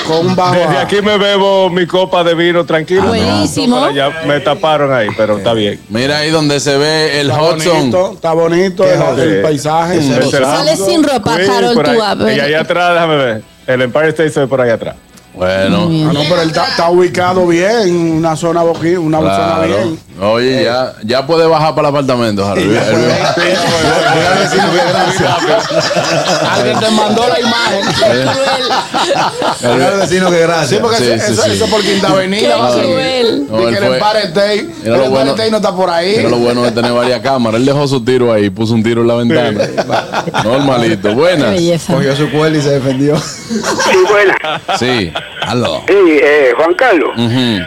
Speaker 3: Con un bajo.
Speaker 7: Desde aquí me bebo mi copa de vino tranquilo.
Speaker 6: Ah, Buenísimo.
Speaker 7: Para allá me taparon ahí, pero está bien.
Speaker 2: Mira ahí donde se ve el
Speaker 3: Está
Speaker 2: Hudson.
Speaker 3: bonito, está bonito el, el
Speaker 7: joder.
Speaker 3: paisaje.
Speaker 7: Ese
Speaker 3: Ese-
Speaker 7: era-
Speaker 6: Sales sin ropa,
Speaker 7: Queen,
Speaker 6: Harold,
Speaker 7: Eh, por
Speaker 6: tú,
Speaker 7: ahí.
Speaker 6: a ver.
Speaker 7: Y allá atrás, déjame ver. El Empire State se ve por allá atrás.
Speaker 2: Bueno,
Speaker 3: Ah, no, pero él está, está ubicado bien, una zona boqui, una zona
Speaker 2: claro.
Speaker 3: bien.
Speaker 2: Oye, ya, ya puede bajar para el apartamento, Harold. El-
Speaker 3: Alguien te mandó la imagen.
Speaker 2: el- el-
Speaker 5: Claro, vecino, que gracias.
Speaker 3: Sí, porque
Speaker 2: Sí,
Speaker 3: eso,
Speaker 2: sí,
Speaker 3: eso-
Speaker 2: sí.
Speaker 3: eso por Quinta
Speaker 6: Qué
Speaker 3: Avenida. va a ser.
Speaker 6: cruel.
Speaker 2: No,
Speaker 3: Y
Speaker 2: él
Speaker 3: que
Speaker 2: fue-
Speaker 3: el Paretey,
Speaker 2: lo
Speaker 3: el
Speaker 2: bueno-
Speaker 3: Paretey no está por ahí.
Speaker 2: Pero lo bueno de tener varias cámaras. Él dejó su tiro ahí, puso un tiro en la ventana. Normalito.
Speaker 6: Qué
Speaker 2: Buenas.
Speaker 6: belleza.
Speaker 5: Cogió su cuerda y se defendió.
Speaker 14: Sí, buena.
Speaker 2: Sí. Aló.
Speaker 14: Sí, eh, Juan Carlos.
Speaker 2: Ujú.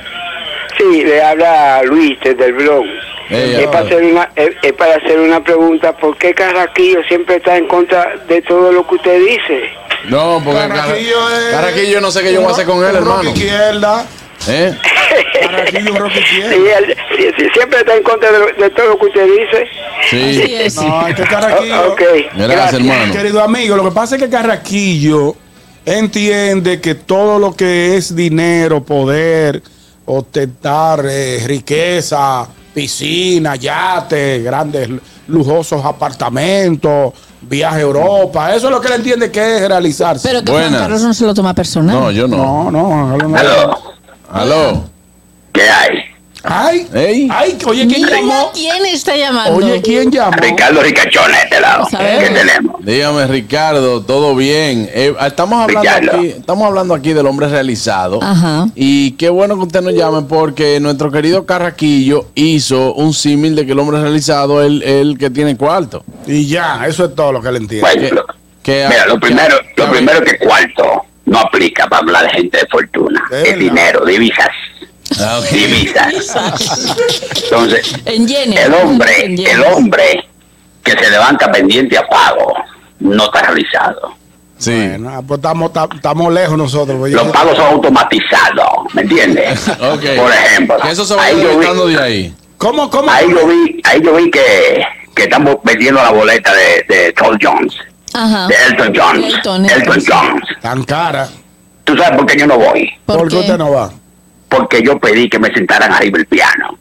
Speaker 14: Sí, le habla Luis desde el blog.
Speaker 2: Ey,
Speaker 14: es,
Speaker 2: ah.
Speaker 14: para hacer una, es, es para hacer una pregunta. ¿Por qué Carraquillo siempre está en contra de todo lo que usted dice?
Speaker 2: No, porque
Speaker 3: Carraquillo
Speaker 2: Carra-
Speaker 3: es-
Speaker 2: Carraquillo yo no sé qué yo voy a hacer con él,
Speaker 3: Un rock
Speaker 2: hermano.
Speaker 3: izquierda.
Speaker 2: ¿Eh?
Speaker 3: Carraquillo, un rock izquierda.
Speaker 14: Sí, él- sí, sí, siempre está en contra de, lo- de todo lo que usted dice.
Speaker 6: Así
Speaker 2: Sí.
Speaker 6: es.
Speaker 3: No, este Carraquillo.
Speaker 14: O- ok.
Speaker 2: Gracias, hermano.
Speaker 3: Querido amigo, lo que pasa es que Carraquillo entiende que todo lo que es dinero, poder, ostentar eh, riqueza, piscina, yate, grandes lujosos apartamentos, viaje a Europa, eso es lo que él entiende que es realizarse.
Speaker 6: Pero que Juan
Speaker 2: Buenas.
Speaker 6: Carlos no se lo toma personal.
Speaker 2: No, yo no.
Speaker 3: no, no, no, no.
Speaker 2: Aló.
Speaker 20: ¿Qué hay?
Speaker 3: Ay,
Speaker 2: Ey.
Speaker 3: ay, oye, ¿quién
Speaker 6: Mira
Speaker 3: llamó?
Speaker 6: quién está llamando.
Speaker 3: Oye, ¿quién llamó?
Speaker 20: Ricardo Ricachona, de este lado.
Speaker 6: Vamos a ver.
Speaker 20: ¿Qué tenemos?
Speaker 2: Dígame, Ricardo, ¿todo bien? Eh, estamos, hablando
Speaker 20: Ricardo.
Speaker 2: aquí, estamos hablando aquí del hombre realizado.
Speaker 6: Ajá.
Speaker 2: Y qué bueno que usted nos llame porque nuestro querido Carraquillo hizo un símil de que el hombre realizado es el, el que tiene cuarto.
Speaker 3: Y ya, eso es todo lo que él entiende.
Speaker 20: Bueno,
Speaker 2: Que-
Speaker 20: lo-
Speaker 2: que-
Speaker 20: mira, lo
Speaker 2: que-
Speaker 20: primero,
Speaker 2: que-
Speaker 20: lo primero que cuarto no aplica para hablar de gente de fortuna.
Speaker 3: Es
Speaker 20: Es
Speaker 3: verdad.
Speaker 20: dinero, divisas.
Speaker 2: Ah, ok.
Speaker 20: Divisas. Entonces,
Speaker 6: En yenes.
Speaker 20: el hombre,
Speaker 6: En yenes.
Speaker 20: el hombre que se levanta pendiente a pago no está realizado.
Speaker 2: Sí.
Speaker 3: Bueno, ah, pues estamos, ta- estamos lejos nosotros. pues
Speaker 20: Los
Speaker 3: yo-
Speaker 20: pagos son automatizados, ¿me entiendes?
Speaker 2: Ok.
Speaker 20: Por ejemplo,
Speaker 2: Que eso se va
Speaker 20: ahí yo vi-
Speaker 2: levantando de ahí.
Speaker 3: ¿Cómo, cómo?
Speaker 20: Ahí yo vi, ahí yo vi que, que estamos vendiendo la boleta de, de Tom Jones,
Speaker 1: Ah.
Speaker 6: Ajá.
Speaker 20: de Elton John,
Speaker 6: Elton,
Speaker 1: eh.
Speaker 20: Elton
Speaker 6: Elton.
Speaker 20: Jones.
Speaker 3: Tan cara.
Speaker 20: ¿Tú sabes por qué yo no voy?
Speaker 6: ¿Por
Speaker 3: ¿Por,
Speaker 6: qué?
Speaker 3: qué usted no va?
Speaker 20: Porque yo pedí que me sentaran arriba el piano.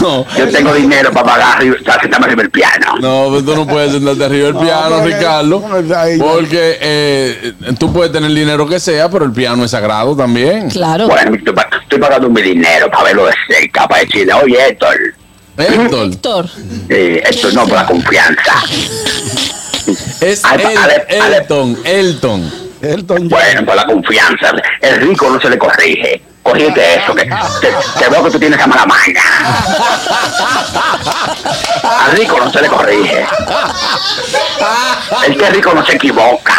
Speaker 2: No,
Speaker 20: Yo tengo dinero para pagar arriba, para sentarme arriba el piano.
Speaker 2: no, pues tú no puedes sentarte arriba del
Speaker 3: No,
Speaker 2: piano,
Speaker 3: pero que-
Speaker 2: Ricardo.
Speaker 3: bueno, ahí ya.
Speaker 2: Porque eh, tú puedes tener el dinero que sea, pero el piano es sagrado también.
Speaker 6: Claro.
Speaker 20: Bueno, estoy, pa- estoy pagando mi dinero para verlo de cerca, para decirle, oye, Héctor,
Speaker 2: Héctor,
Speaker 6: Héctor.
Speaker 20: eh, esto no por la confianza.
Speaker 2: es
Speaker 20: Ay,
Speaker 2: El-
Speaker 20: ale- ale-
Speaker 2: Elton, Elton.
Speaker 3: Elton John.
Speaker 20: Bueno, por la confianza. El rico no se le corrige. Cogiste eso, que te, te veo que tú tienes esa mala maña. Al rico no se le corrige. El que es rico no se equivoca.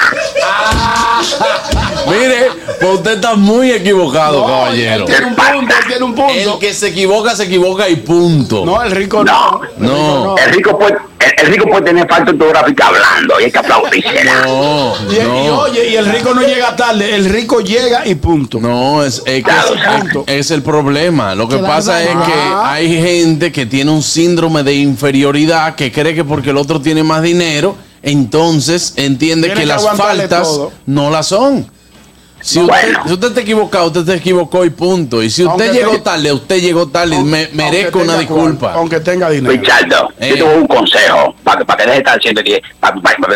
Speaker 2: Mire, pues usted está muy equivocado,
Speaker 3: No,
Speaker 2: caballero.
Speaker 3: él tiene un punto, él tiene un punto.
Speaker 2: El que se equivoca, se equivoca y punto.
Speaker 3: No, el rico
Speaker 20: No.
Speaker 3: no.
Speaker 2: No.
Speaker 20: El rico puede, el, el rico puede tener falta ortográfica hablando y hay que aplaudírsela.
Speaker 2: No,
Speaker 3: Y, el- y
Speaker 2: no.
Speaker 3: oye, y el rico no llega tarde, el rico llega y punto.
Speaker 2: No, es, es que es, es- es el problema. Lo que
Speaker 6: Qué
Speaker 2: pasa es
Speaker 6: bárbaro.
Speaker 2: que
Speaker 3: Ajá.
Speaker 2: hay gente que tiene un síndrome de inferioridad que cree que porque el otro tiene más dinero, entonces entiende
Speaker 3: Tiene
Speaker 2: que
Speaker 3: que
Speaker 2: las
Speaker 3: aguantarle
Speaker 2: faltas
Speaker 3: todo.
Speaker 2: no las son. Si usted, si usted está equivocado, usted se equivocó y punto. Y si usted
Speaker 22: Aunque
Speaker 2: llegó
Speaker 22: te-
Speaker 2: tarde, usted llegó tarde. y me, merezco una
Speaker 22: tenga cuarto,
Speaker 2: disculpa.
Speaker 22: Aunque tenga dinero.
Speaker 20: Richardo,
Speaker 3: Eh.
Speaker 20: yo tengo un consejo para que, para que dejes de estar haciendo que- para, para- para-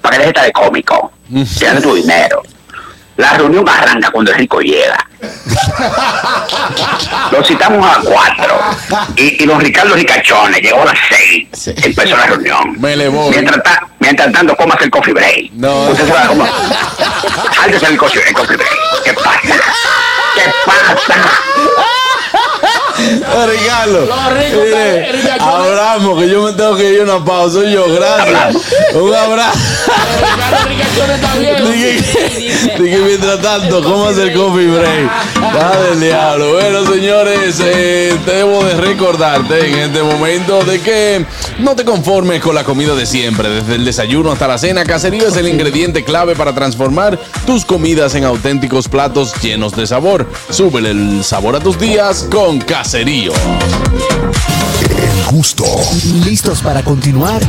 Speaker 20: para que dejes de estar de cómico. Gana tu dinero. La reunión arranca cuando el rico llega. Lo citamos a las cuatro. Y, y don Ricardo Ricachones llegó a las seis. Empezó la reunión.
Speaker 3: ¿eh?
Speaker 20: Mientras, ta- mientras tanto, comas el coffee break. Usted sabe cómo- Sáltese el coffee, el coffee break. ¿Qué pasa? ¿Qué pasa?
Speaker 2: Regalo. Ah, Mire, Hablamos, que yo me tengo que ir a una pausa. Soy yo, gracias. Un abrazo. Dije, que- dije, mientras tanto, ¿cómo hace el coffee break? Nada del diablo. Bueno, señores, eh, debo de recordarte en este momento de que no te conformes con la comida de siempre. Desde el desayuno hasta la cena, Caserío es el ingrediente clave para transformar tus comidas en auténticos platos llenos de sabor. Súbele el sabor a tus días con Caserío.
Speaker 8: Gusto. ¿Listos para continuar?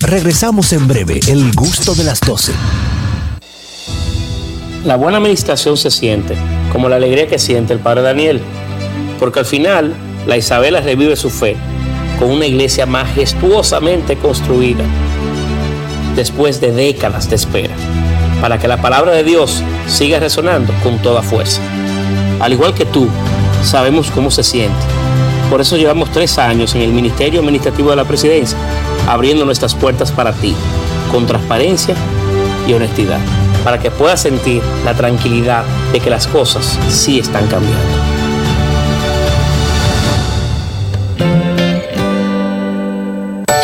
Speaker 8: Regresamos en breve. El gusto de las 12.
Speaker 23: La buena administración se siente, como la alegría que siente el padre Daniel, porque al final la Isabela revive su fe con una iglesia majestuosamente construida después de décadas de espera, para que la palabra de Dios siga resonando con toda fuerza. Al igual que tú, sabemos cómo se siente. Por eso llevamos tres años en el Ministerio Administrativo de la Presidencia, abriendo nuestras puertas para ti, con transparencia y honestidad, para que puedas sentir la tranquilidad de que las cosas sí están cambiando.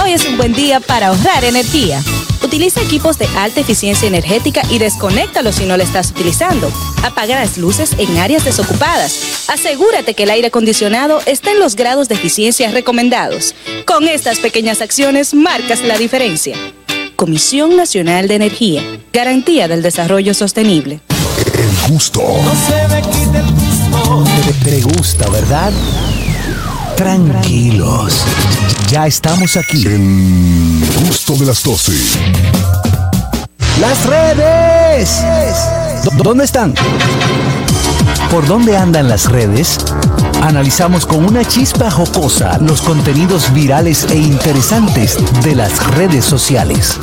Speaker 13: Hoy es un buen día para ahorrar energía. Utiliza equipos de alta eficiencia energética y desconéctalos si no lo estás utilizando. Apaga las luces en áreas desocupadas. Asegúrate que el aire acondicionado esté en los grados de eficiencia recomendados. Con estas pequeñas acciones marcas la diferencia. Comisión Nacional de Energía. Garantía del Desarrollo Sostenible.
Speaker 8: El gusto. Te, te gusta, ¿verdad? Tranquilos. Ya estamos aquí. El gusto de las 12. Las redes. ¿Dó- ¿Dónde están? ¿Por dónde andan las redes? Analizamos con una chispa jocosa los contenidos virales e interesantes de las redes sociales.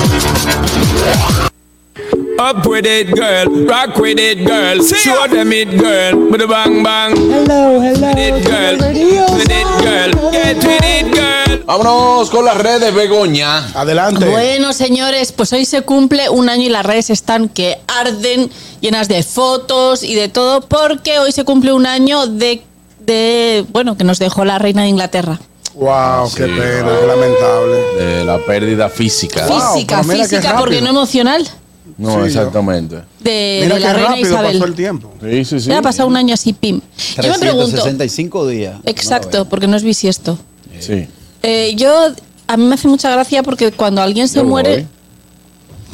Speaker 1: Up with it, girl. Rock with it, girl. Show them it, girl. With a bang bang.
Speaker 2: Hello, hello.
Speaker 1: With it, girl. Get with it, girl.
Speaker 2: Vámonos con las redes, Begoña.
Speaker 22: Adelante.
Speaker 6: Bueno, señores, pues hoy se cumple un año y las redes están que arden, llenas de fotos y de todo, porque hoy se cumple un año de, de bueno, que nos dejó la reina de Inglaterra.
Speaker 22: Wow, qué pena, qué lamentable.
Speaker 2: De la pérdida física.
Speaker 6: física,
Speaker 22: pero mira qué
Speaker 6: física,
Speaker 22: rápido.
Speaker 6: porque no emocional,
Speaker 2: No, exactamente.
Speaker 6: de,
Speaker 5: Mira
Speaker 6: Eh, de la
Speaker 5: qué
Speaker 6: reina
Speaker 5: rápido
Speaker 6: Isabel.
Speaker 5: pasó el
Speaker 22: tiempo.
Speaker 2: Sí, sí, sí.
Speaker 6: Me ha pasado un año así, pim. Yo me pregunto,
Speaker 5: 365 días.
Speaker 6: exacto, porque no es bisiesto.
Speaker 2: Sí.
Speaker 6: Eh, yo, a mí me hace mucha gracia porque cuando alguien se
Speaker 5: Yo
Speaker 6: muere,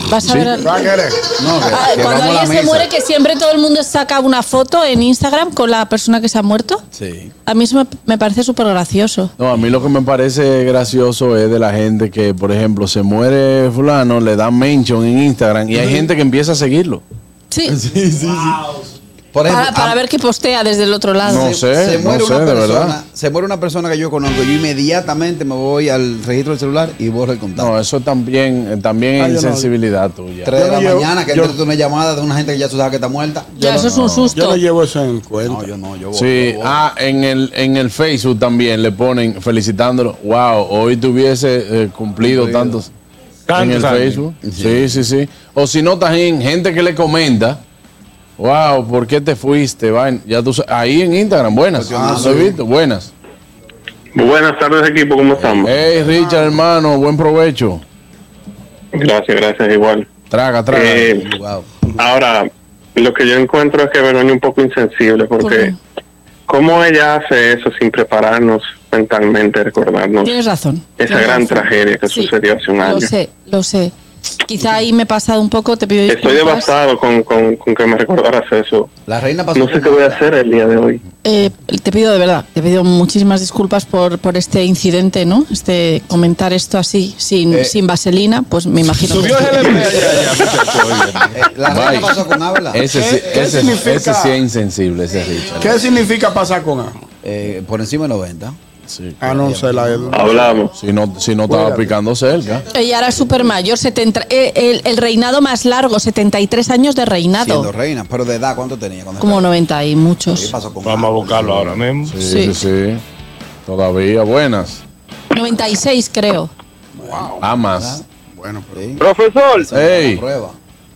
Speaker 6: vas a ver... al-
Speaker 5: Ah, No, que-
Speaker 6: Ah,
Speaker 5: que vamos
Speaker 6: cuando
Speaker 5: a la
Speaker 6: alguien se
Speaker 5: mesa.
Speaker 6: muere, que siempre todo el mundo saca una foto en Instagram con la persona que se ha muerto.
Speaker 2: Sí.
Speaker 6: A mí eso me, me parece súper gracioso.
Speaker 2: No, a mí lo que me parece gracioso es de la gente que, por ejemplo, se muere fulano, le dan mention en Instagram y hay gente que empieza a seguirlo.
Speaker 6: Sí.
Speaker 2: Sí, sí, sí.
Speaker 5: Por ejemplo,
Speaker 6: para, para
Speaker 5: a-
Speaker 6: ver qué postea desde el otro lado.
Speaker 2: Eh,
Speaker 5: se muere una persona, se muere una persona que yo conozco, yo inmediatamente me voy al registro del celular y borro el contacto.
Speaker 2: No, eso también, eh, también
Speaker 5: Ah,
Speaker 2: es
Speaker 5: yo no.
Speaker 2: insensibilidad tuya.
Speaker 5: 3 de la
Speaker 2: Yo-
Speaker 5: mañana que
Speaker 2: yo-
Speaker 5: entra una llamada de una gente que ya tú sabes que está muerta.
Speaker 2: Ya, eso es un susto.
Speaker 3: Yo no llevo eso en cuenta.
Speaker 5: yo no, yo
Speaker 2: Sí, ah, en el, en el Facebook también le ponen felicitándolo. Wow, hoy tuviese eh, cumplido tantos. En
Speaker 5: Tantos
Speaker 2: el
Speaker 5: años.
Speaker 2: Facebook.
Speaker 5: Sí.
Speaker 2: Sí, sí, sí. O si no, también gente que le comenta. Wow, ¿por qué te fuiste? vaina?" Ya tú sa- ahí en Instagram, buenas.
Speaker 4: Ah,
Speaker 2: ¿Lo he
Speaker 4: sí.
Speaker 2: visto? Buenas.
Speaker 4: Buenas tardes, equipo, ¿cómo estamos?
Speaker 2: Hey, Richard, hermano, buen provecho.
Speaker 4: Gracias, gracias, igual.
Speaker 2: Traga, traga.
Speaker 4: Eh, Ahora, lo que yo encuentro es que Verónica es un poco insensible porque cómo ella hace eso sin prepararnos mentalmente, recordarnos
Speaker 6: Tienes razón.
Speaker 4: esa
Speaker 6: Tienes
Speaker 4: gran
Speaker 6: razón.
Speaker 4: tragedia que
Speaker 6: Sí,
Speaker 4: sucedió hace un
Speaker 6: Lo
Speaker 4: año.
Speaker 6: sé, lo sé. Quizá ahí me he pasado un poco, te pido
Speaker 4: Estoy
Speaker 6: disculpas.
Speaker 4: devastado con, con, con que me recordaras eso.
Speaker 5: La reina
Speaker 4: No sé qué voy a hacer el día de hoy.
Speaker 6: Eh, te pido de verdad, te pido muchísimas disculpas por, por este incidente, ¿no? Este comentar esto así, sin,
Speaker 5: Eh.
Speaker 6: sin vaselina, pues me imagino.
Speaker 5: Subió
Speaker 6: que-
Speaker 5: Eh, La reina
Speaker 2: Bye.
Speaker 5: pasó con habla.
Speaker 2: Ese sí,
Speaker 3: qué
Speaker 2: ese-
Speaker 3: significa?
Speaker 2: ese sí es insensible, ese Richard.
Speaker 3: ¿Qué significa pasar con A?
Speaker 5: Eh, por encima de 90.
Speaker 3: Ah, no sé, la
Speaker 4: Hablamos.
Speaker 2: Si no, si no estaba
Speaker 3: Cuídate.
Speaker 2: picando cerca.
Speaker 6: Ella era super mayor, eh, el, el reinado más largo, 73 años de
Speaker 5: Siendo
Speaker 6: reinado.
Speaker 5: reina, pero de edad, ¿cuánto tenía? cuando
Speaker 6: Como 90 y muchos.
Speaker 2: Vamos a buscarlo ahora mismo. Sí, sí,
Speaker 6: Sí.
Speaker 2: sí. Todavía buenas.
Speaker 6: 96 creo.
Speaker 2: Amas.
Speaker 5: Ah, Bueno,
Speaker 9: Profesor,
Speaker 2: Ey.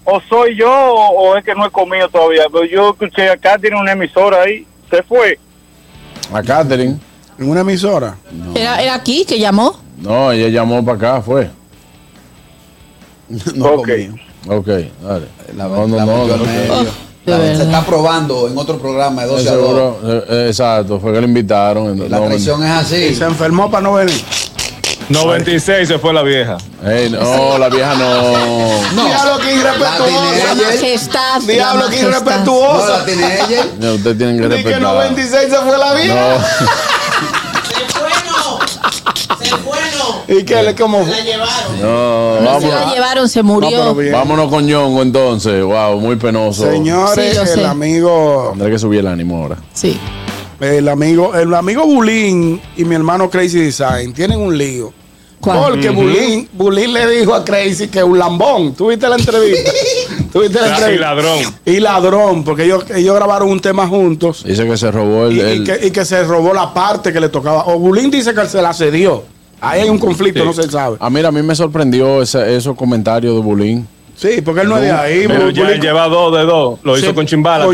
Speaker 9: o soy yo o, o es que no he comido todavía, pero yo escuché acá tiene una emisora ahí, se fue.
Speaker 2: A Catherine.
Speaker 3: ¿En una emisora?
Speaker 6: Era, era aquí que llamó.
Speaker 2: No, ella llamó para acá, fue.
Speaker 5: No Ok.
Speaker 2: Ok, dale. no,
Speaker 5: la
Speaker 2: no, no.
Speaker 5: metió al
Speaker 2: no,
Speaker 5: medio.
Speaker 2: no.
Speaker 5: La- se está probando en otro programa de 12 a 2.
Speaker 2: Seguro, eh, eh, exacto, fue que le invitaron.
Speaker 5: La traición es así.
Speaker 3: Se enfermó para no venir.
Speaker 7: 96 se fue la vieja.
Speaker 2: no, la vieja no.
Speaker 3: Diablo, que irrespetuoso.
Speaker 6: La majestad,
Speaker 3: Diablo,
Speaker 6: la
Speaker 3: que
Speaker 6: majestad.
Speaker 3: irrespetuoso.
Speaker 6: No, la tiene ella.
Speaker 2: No, Ustedes tienen que
Speaker 3: Ni que
Speaker 2: respetar.
Speaker 3: 96 se fue la vida.
Speaker 2: No.
Speaker 3: ¿Y qué le como?
Speaker 2: No,
Speaker 6: No se
Speaker 2: vámonos.
Speaker 6: la llevaron, se murió.
Speaker 2: Vámonos con Ñongo entonces. Wow, muy penoso.
Speaker 3: Señores, Sí, lo el sé. amigo.
Speaker 2: Tendré que subir el ánimo ahora.
Speaker 6: Sí.
Speaker 3: El amigo, el amigo Bulín y mi hermano Crazy Design tienen un lío.
Speaker 6: ¿Cuál?
Speaker 3: Porque
Speaker 7: Ujú.
Speaker 3: Bulín, Bulín le dijo a Crazy que es un lambón. ¿Tuviste la entrevista? ¿Tuviste la
Speaker 7: Ah, y
Speaker 3: entrevista?
Speaker 7: ladrón.
Speaker 3: Y ladrón, porque ellos, ellos grabaron un tema juntos.
Speaker 2: Dice que se robó el.
Speaker 3: y, y
Speaker 2: el-
Speaker 3: que, y que se robó la parte que le tocaba. O Bulín dice que se la cedió. Ahí hay un conflicto,
Speaker 2: Sí.
Speaker 3: no se sabe.
Speaker 2: Ah, mira, a mí me sorprendió esa- esos comentarios de Bulín.
Speaker 3: Sí, porque él no es de ahí.
Speaker 7: Pero
Speaker 3: Bulín-
Speaker 7: ya
Speaker 3: Bulín-
Speaker 7: lleva dos de dos. Lo hizo
Speaker 2: Sí,
Speaker 7: con Chimbala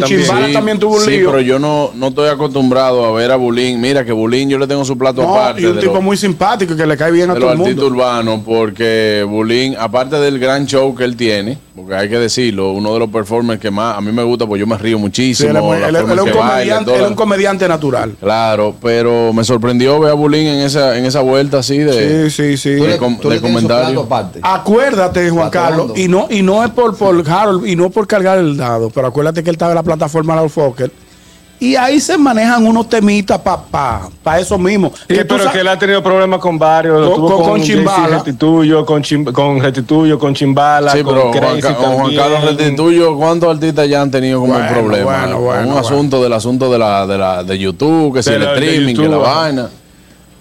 Speaker 7: también.
Speaker 2: Sí, sí, pero yo no, no estoy acostumbrado a ver a Bulín. Mira que Bulín yo le tengo su plato
Speaker 3: No,
Speaker 2: aparte
Speaker 3: y un
Speaker 2: de
Speaker 3: tipo
Speaker 2: los,
Speaker 3: muy simpático que le cae bien a
Speaker 2: de
Speaker 3: todo
Speaker 2: los
Speaker 3: el mundo.
Speaker 2: artistas urbanos porque Bulín, aparte del gran show que él tiene, porque hay que decirlo, uno de los performers que más a mí me gusta, pues yo me río
Speaker 3: Sí, él,
Speaker 2: muchísimo.
Speaker 3: es muy-
Speaker 2: la
Speaker 3: él es-
Speaker 2: forma
Speaker 3: él es
Speaker 2: en
Speaker 3: un
Speaker 2: que baila,
Speaker 3: comediante,
Speaker 2: todo
Speaker 3: él es
Speaker 2: lo-
Speaker 3: un comediante natural.
Speaker 2: Claro, pero me sorprendió ver a Bulín en esa, en esa vuelta así de,
Speaker 3: sí, sí, sí.
Speaker 2: de, com- de comentario.
Speaker 5: Este,
Speaker 3: Acuérdate, Juan Carlos, y no, y no es por, por Harold, y no por cargar el dado, pero acuérdate que él estaba en la plataforma Lord Fokker. Y ahí se manejan unos temitas para pa, pa eso mismo.
Speaker 7: Sí,
Speaker 3: Que tú
Speaker 7: pero
Speaker 3: sa-
Speaker 7: que él ha tenido problemas con varios. Lo
Speaker 3: Con-
Speaker 7: tuvo
Speaker 3: con-
Speaker 7: con,
Speaker 3: con
Speaker 7: JC
Speaker 3: Chimbala.
Speaker 7: Restituyo, con, Chim- con Restituyo, con Chimbala,
Speaker 2: Sí,
Speaker 7: con
Speaker 2: pero Juan,
Speaker 7: Crazy
Speaker 2: Ca- con Juan
Speaker 7: también.
Speaker 2: Carlos Restituyo, ¿cuántos artistas ya han tenido como
Speaker 7: Bueno,
Speaker 2: problemas?
Speaker 7: bueno,
Speaker 2: Con
Speaker 7: bueno,
Speaker 2: un
Speaker 7: bueno.
Speaker 2: asunto del asunto de la, de la de YouTube, que si
Speaker 7: De
Speaker 2: el
Speaker 7: la- de
Speaker 2: streaming, que la
Speaker 7: YouTube, ajá.
Speaker 2: vaina.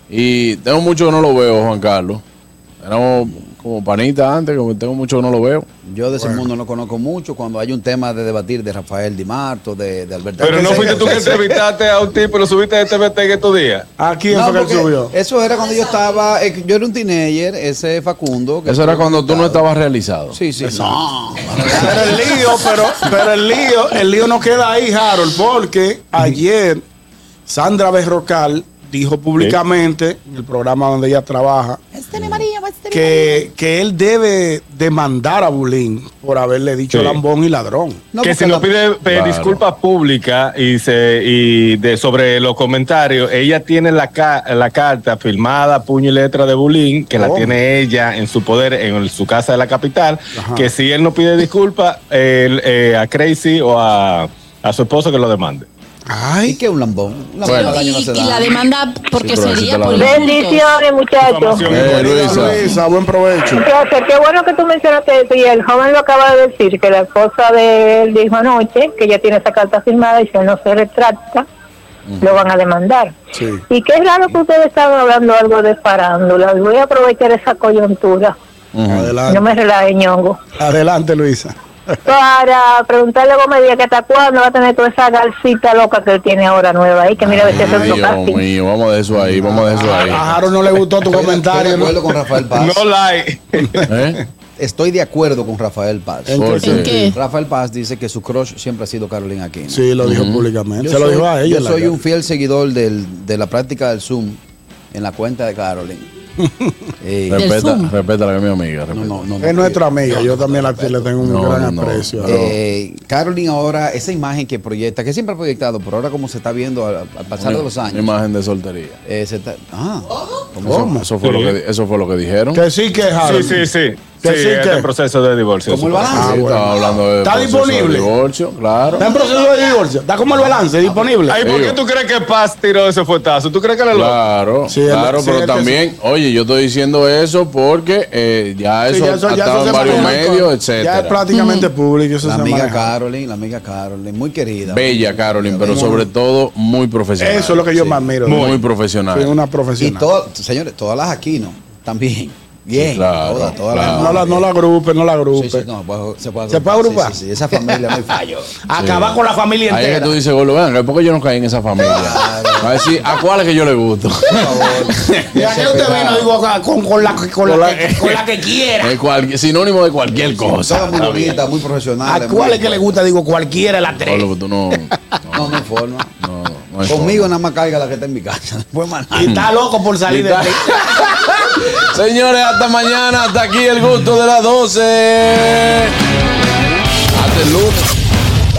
Speaker 2: Y tengo mucho que no lo veo, Juan Carlos. Éramos como panitas antes, como tengo mucho que no lo veo.
Speaker 5: Yo de ese mundo no conozco mucho. Cuando hay un tema de debatir de Rafael Di Marto, de, de Alberto.
Speaker 7: Pero no fuiste tú que
Speaker 5: te
Speaker 7: entrevistaste a este un tipo y lo subiste de TVT en estos días.
Speaker 3: ¿A
Speaker 5: Eso era cuando yo estaba. eh, yo era un teenager, ese Facundo.
Speaker 2: Eso era cuando tú no estabas realizado.
Speaker 5: Sí, sí. No.
Speaker 3: Pero el lío, pero, pero el lío, el lío no queda ahí, Harold, porque ayer Sandra Berrocal dijo públicamente en el programa donde ella trabaja
Speaker 18: Este
Speaker 3: que, que él debe demandar a Bulín por haberle dicho
Speaker 7: Sí.
Speaker 3: lambón y ladrón.
Speaker 7: que si no pide pe- disculpas públicas y se y de sobre los comentarios, ella tiene la ca- la carta firmada puño y letra de Bulín, que la
Speaker 3: ¿Cómo?
Speaker 7: tiene ella en su poder en el- su casa de la capital,
Speaker 3: Ajá.
Speaker 7: que si él no pide disculpas él, eh, a Crazy o a, a su esposo que lo demande.
Speaker 5: Ay. ¿Y qué es un lambón? Un lambón
Speaker 6: Bueno.
Speaker 5: al año no
Speaker 6: Y,
Speaker 5: se
Speaker 6: y
Speaker 5: da.
Speaker 6: la demanda, porque
Speaker 5: pero así
Speaker 6: sería
Speaker 5: te la
Speaker 6: por
Speaker 5: dan.
Speaker 6: insultos.
Speaker 18: Bendiciones, muchachos.
Speaker 3: Eh, Luisa. Luisa, buen provecho.
Speaker 18: Entonces, qué bueno que tú mencionaste eso y el joven lo acaba de decir, que la esposa de él dijo anoche que ya tiene esa carta firmada y si él no se retracta, lo van a demandar.
Speaker 3: Sí.
Speaker 18: Y qué raro que ustedes estaban hablando algo de farándula. Voy a aprovechar esa coyuntura.
Speaker 3: Adelante.
Speaker 18: No me relaje, ñongo.
Speaker 3: Adelante, Luisa.
Speaker 18: Para preguntarle a Gómez Díaz que hasta cuándo va a tener toda esa garcita loca que él tiene ahora nueva ahí, que mira a veces es otro
Speaker 2: Dios
Speaker 18: casting.
Speaker 2: mío, vamos a dejar eso ahí, vamos a dejar eso ahí.
Speaker 3: A Harold no le gustó tu comentario.
Speaker 5: Estoy de acuerdo con Rafael Paz.
Speaker 7: No like.
Speaker 5: Estoy de acuerdo con Rafael Paz.
Speaker 3: ¿En ¿Por qué? qué? ¿En qué?
Speaker 5: Rafael Paz dice que su crush siempre ha sido Carolina Aquino.
Speaker 3: Sí, lo dijo públicamente.
Speaker 5: Yo
Speaker 3: Se lo
Speaker 5: soy-
Speaker 3: dijo a ella.
Speaker 5: Yo soy un fiel seguidor del- de la práctica del Zoom en la cuenta de Carolina. Eh,
Speaker 2: Respeta, respeta la que es mi amiga. respeta.
Speaker 3: Es nuestra amiga. Yo también la, le tengo un
Speaker 2: No,
Speaker 3: gran
Speaker 2: no.
Speaker 3: aprecio.
Speaker 5: Eh, Carolyn ahora, esa imagen que proyecta, que siempre ha proyectado, pero ahora como se está viendo al, al pasar de los
Speaker 2: Una
Speaker 5: años.
Speaker 2: Imagen de soltería.
Speaker 5: eh, se está- ah,
Speaker 2: Eso, eso fue
Speaker 7: Sí.
Speaker 2: lo que, eso fue lo que dijeron.
Speaker 3: Que sí, que
Speaker 7: Sí,
Speaker 3: Harold.
Speaker 7: sí, sí. Sí,
Speaker 3: Que sí, que-
Speaker 7: este proceso de divorcio.
Speaker 3: Como el
Speaker 7: sí.
Speaker 3: balance.
Speaker 2: Sí, estaba hablando de
Speaker 3: ¿Está
Speaker 2: proceso de
Speaker 3: disponible?
Speaker 2: divorcio, claro.
Speaker 3: Está en proceso de divorcio. Está como el
Speaker 5: Ah,
Speaker 3: balance, disponible.
Speaker 7: Ay, ¿por qué tú crees que Paz tiró ese fuetazo? ¿Tú crees que era loco?
Speaker 2: Claro,
Speaker 7: Sí, él-
Speaker 2: claro,
Speaker 7: sí,
Speaker 2: pero
Speaker 7: él-
Speaker 2: también, oye, yo estoy diciendo eso porque eh, ya
Speaker 3: Sí,
Speaker 2: eso
Speaker 3: ya
Speaker 2: ha
Speaker 3: eso- ya eso
Speaker 2: estado
Speaker 3: se
Speaker 2: en varios
Speaker 3: maneja con-
Speaker 2: medios,
Speaker 3: Ya es
Speaker 2: etcétera.
Speaker 3: prácticamente público. Eso
Speaker 5: Mm. la
Speaker 3: se
Speaker 5: amiga
Speaker 3: maneja.
Speaker 5: Carolyn, la amiga Carolyn, muy querida.
Speaker 2: Bella, Carolyn, pero sobre todo muy profesional.
Speaker 3: Eso es lo que yo más admiro.
Speaker 2: Muy,
Speaker 3: Sí,
Speaker 2: profesional.
Speaker 3: una
Speaker 5: Y
Speaker 3: profesional.
Speaker 5: todo- señores, todas las aquí, ¿no? También. Bien.
Speaker 2: Sí, claro,
Speaker 5: todas, todas las
Speaker 3: No la, no la agrupe, no la agrupe.
Speaker 5: Sí, sí, no, pues, se puede agrupar.
Speaker 3: ¿Se puede agrupar?
Speaker 5: Sí, sí, sí, esa familia no hay fallo.
Speaker 3: Acabar con la familia
Speaker 2: Ahí es que
Speaker 3: entera.
Speaker 2: tú dices, Gordo, vean, ¿por qué yo no caí en esa familia? Va a decir, ¿a cuál es que yo le gusto?
Speaker 3: Y aquí usted vino, digo, ah, con, con la, con la que- con la que quiera.
Speaker 2: De cual- sinónimo de cualquier cosa.
Speaker 5: Todas muy
Speaker 2: Está bien.
Speaker 5: bonitas, muy profesionales.
Speaker 3: ¿A cuál
Speaker 5: muy-
Speaker 3: es que le gusta? Digo, cualquiera de las tres.
Speaker 2: Gordo, pues tú no,
Speaker 5: No, no hay forma.
Speaker 2: no, no hay
Speaker 5: Conmigo nada más caiga la que está en mi casa. Después más nada.
Speaker 3: Y está loco por salir de
Speaker 2: Y está-
Speaker 3: ti.
Speaker 2: forma. Señores, hasta mañana. Hasta aquí el gusto de las 12. Hasta el lunes.